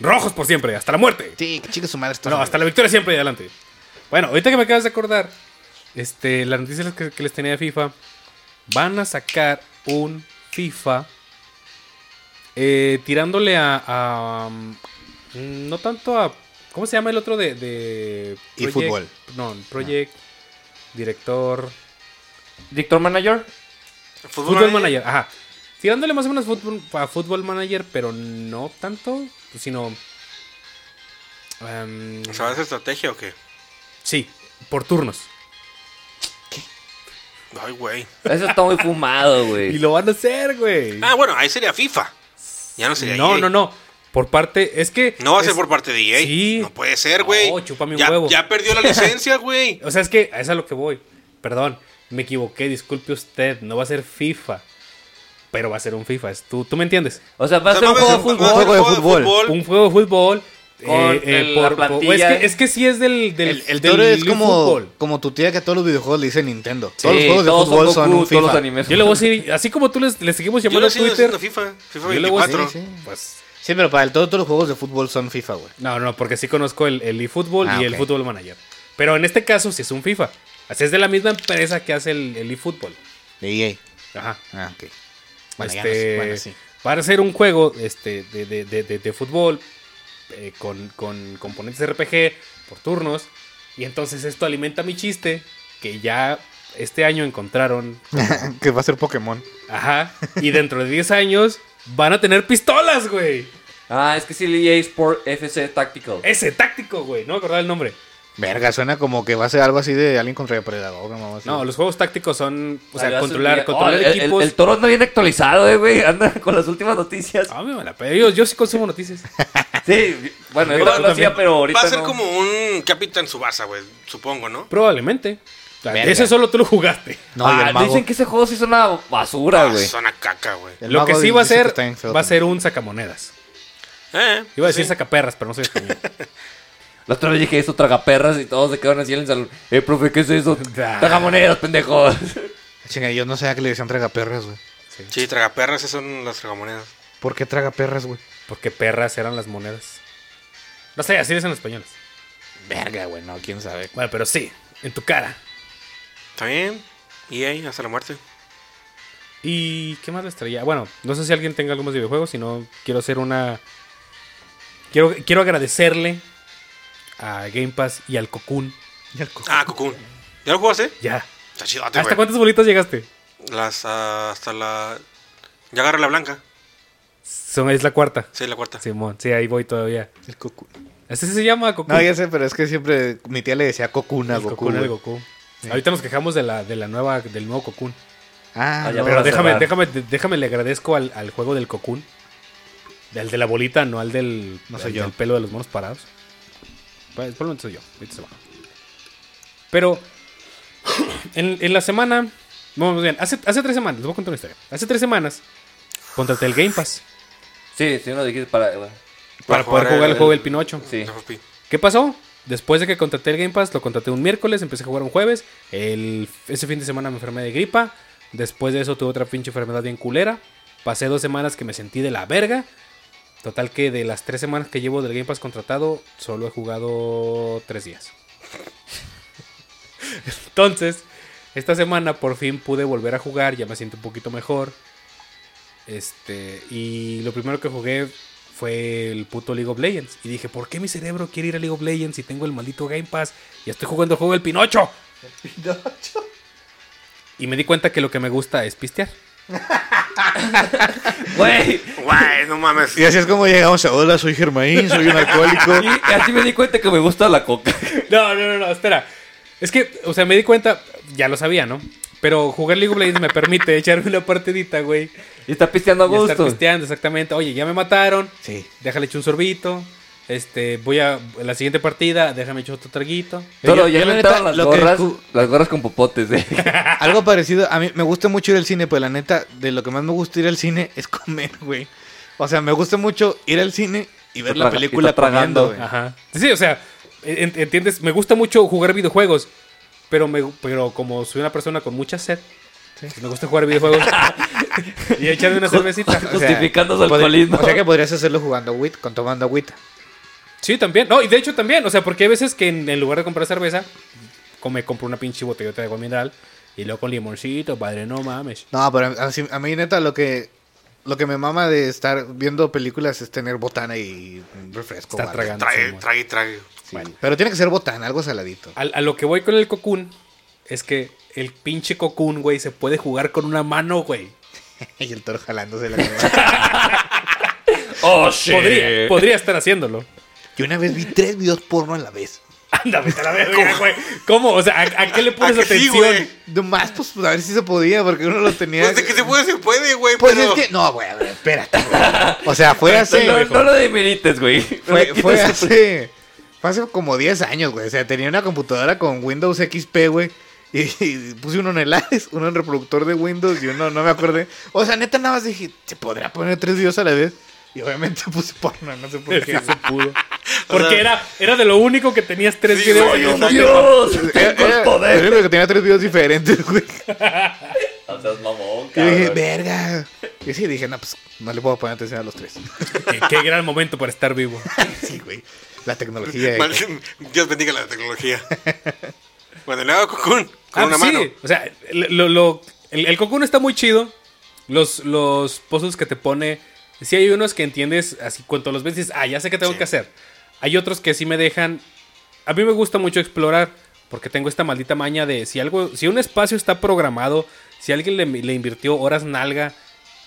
S4: Rojos por siempre, hasta la muerte.
S1: sí, que chingue su madre. estos
S4: No, hasta la victoria siempre y adelante. Bueno, ahorita que me acabas de acordar, este, las noticias que, que les tenía de FIFA, van a sacar un FIFA eh, tirándole a, a, mm, No tanto a... ¿Cómo se llama el otro de... de
S1: Y
S4: Project-
S1: fútbol.
S4: No, Project, director...
S3: Director Manager,
S2: Fútbol,
S4: Fútbol Manager, ajá. Tirándole más o menos fútbol, a Fútbol Manager, pero no tanto, sino... em,
S2: O sea, ¿es estrategia o qué?
S4: sí, por turnos.
S2: Ay, güey.
S3: eso está muy fumado,
S4: [laughs] Y
S3: güey.
S4: lo van a hacer, güey.
S2: Ah, bueno, ahí sería FIFA. Ya no sería
S4: no,
S2: EA.
S4: no, no. Por parte, es que.
S2: No va a
S4: es-
S2: ser por parte de EA.
S4: Sí.
S2: No puede ser, güey.
S4: No, chúpame un
S2: ya,
S4: huevo.
S2: Ya perdió
S4: [laughs]
S2: la licencia, güey.
S4: O sea, es que a eso es a lo que voy. Perdón, me equivoqué, disculpe usted. No va a ser FIFA. Pero va a ser un FIFA. Es tú, tú me entiendes.
S3: O sea, va
S2: O
S3: a
S2: sea,
S3: ser un
S2: va a
S3: juego
S2: ser-
S3: de
S2: va a
S3: fútbol.
S2: ser
S1: Juego de fútbol.
S4: Un juego de fútbol. eh,
S3: Con el- la plantilla.
S4: es, que, es que sí es del. del
S1: El, el
S4: del
S1: toro es como,
S4: fútbol.
S1: como tu tía que a todos los videojuegos le dice Nintendo.
S3: Sí,
S1: todos los juegos de
S3: todos
S1: fútbol son,
S3: son Goku,
S1: un
S3: todos los
S1: FIFA.
S3: animes.
S4: Yo le voy a decir, así como tú les- le seguimos
S2: Yo
S4: llamando
S2: lo
S4: a
S2: sigo
S4: Twitter.
S2: haciendo FIFA. FIFA
S4: Yo le voy a-
S2: 24.
S1: Sí, sí.
S4: Pues.
S1: Sí, pero para el todo, todos los juegos de fútbol son FIFA, güey.
S4: No, no, porque sí conozco el, el eFootball
S1: Ah,
S4: y el
S1: ok.
S4: Fútbol Manager. Pero en este caso sí es un FIFA. Así es de la misma empresa que hace el, el eFootball.
S1: De EA.
S4: Ajá.
S1: Ah, ok. Bueno, ya no sé,
S4: este,
S1: bueno, sí.
S4: [laughs] Para hacer un juego este, de, de- de- de- de fútbol eh, con, con componentes RPG por turnos. Y entonces esto alimenta mi chiste que ya este año encontraron.
S1: que va a ser Pokémon.
S4: Ajá. Y dentro de 10 años van a tener pistolas, güey.
S3: Ah, es que es el EA Sport FC Tactical.
S4: Ese táctico, güey. No me acordaba el nombre.
S1: Verga, suena como que va a ser algo así de alguien contra depredador. una mamá así.
S4: No, los juegos tácticos son. O sea,
S3: Salió hace un
S4: controlar,
S3: día.
S4: controlar
S3: Oh, el- el-
S4: equipos.
S3: El, toro anda bien actualizado, eh, güey. Anda con las últimas noticias.
S4: Ah, me vale, pero yo, yo sí consumo noticias.
S3: Sí, bueno,
S4: Yo
S3: yo lo
S4: también.
S3: hacía, pero ahorita
S2: Va a ser
S3: no.
S2: como un Capitán Subasa, güey, supongo, ¿no?
S4: Probablemente. O sea,
S1: Verga.
S4: ese solo tú lo jugaste.
S1: No, y
S3: Ah,
S1: el mago.
S3: dicen que ese juego sí es una basura,
S2: Ah,
S3: güey.
S2: Son a caca, güey.
S1: El
S4: lo que
S1: mago
S4: sí va a
S1: dice que
S4: ser
S1: está bien feo
S4: va a
S1: también.
S4: ser un sacamonedas.
S2: Eh,
S4: Iba a decir
S2: sí.
S4: sacaperras, pero no [laughs] soy español.
S3: La otra vez dije eso, tragaperras y todos se quedaron así en el salón. Eh, profe, ¿qué es eso?
S4: Ah.
S3: Tragamonedas, pendejos.
S1: Chinga, yo no sabía que le decían traga perras, güey.
S2: Sí, tragaperras, esas son las tragamonedas.
S1: ¿Por qué traga perras, güey?
S4: Porque perras eran las monedas. No sé, así dicen los españoles.
S1: Verga, güey, no, quién sabe.
S4: Bueno, pero sí, en tu cara.
S2: ¿Está bien? Y ahí, hasta la muerte.
S4: ¿Y qué más les traía? Bueno, no sé si alguien tenga algunos videojuegos, si no, quiero hacer una... Quiero, quiero agradecerle a Game Pass y al Cocoon.
S2: Ah, Cocoon. ¿Ya lo jugaste?
S1: Ah,
S4: Ya.
S2: Está chidote,
S4: ¿Hasta
S2: güey.
S4: cuántas bolitas llegaste?
S2: Las, ah, hasta la... Ya agarra la blanca.
S4: Son, es la cuarta.
S2: Sí, la cuarta.
S4: Simón, sí, ahí voy todavía.
S1: El Cocoon.
S4: Así se llama Cocoon.
S1: No, ya sé, pero es que siempre mi tía le decía Cocoon a
S4: El
S1: Goku.
S4: Cocoon de
S1: güey.
S4: Goku. Ahorita nos quejamos de la, de la nueva, del nuevo Cocoon.
S1: Ah,
S3: Ah, ya,
S1: no,
S4: Pero
S3: Para
S4: déjame,
S3: cerrar.
S4: déjame, de- déjame, le agradezco al, al juego del Cocoon. Del de la bolita, no al del,
S1: No
S4: al
S1: soy yo.
S4: del pelo de los monos parados. Pues, probablemente soy yo. ahorita se va. Pero [coughs] en, en la semana. Vamos bien. Hace, hace tres semanas, les voy a contar una historia. Hace tres semanas contraté el Game Pass
S3: [laughs] Sí, sí, no dijiste para. bueno,
S4: para poder jugar el, juego del Pinocho.
S3: Sí.
S2: FP.
S4: ¿Qué pasó? Después de que contraté el Game Pass, lo contraté un miércoles, empecé a jugar un jueves. El, ese fin de semana me enfermé de gripa. Después de eso tuve otra pinche enfermedad bien culera. Pasé dos semanas que me sentí de la verga. Total que de las tres semanas que llevo del Game Pass contratado, solo he jugado tres días. [laughs] Entonces, esta semana por fin pude volver a jugar, ya me siento un poquito mejor. Este, y lo primero que jugué fue el puto League of Legends. Y dije, ¿por qué mi cerebro quiere ir a League of Legends si tengo el maldito Game Pass? Y estoy jugando el juego del Pinocho. [laughs] Y me di cuenta que lo que me gusta es pistear.
S3: Güey,
S2: Güey, no mames.
S1: Y así es como llegamos a Hola, soy Germain, soy un
S3: [laughs]
S1: alcohólico.
S3: y así me di cuenta que me gusta la coca.
S4: [laughs] No, no, no, no, espera. Es que, o sea, me di cuenta, ya lo sabía, ¿no? Pero jugar League of Legends me permite [laughs] echarme una partidita, güey.
S3: Y está pisteando a
S4: Y estar
S3: gusto.
S4: pisteando, exactamente. Oye, ya me mataron.
S1: Sí.
S4: Déjale echar un sorbito. Este, voy a la siguiente partida, déjame echar otro traguito.
S3: Toro,
S1: Yo- yo la
S3: ya me
S1: neta,
S3: estaban las
S1: lo que
S3: gorras,
S1: descu-
S3: las gorras con popotes, eh.
S1: Algo parecido, a mí me gusta mucho ir al cine, pues la neta, de lo que más me gusta ir al cine es comer, güey. O sea, me gusta mucho ir al cine y ver
S3: Y
S1: la
S3: traga- y
S1: película
S3: está tragando.
S1: comiendo, güey.
S4: Ajá. Sí, o sea, en- entiendes, me gusta mucho jugar videojuegos, pero me pero como soy una persona con mucha sed, pues me gusta jugar videojuegos y echarme una cervecita.
S1: O sea,
S3: Justificando su
S1: podri-
S3: alcoholismo.
S1: O sea que podrías hacerlo jugando agüita, con tomando agüita.
S4: Sí, también. No, y de hecho también, o sea, porque hay veces que en, en lugar de comprar cerveza, como me compro una pinche botellota de agua mineral y luego con limoncito, padre, no mames.
S1: No, pero a, a- a mí neta lo que lo que me mama de estar viendo películas es tener botana y un refresco.
S4: Está
S1: o algo.
S4: tragando.
S2: Trague,
S4: Simón.
S2: trague, trague.
S1: Sí. Pero tiene que ser botana, algo saladito.
S4: A, a lo que voy con el cocoon es que el pinche cocoon, güey, se puede jugar con una mano, güey.
S1: [laughs] y el toro jalándose [laughs] la cabeza.
S3: Oh, shit.
S4: Podría, podría estar haciéndolo.
S1: Yo una vez vi tres videos porno a la vez.
S4: Anda, vete a la verga, güey. ¿Cómo? O sea, ¿a, a qué le pones
S2: ¿A Ah, que sí,
S4: atención?
S2: güey?
S1: Nomás, pues, a ver si se podía, porque uno lo tenía.
S2: Pues de que se puede, se puede, güey.
S1: Pues
S2: pero-
S1: es
S2: [laughs]
S1: que. No, güey, a ver, espérate. güey. O sea, fue hace.
S3: No, no lo demerites, güey. No le
S1: Fue,
S3: quites
S1: fue
S3: su-
S1: hace. Fue hace como 10 años, güey. O sea, tenía una computadora con Windows XP, güey. Y, y puse uno en el Ares, uno en reproductor de Windows y uno, no me acordé. O sea, neta, nada más dije, ¿se podrá poner tres videos a la vez? Y obviamente [laughs] puse porno, no sé por
S4: Es
S1: qué.
S4: que
S1: güey.
S4: se pudo. Porque era, era de lo único que tenías tres
S2: Sí,
S4: videos.
S2: güey,
S4: en
S2: o sea,
S4: uno.
S3: Dios,
S1: Era-
S3: [laughs] tengo el
S1: era-
S3: poder.
S1: era el único que tenía tres videos diferentes, güey.
S3: No seas mamón,
S1: Y yo dije,
S3: cabrón.
S1: verga. Y sí, dije, no, pues no le puedo poner atención a los tres. [laughs]
S4: Qué, qué gran momento para estar vivo.
S1: Sí, güey. La tecnología.
S4: eh.
S1: güey.
S2: Mal- Dios bendiga
S4: [laughs]
S2: la tecnología. Cuando le hago cocoon, con
S4: Ah,
S2: una
S4: sí.
S2: mano.
S4: O sea, lo, lo- El, el Cocoon está muy chido. Los, los puzzles que te pone. Sí, hay unos que entiendes así cuando los ves dices, ah, ya sé qué tengo
S2: Sí.
S4: que hacer. Hay otros que sí me dejan. A mí me gusta mucho explorar. Porque tengo esta maldita maña de si algo. Si un espacio está programado. Si alguien le, le invirtió horas nalga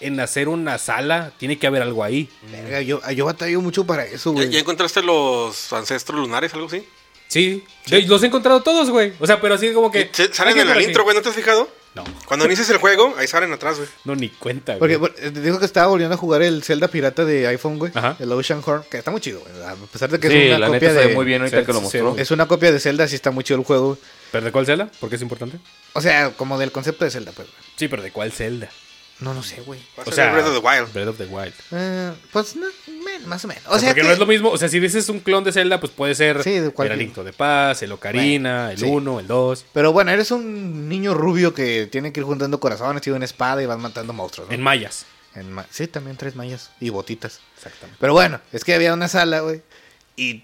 S4: en hacer una sala, tiene que haber algo ahí.
S1: Verga, yo, yo batallo mucho para eso,
S2: ¿Ya,
S1: güey.
S2: ya encontraste los ancestros lunares, algo así?
S4: Sí, de- los he encontrado todos, güey. O sea, pero así como que.
S2: Y se- salen
S4: Ay,
S2: en el
S4: pero sí.
S2: intro, güey, ¿no te has fijado?
S4: No,
S2: Cuando inicias el juego, ahí salen atrás, güey.
S4: no, ni cuenta, güey.
S1: Porque bueno, eh, te digo que estaba volviendo a jugar el Zelda pirata de iPhone, güey.
S4: Ajá.
S1: El Ocean Horn, que está muy chido, güey. A pesar de que
S3: Sí,
S1: es una
S3: la
S1: copia
S3: neta se
S1: de.
S3: ve muy bien ahorita
S4: Sí,
S3: que lo
S4: sí,
S3: mostró.
S4: güey.
S1: Es una copia de Zelda, sí está muy chido el juego. güey.
S4: ¿Pero de cuál celda? Porque es importante.
S1: O sea, como del concepto de Zelda, pues. güey.
S4: Sí, pero ¿de cuál celda?
S1: No, no sé, güey.
S2: Va a ser el Breath of the Wild.
S4: Breath of the Wild.
S1: Eh, pues no, men- más o menos. O
S3: Ah,
S4: O sea,
S1: sea,
S4: porque
S1: que-
S4: no es lo mismo. O sea, si dices un clon de Zelda, pues puede ser
S1: Sí, de
S4: el
S1: cualquier-
S4: Alicto de Paz, el Ocarina,
S1: Bueno,
S4: el
S1: sí.
S4: 1, el 2.
S1: pero bueno, eres un niño rubio que tiene que ir juntando corazones, tiene una espada y vas matando monstruos. ¿no?
S4: En mayas.
S1: En ma- sí, también tres mallas y botitas.
S4: Exactamente.
S1: Pero bueno, es que había una sala, güey. Y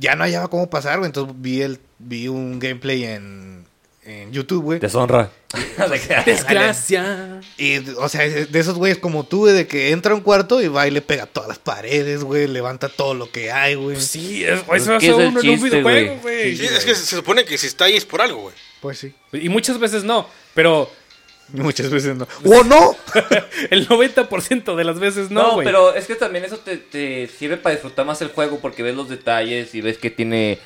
S1: ya no hallaba cómo pasar, güey. Entonces vi, el, vi un gameplay en, en YouTube, güey.
S3: [laughs] Deshonra.
S4: Desgracia.
S1: Y, o sea, de esos güeyes como tú, güey, de que entra a un cuarto y va y le pega a todas las paredes, güey. Levanta todo lo que hay, güey.
S4: Pues sí, es- eso
S3: es que
S4: hace
S3: es el
S4: uno en un
S3: chiste,
S4: videojuego,
S3: güey.
S4: güey.
S2: Sí, es que se supone que si está ahí es por algo, güey.
S1: Pues sí.
S4: Y muchas veces no, pero
S1: Y Muchas veces no. ¡Oh, no!
S4: el 90% de las veces no,
S3: No,
S4: güey.
S3: pero es que también eso te, te sirve para disfrutar más el juego porque ves los detalles y ves que tiene...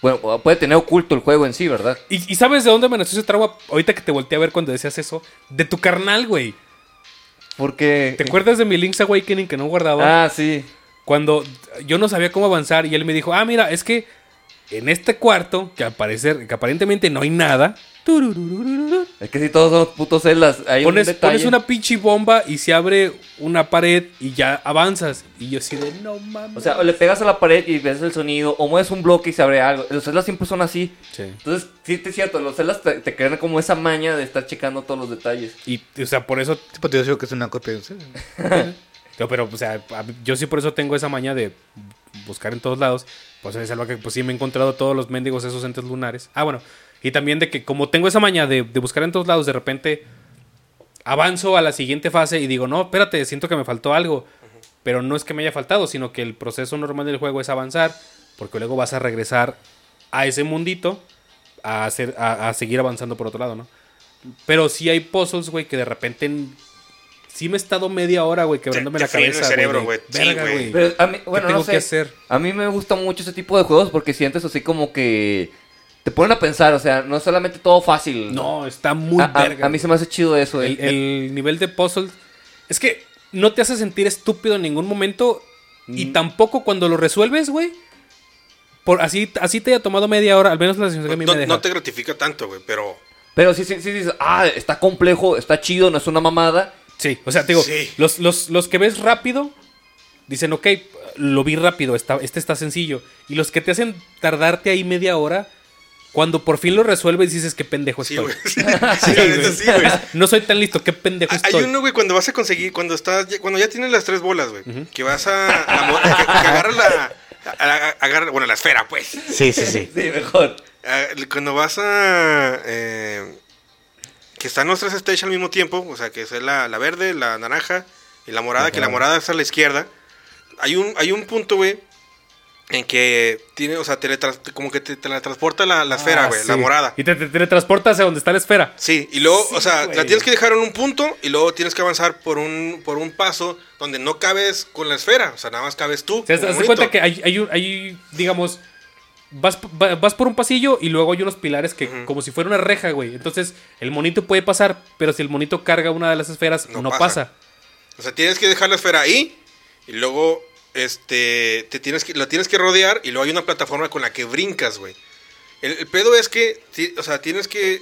S3: Bueno, puede tener oculto el juego en sí, ¿verdad?
S4: ¿Y, y sabes de dónde me nació ese trauma ahorita que te volteé a ver cuando decías eso? De tu carnal, güey.
S3: Porque... [laughs]
S4: ¿Te acuerdas de mi Link's Awakening que no guardaba?
S3: Ah, sí.
S4: cuando yo no sabía cómo avanzar y él me dijo, ah, mira, es que en este cuarto, que, al parecer, que aparentemente no hay nada, turururururu,
S3: Es que si todos son putos celas, hay
S4: pones,
S3: un detalle.
S4: pones una pinche bomba y se abre una pared y ya avanzas. Y yo así de, no mames.
S3: O sea, o le pegas a la pared y ves el sonido, o mueves un bloque y se abre algo. Los celas siempre son así.
S4: Sí.
S3: Entonces, sí, es cierto, los celas te, te crean como esa maña de estar checando todos los detalles.
S4: Y, o sea, por eso,
S1: Pues te digo que es una copia de usted.
S4: yo, pero, o sea, a mí- yo sí por eso tengo esa maña de buscar en todos lados. Pues es algo que, pues sí me he encontrado todos los mendigos esos entes lunares. Ah, bueno. Y también de que como tengo esa maña de, de buscar en todos lados, de repente... avanzo a la siguiente fase y digo, no, espérate, siento que me faltó algo. Pero no es que me haya faltado, sino que el proceso normal del juego es avanzar, porque luego vas a regresar a ese mundito a, hacer, a, a seguir avanzando por otro lado, ¿no? Pero sí hay puzzles, güey, que de repente en- sí me he estado media hora, güey, quebrándome
S2: te
S4: la
S2: friega el
S4: cabeza.
S2: cerebro,
S4: güey,
S2: güey.
S4: de,
S2: Sí,
S4: "Verga,
S2: güey".
S4: güey.
S3: Pero a mí, bueno,
S4: tengo
S3: no sé,
S4: que hacer?
S3: A mí me gusta mucho ese tipo de juegos porque sientes así como que te ponen a pensar, o sea, no es solamente todo fácil.
S4: No, está muy
S3: a, a-
S4: verga.
S3: a mí se me hace chido eso.
S4: El,
S3: El,
S4: el nivel de puzzle. Es que no te hace sentir estúpido en ningún momento. Y
S2: Mm.
S4: tampoco cuando lo resuelves, güey. Por así, así te haya tomado media hora, al menos la sensación que a mí
S2: No,
S4: me
S2: no
S4: deja.
S2: te gratifica tanto, güey, pero
S3: Pero sí, sí, sí, dices, ah, está complejo, está chido, no es una mamada.
S4: Sí, o sea, te digo,
S2: Sí.
S4: los, los, los que ves rápido dicen, ok, lo vi rápido, está, este está sencillo. Y los que te hacen tardarte ahí media hora, cuando por fin lo resuelves, dices, qué pendejo
S2: sí,
S4: [laughs] estoy.
S2: güey. [laughs] Sí, la neta,
S4: güey.
S2: sí,
S4: [laughs]
S2: güey.
S4: No soy tan listo, qué pendejo
S2: Hay
S4: estoy.
S2: uno, güey, cuando vas a conseguir, cuando estás, ya- cuando ya tienes las tres bolas, güey, que vas a, la mo- que, que agarras la, a- a- agarra- bueno, la esfera, pues.
S1: Sí, sí, sí.
S3: Sí, mejor.
S2: Ah, Cuando vas a, eh, que están los tres stages al mismo tiempo, o sea, que es la, la verde, la naranja y la morada, que la morada es a la izquierda. Hay un, hay un punto, güey, en que tiene, o sea, teletras- como que te teletransporta la, la esfera,
S4: Ah,
S2: güey,
S4: sí.
S2: la morada.
S4: Y te, te teletransportas a donde está la esfera.
S2: Sí, y luego,
S4: Sí,
S2: o sea,
S4: güey.
S2: la tienes que dejar en un punto y luego tienes que avanzar por un, por un paso donde no cabes con la esfera, o sea, nada más cabes tú.
S4: O sea,
S2: como
S4: haz de
S2: monito.
S4: cuenta que hay, hay, un- hay, digamos, vas, p- va- vas por un pasillo y luego hay unos pilares que, como si fuera una reja, güey. Entonces, el monito puede pasar, pero si el monito carga una de las esferas,
S2: No
S4: no,
S2: pasa.
S4: pasa.
S2: O sea, tienes que dejar la esfera ahí y luego este te tienes que la tienes que rodear y luego hay una plataforma con la que brincas, güey. El, el pedo es que ti- o sea, tienes que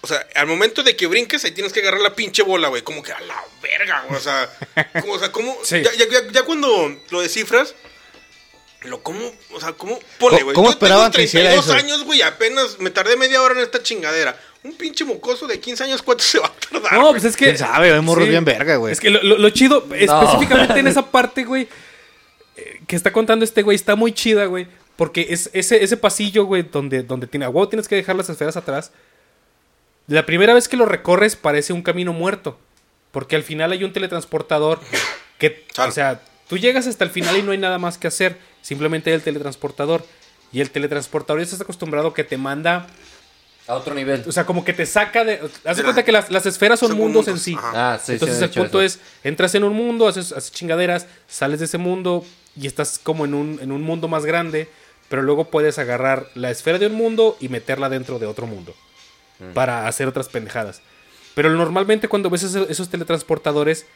S2: o sea, al momento de que brinques, ahí tienes que agarrar la pinche bola, güey. Como que a la verga, güey. O sea, como, o sea, como-
S4: Sí.
S2: ya, ya- ya- ya cuando lo descifras, lo como, o sea, como, ponle,
S1: ¿Cómo- cómo
S2: güey. yo tengo
S1: esperaban que hiciera
S2: 32
S1: eso?
S2: años, güey, apenas me tardé media hora en esta chingadera. Un pinche mocoso de 15 años, ¿cuánto se va a tardar?
S4: No,
S2: güey?
S4: pues es que.
S1: ¿Quién sabe? Hay morros
S4: sí.
S1: bien verga, güey.
S4: Es que lo, lo- lo chido, específicamente
S1: [laughs]
S4: en esa parte, güey, eh, que está contando este güey, está muy chida, güey. Porque es ese, ese pasillo, güey, donde, donde tiene, a huevo tienes que dejar las esferas atrás. La primera vez que lo recorres parece un camino muerto. Porque al final hay un teletransportador que, o sea, tú llegas hasta el final y no hay nada más que hacer. Simplemente hay el teletransportador. Y el teletransportador ya estás acostumbrado que te manda,
S3: A otro nivel.
S4: o sea, como que te saca de... Haz de cuenta que las, las esferas son
S2: Son
S4: mundos en
S2: mundos,
S4: sí.
S2: ajá.
S3: Ah, sí, sí,
S4: Entonces
S3: han
S4: el
S3: hecho
S4: punto
S3: eso.
S4: es, entras en un mundo, haces, haces chingaderas, sales de ese mundo y estás como en un, en un mundo más grande, pero luego puedes agarrar la esfera de un mundo y meterla dentro de otro mundo
S3: Mm.
S4: para hacer otras pendejadas. Pero normalmente cuando ves eso- esos teletransportadores,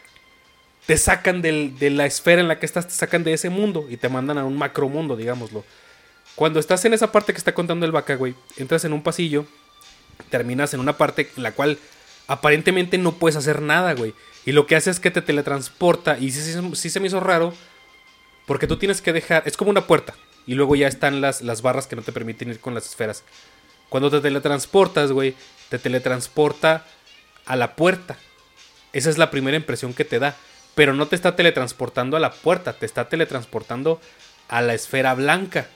S4: te sacan del- de la esfera en la que estás, te sacan de ese mundo y te mandan a un macromundo, digámoslo. Cuando estás en esa parte que está contando el vaca, güey, entras en un pasillo, terminas en una parte en la cual aparentemente no puedes hacer nada, güey. Y lo que hace es que te teletransporta y sí, sí- sí se me hizo raro porque tú tienes que dejar, es como una puerta y luego ya están las, las barras que no te permiten ir con las esferas. Cuando te teletransportas, güey, te teletransporta a la puerta. Esa es la primera impresión que te da. Pero no te está teletransportando a la puerta, te está teletransportando a la esfera blanca.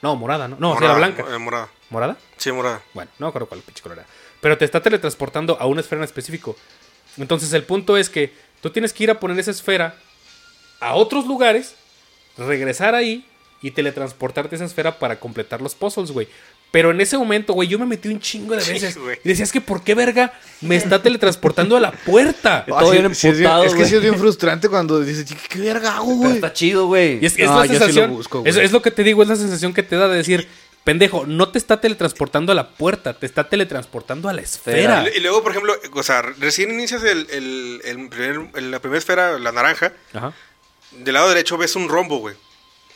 S4: No, morada, ¿no? No, esfera
S2: Morada,
S4: blanca.
S2: eh, morada.
S4: ¿Morada?
S2: Sí, morada.
S4: Bueno, no me acuerdo cuál pinche color era. Pero te está teletransportando a una esfera en específico. Entonces el punto es que tú tienes que ir a poner esa esfera a otros lugares, regresar ahí y teletransportarte a esa esfera para completar los puzzles, güey. Pero en ese momento, güey, yo me metí un chingo de
S2: Sí,
S4: veces.
S2: güey.
S4: y decías que por qué verga me está teletransportando a
S1: [laughs]
S4: la puerta.
S3: Todo bien
S1: Sí, sí, es, bien-
S3: emputado,
S1: es que
S3: güey.
S1: sí es bien frustrante cuando dices, "Ch- ¿qué verga hago,
S3: Pero
S1: güey?
S3: está chido, güey.
S4: Y es, es
S1: No,
S4: la
S1: yo sí lo
S4: sensación.
S1: busco, güey.
S4: es, es lo que te digo, es la sensación que te da de decir, pendejo, no te está teletransportando a la puerta, te está teletransportando a la esfera.
S2: Y luego, por ejemplo, o sea, recién inicias el, el- el primer- el- la primera esfera, la naranja.
S4: Ajá.
S2: Del lado derecho ves un rombo, güey.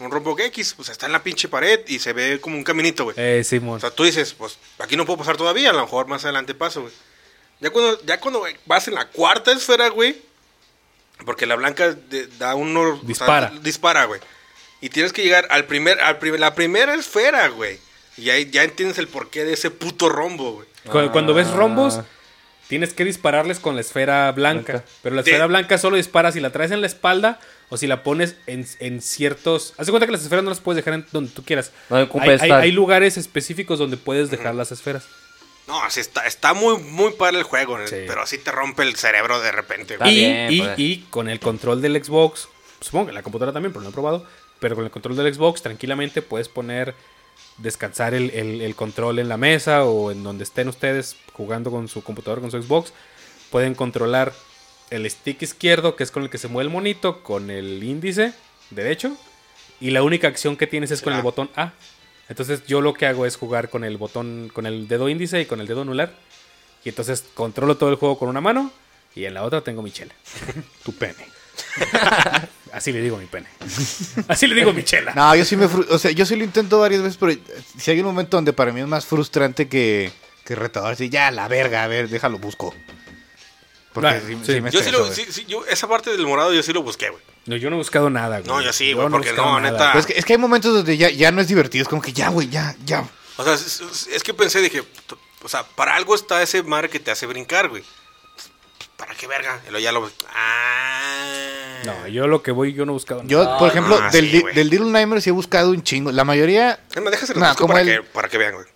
S2: Un rombo X, o sea, está en la pinche pared y se ve como un caminito, güey.
S4: Eh, Simón.
S2: O sea, tú dices, pues aquí no puedo pasar todavía, a lo mejor más adelante paso, güey. Ya cuando, ya cuando güey, vas en la cuarta esfera, güey, porque la blanca de- da uno... o sea,
S4: Dispara.
S2: dispara, güey. Y tienes que llegar al primer, al primer- la primera esfera, güey. Y ahí ya entiendes el porqué de ese puto rombo, güey.
S4: Cu- Cuando ves
S3: Ah.
S4: rombos, tienes que dispararles con la esfera blanca.
S3: Blanca.
S4: Pero la
S2: Sí.
S4: esfera blanca solo dispara si la traes en la espalda o si la pones en, en ciertos. Haz de cuenta que las esferas no las puedes dejar en donde tú quieras.
S3: No ocupa
S4: hay, hay-
S3: estar.
S4: hay lugares específicos donde puedes dejar las esferas.
S2: No, así está, está muy, muy padre el juego,
S4: Sí.
S2: pero así te rompe el cerebro de repente,
S3: Está
S2: güey.
S4: y,
S3: bien,
S4: y-
S3: pues.
S4: y con el control del Xbox, supongo que la computadora también, pero no he probado. Pero con el control del Xbox, tranquilamente puedes poner descansar el, el- el control en la mesa o en donde estén ustedes jugando con su computadora, con su Xbox. Pueden controlar el stick izquierdo, que es con el que se mueve el monito, con el índice derecho. Y la única acción que tienes es con el
S2: Ah.
S4: botón A. Entonces yo lo que hago es jugar con el botón, con el dedo índice y con el dedo anular. Y entonces controlo todo el juego con una mano y en la otra tengo mi chela. [laughs] tu pene. [laughs] Así le digo a mi pene. Así le digo a mi chela.
S1: No, yo sí me fru- o sea, yo sí lo intento varias veces, pero si hay un momento donde para mí es más frustrante que, que retador, sí, ya la verga, a ver, déjalo busco. Porque
S4: Claro,
S1: sí,
S4: sí.
S1: sí me
S2: Yo sí
S1: estreso,
S2: lo,
S1: güey.
S2: sí, sí, yo, esa parte del morado yo sí lo busqué, güey.
S4: No, yo no he buscado nada, güey.
S2: No, yo sí, güey,
S4: he
S2: porque
S4: buscado
S2: no,
S4: nada.
S2: neta.
S1: Pero es, que, es que hay momentos donde ya, ya no es divertido, es como que ya, güey, ya, ya.
S2: O sea, es, es- es que pensé, dije, t- o sea, para algo está ese mar que te hace brincar, güey. ¿Para qué verga? Y luego ya lo. Ah.
S4: No, yo lo que voy, yo no he buscado
S1: Yo,
S4: nada.
S1: por ejemplo,
S2: ah,
S1: del,
S2: sí,
S1: di-
S2: güey.
S1: del Little Nightmares sí he buscado un chingo. La mayoría,
S2: Es más, déjase lo
S1: No,
S2: busco
S1: como
S2: para,
S1: el-
S2: que, para que vean, güey.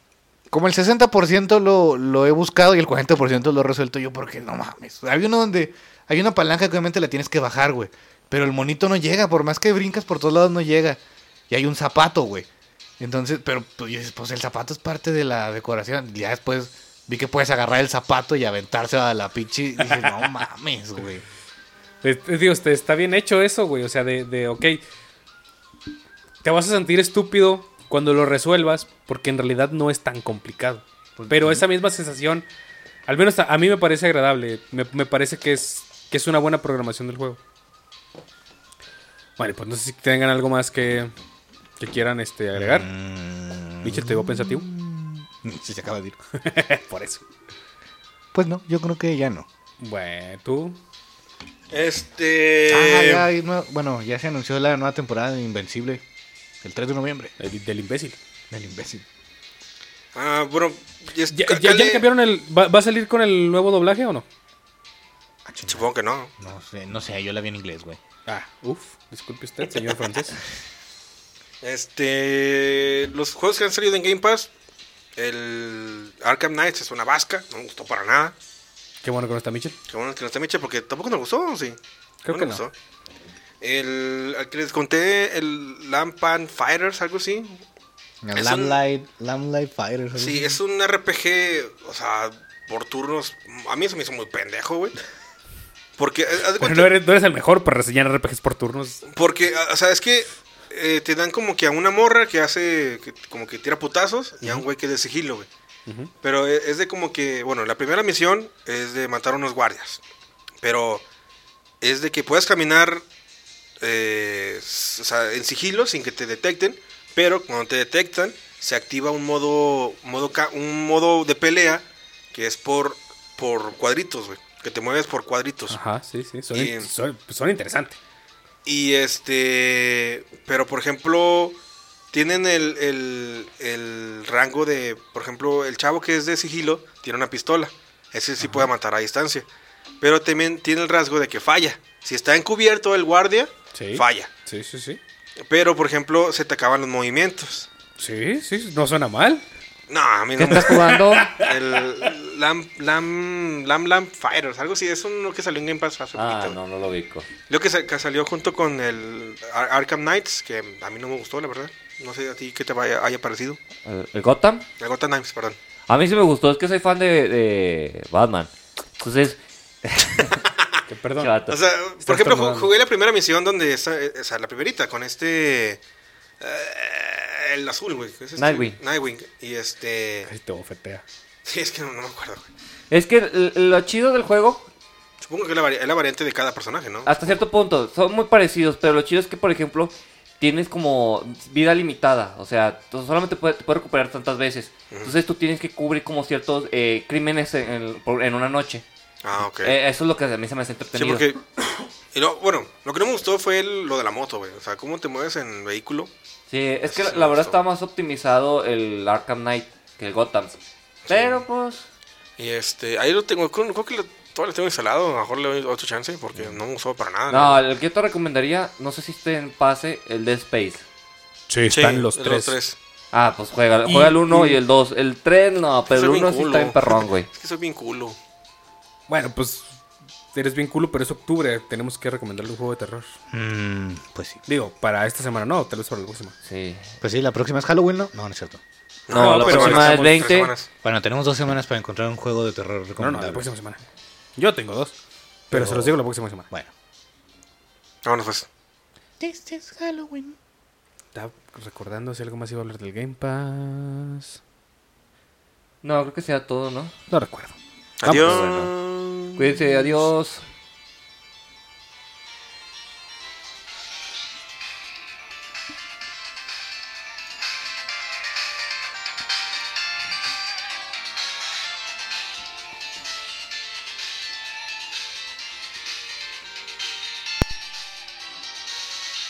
S1: como el 60% lo, lo he buscado y el 40% lo he resuelto yo porque no mames. Hay uno donde hay una palanca que obviamente la tienes que bajar, güey. Pero el monito no llega, por más que brincas por todos lados no llega. Y hay un zapato, güey. Entonces, pero pues, yo dices, pues, el zapato es parte de la decoración. Ya después vi que puedes agarrar el zapato y aventarse a la pinche. Y dije,
S4: [laughs]
S1: no mames, güey.
S4: Es- es- Digo, este, está bien hecho eso, güey. O sea, de, de, ok. Te vas a sentir estúpido cuando lo resuelvas, porque en realidad no es tan complicado. Pero esa misma sensación, al menos a, a mí me parece agradable. Me, me parece que es, que es una buena programación del juego. Bueno, pues no sé si tengan algo más que, que quieran este, agregar. Michel, te veo pensativo.
S1: Si Mm, se acaba de ir.
S4: Eh, Por eso.
S1: Pues no, yo creo que ya no.
S4: Bueno, tú.
S2: Este.
S1: Ah, ya hay nue- bueno, ya se anunció la nueva temporada de Invencible. El 3 de noviembre.
S4: El- del imbécil.
S1: Del imbécil.
S2: Ah, bueno. es-
S4: ¿Ya,
S2: ca-
S4: ya- ya
S2: cale-
S4: le cambiaron el. Va, va a salir con el nuevo doblaje o no?
S1: Ah,
S2: Supongo que no.
S1: No sé, no sé, yo la vi en inglés, güey.
S4: Ah, uff. Disculpe usted, señor francés.
S2: Este. Los juegos que han salido en Game Pass. El Arkham Knights es una vasca, no me gustó para nada.
S4: Qué bueno que no está Mitchell.
S2: Qué bueno que no está Miche porque tampoco nos gustó, sí.
S4: Creo que
S2: me
S4: no.
S2: gustó. El, al que les conté, el Lampan Fighters, algo así. Es un-
S1: Lamplight, Lamplight Fighters. algo
S2: Sí,
S1: así.
S2: es un RPG, o sea, por turnos. A mí eso me hizo muy pendejo, güey. Porque, eh, haz de
S4: Pero
S2: cuenta-
S4: no eres, no eres el mejor para reseñar RPGs por turnos.
S2: porque ah, o sea, es que eh, te dan como que a una morra que hace, que- como que tira putazos, y a un güey que es de sigilo, güey. Pero e- es de como que, bueno, la primera misión es de matar a unos guardias. Pero es de que puedes caminar eh, s- o sea, en sigilo sin que te detecten. Pero cuando te detectan, se activa un modo, modo ca- un modo de pelea que es por, por cuadritos, güey. Que te mueves por cuadritos.
S4: Ajá, sí, sí. Son,
S2: Y-
S4: son- pues, son interesantes.
S2: Y este. Pero por ejemplo. Tienen el, el, el rango de. Por ejemplo, el chavo que es de sigilo. Tiene una pistola. Ese sí puede matar a distancia. Pero también tiene el rasgo de que falla. Si está encubierto el guardia,
S4: Sí.
S2: falla.
S4: Sí, sí, sí.
S2: Pero por ejemplo, se te acaban los movimientos.
S4: Sí, sí, no suena mal.
S2: No, a mí
S3: ¿Qué
S2: no me.
S3: estás jugando?
S2: El Lam, Lam, Lam Lam Fighters, algo así. Es uno que salió en Game Pass hace
S3: Ah,
S2: poquito.
S3: no, no lo ubico.
S2: Lo que, sa- que salió junto con el Ar- Arkham Knights, que a mí no me gustó, la verdad. No sé a ti qué te vaya- haya parecido.
S3: ¿El, el Gotham?
S2: El Gotham Knights, perdón.
S3: A mí sí me gustó, es que soy fan de, de Batman. Entonces,
S4: Que perdón.
S3: chato.
S2: O sea, por ejemplo, ju-
S4: estornudando.
S2: jugué la primera misión donde esa, eh, o sea, la primerita, con este. eh, el azul, güey. ¿qué es este?
S3: Nightwing.
S2: Nightwing. Y este.
S4: Ay, te bofetea.
S2: [laughs] Sí, es que no, no me acuerdo, güey.
S3: es que l- lo chido del juego,
S2: Supongo que es la, vari- es la variante de cada personaje, ¿no?
S3: hasta cierto punto, son muy parecidos, pero lo chido es que, por ejemplo, tienes como vida limitada. O sea, tú solamente puedes, te puedes recuperar tantas veces. Entonces tú tienes que cubrir como ciertos eh, crímenes en, el- por- en una noche.
S2: Ah, ok.
S3: Eh, eso es lo que a mí se me hace
S2: Sí,
S3: entretenido.
S2: porque. [coughs] Y no, bueno, lo que no me gustó fue el- lo de la moto, güey. O sea, cómo te mueves en vehículo.
S3: Sí, es que
S2: Sí,
S3: la, la verdad
S2: justo.
S3: está más optimizado el Arkham Knight que el Gotham. Pero pues,
S2: Y este, ahí lo tengo, creo, creo que lo, todavía lo tengo instalado, a lo mejor le doy otro chance porque no me gustó para nada.
S3: Mm. no, el que yo te recomendaría, no sé si esté en pase, el Dead Space.
S4: Sí,
S2: Sí,
S4: están los tres.
S3: Ah, pues juega,
S4: Y-
S3: juega el 1 y,
S4: y-
S3: el 2. El 3 no, pero
S2: Soy
S3: el
S2: bien
S3: 1 sí
S2: culo.
S3: está en perrón, güey.
S2: Es que soy bien culo.
S4: Bueno, pues eres bien culo, pero es octubre. Tenemos que recomendarle un juego de terror.
S1: Mm, pues sí.
S4: Digo, para esta semana no, tal vez para la próxima.
S2: [laughs]
S3: Sí.
S1: Pues sí, la próxima es Halloween, ¿no? No, no es cierto.
S3: No, la
S2: pero
S3: próxima
S2: estamos
S3: es
S2: tres
S3: 20.
S2: semanas.
S1: Bueno, tenemos dos semanas para encontrar un juego de terror
S4: No,
S1: recomendable.
S4: no, la próxima semana. Yo tengo dos. Pero, se los digo la próxima semana.
S1: Bueno.
S2: Vámonos pues.
S3: Ah,
S1: This is Halloween.
S4: Está recordando si algo más iba a hablar del Game Pass.
S3: No, creo que sea todo, ¿no?
S4: No recuerdo.
S3: Ah, pues,
S2: Adiós.
S3: bueno. Cuídense, adiós.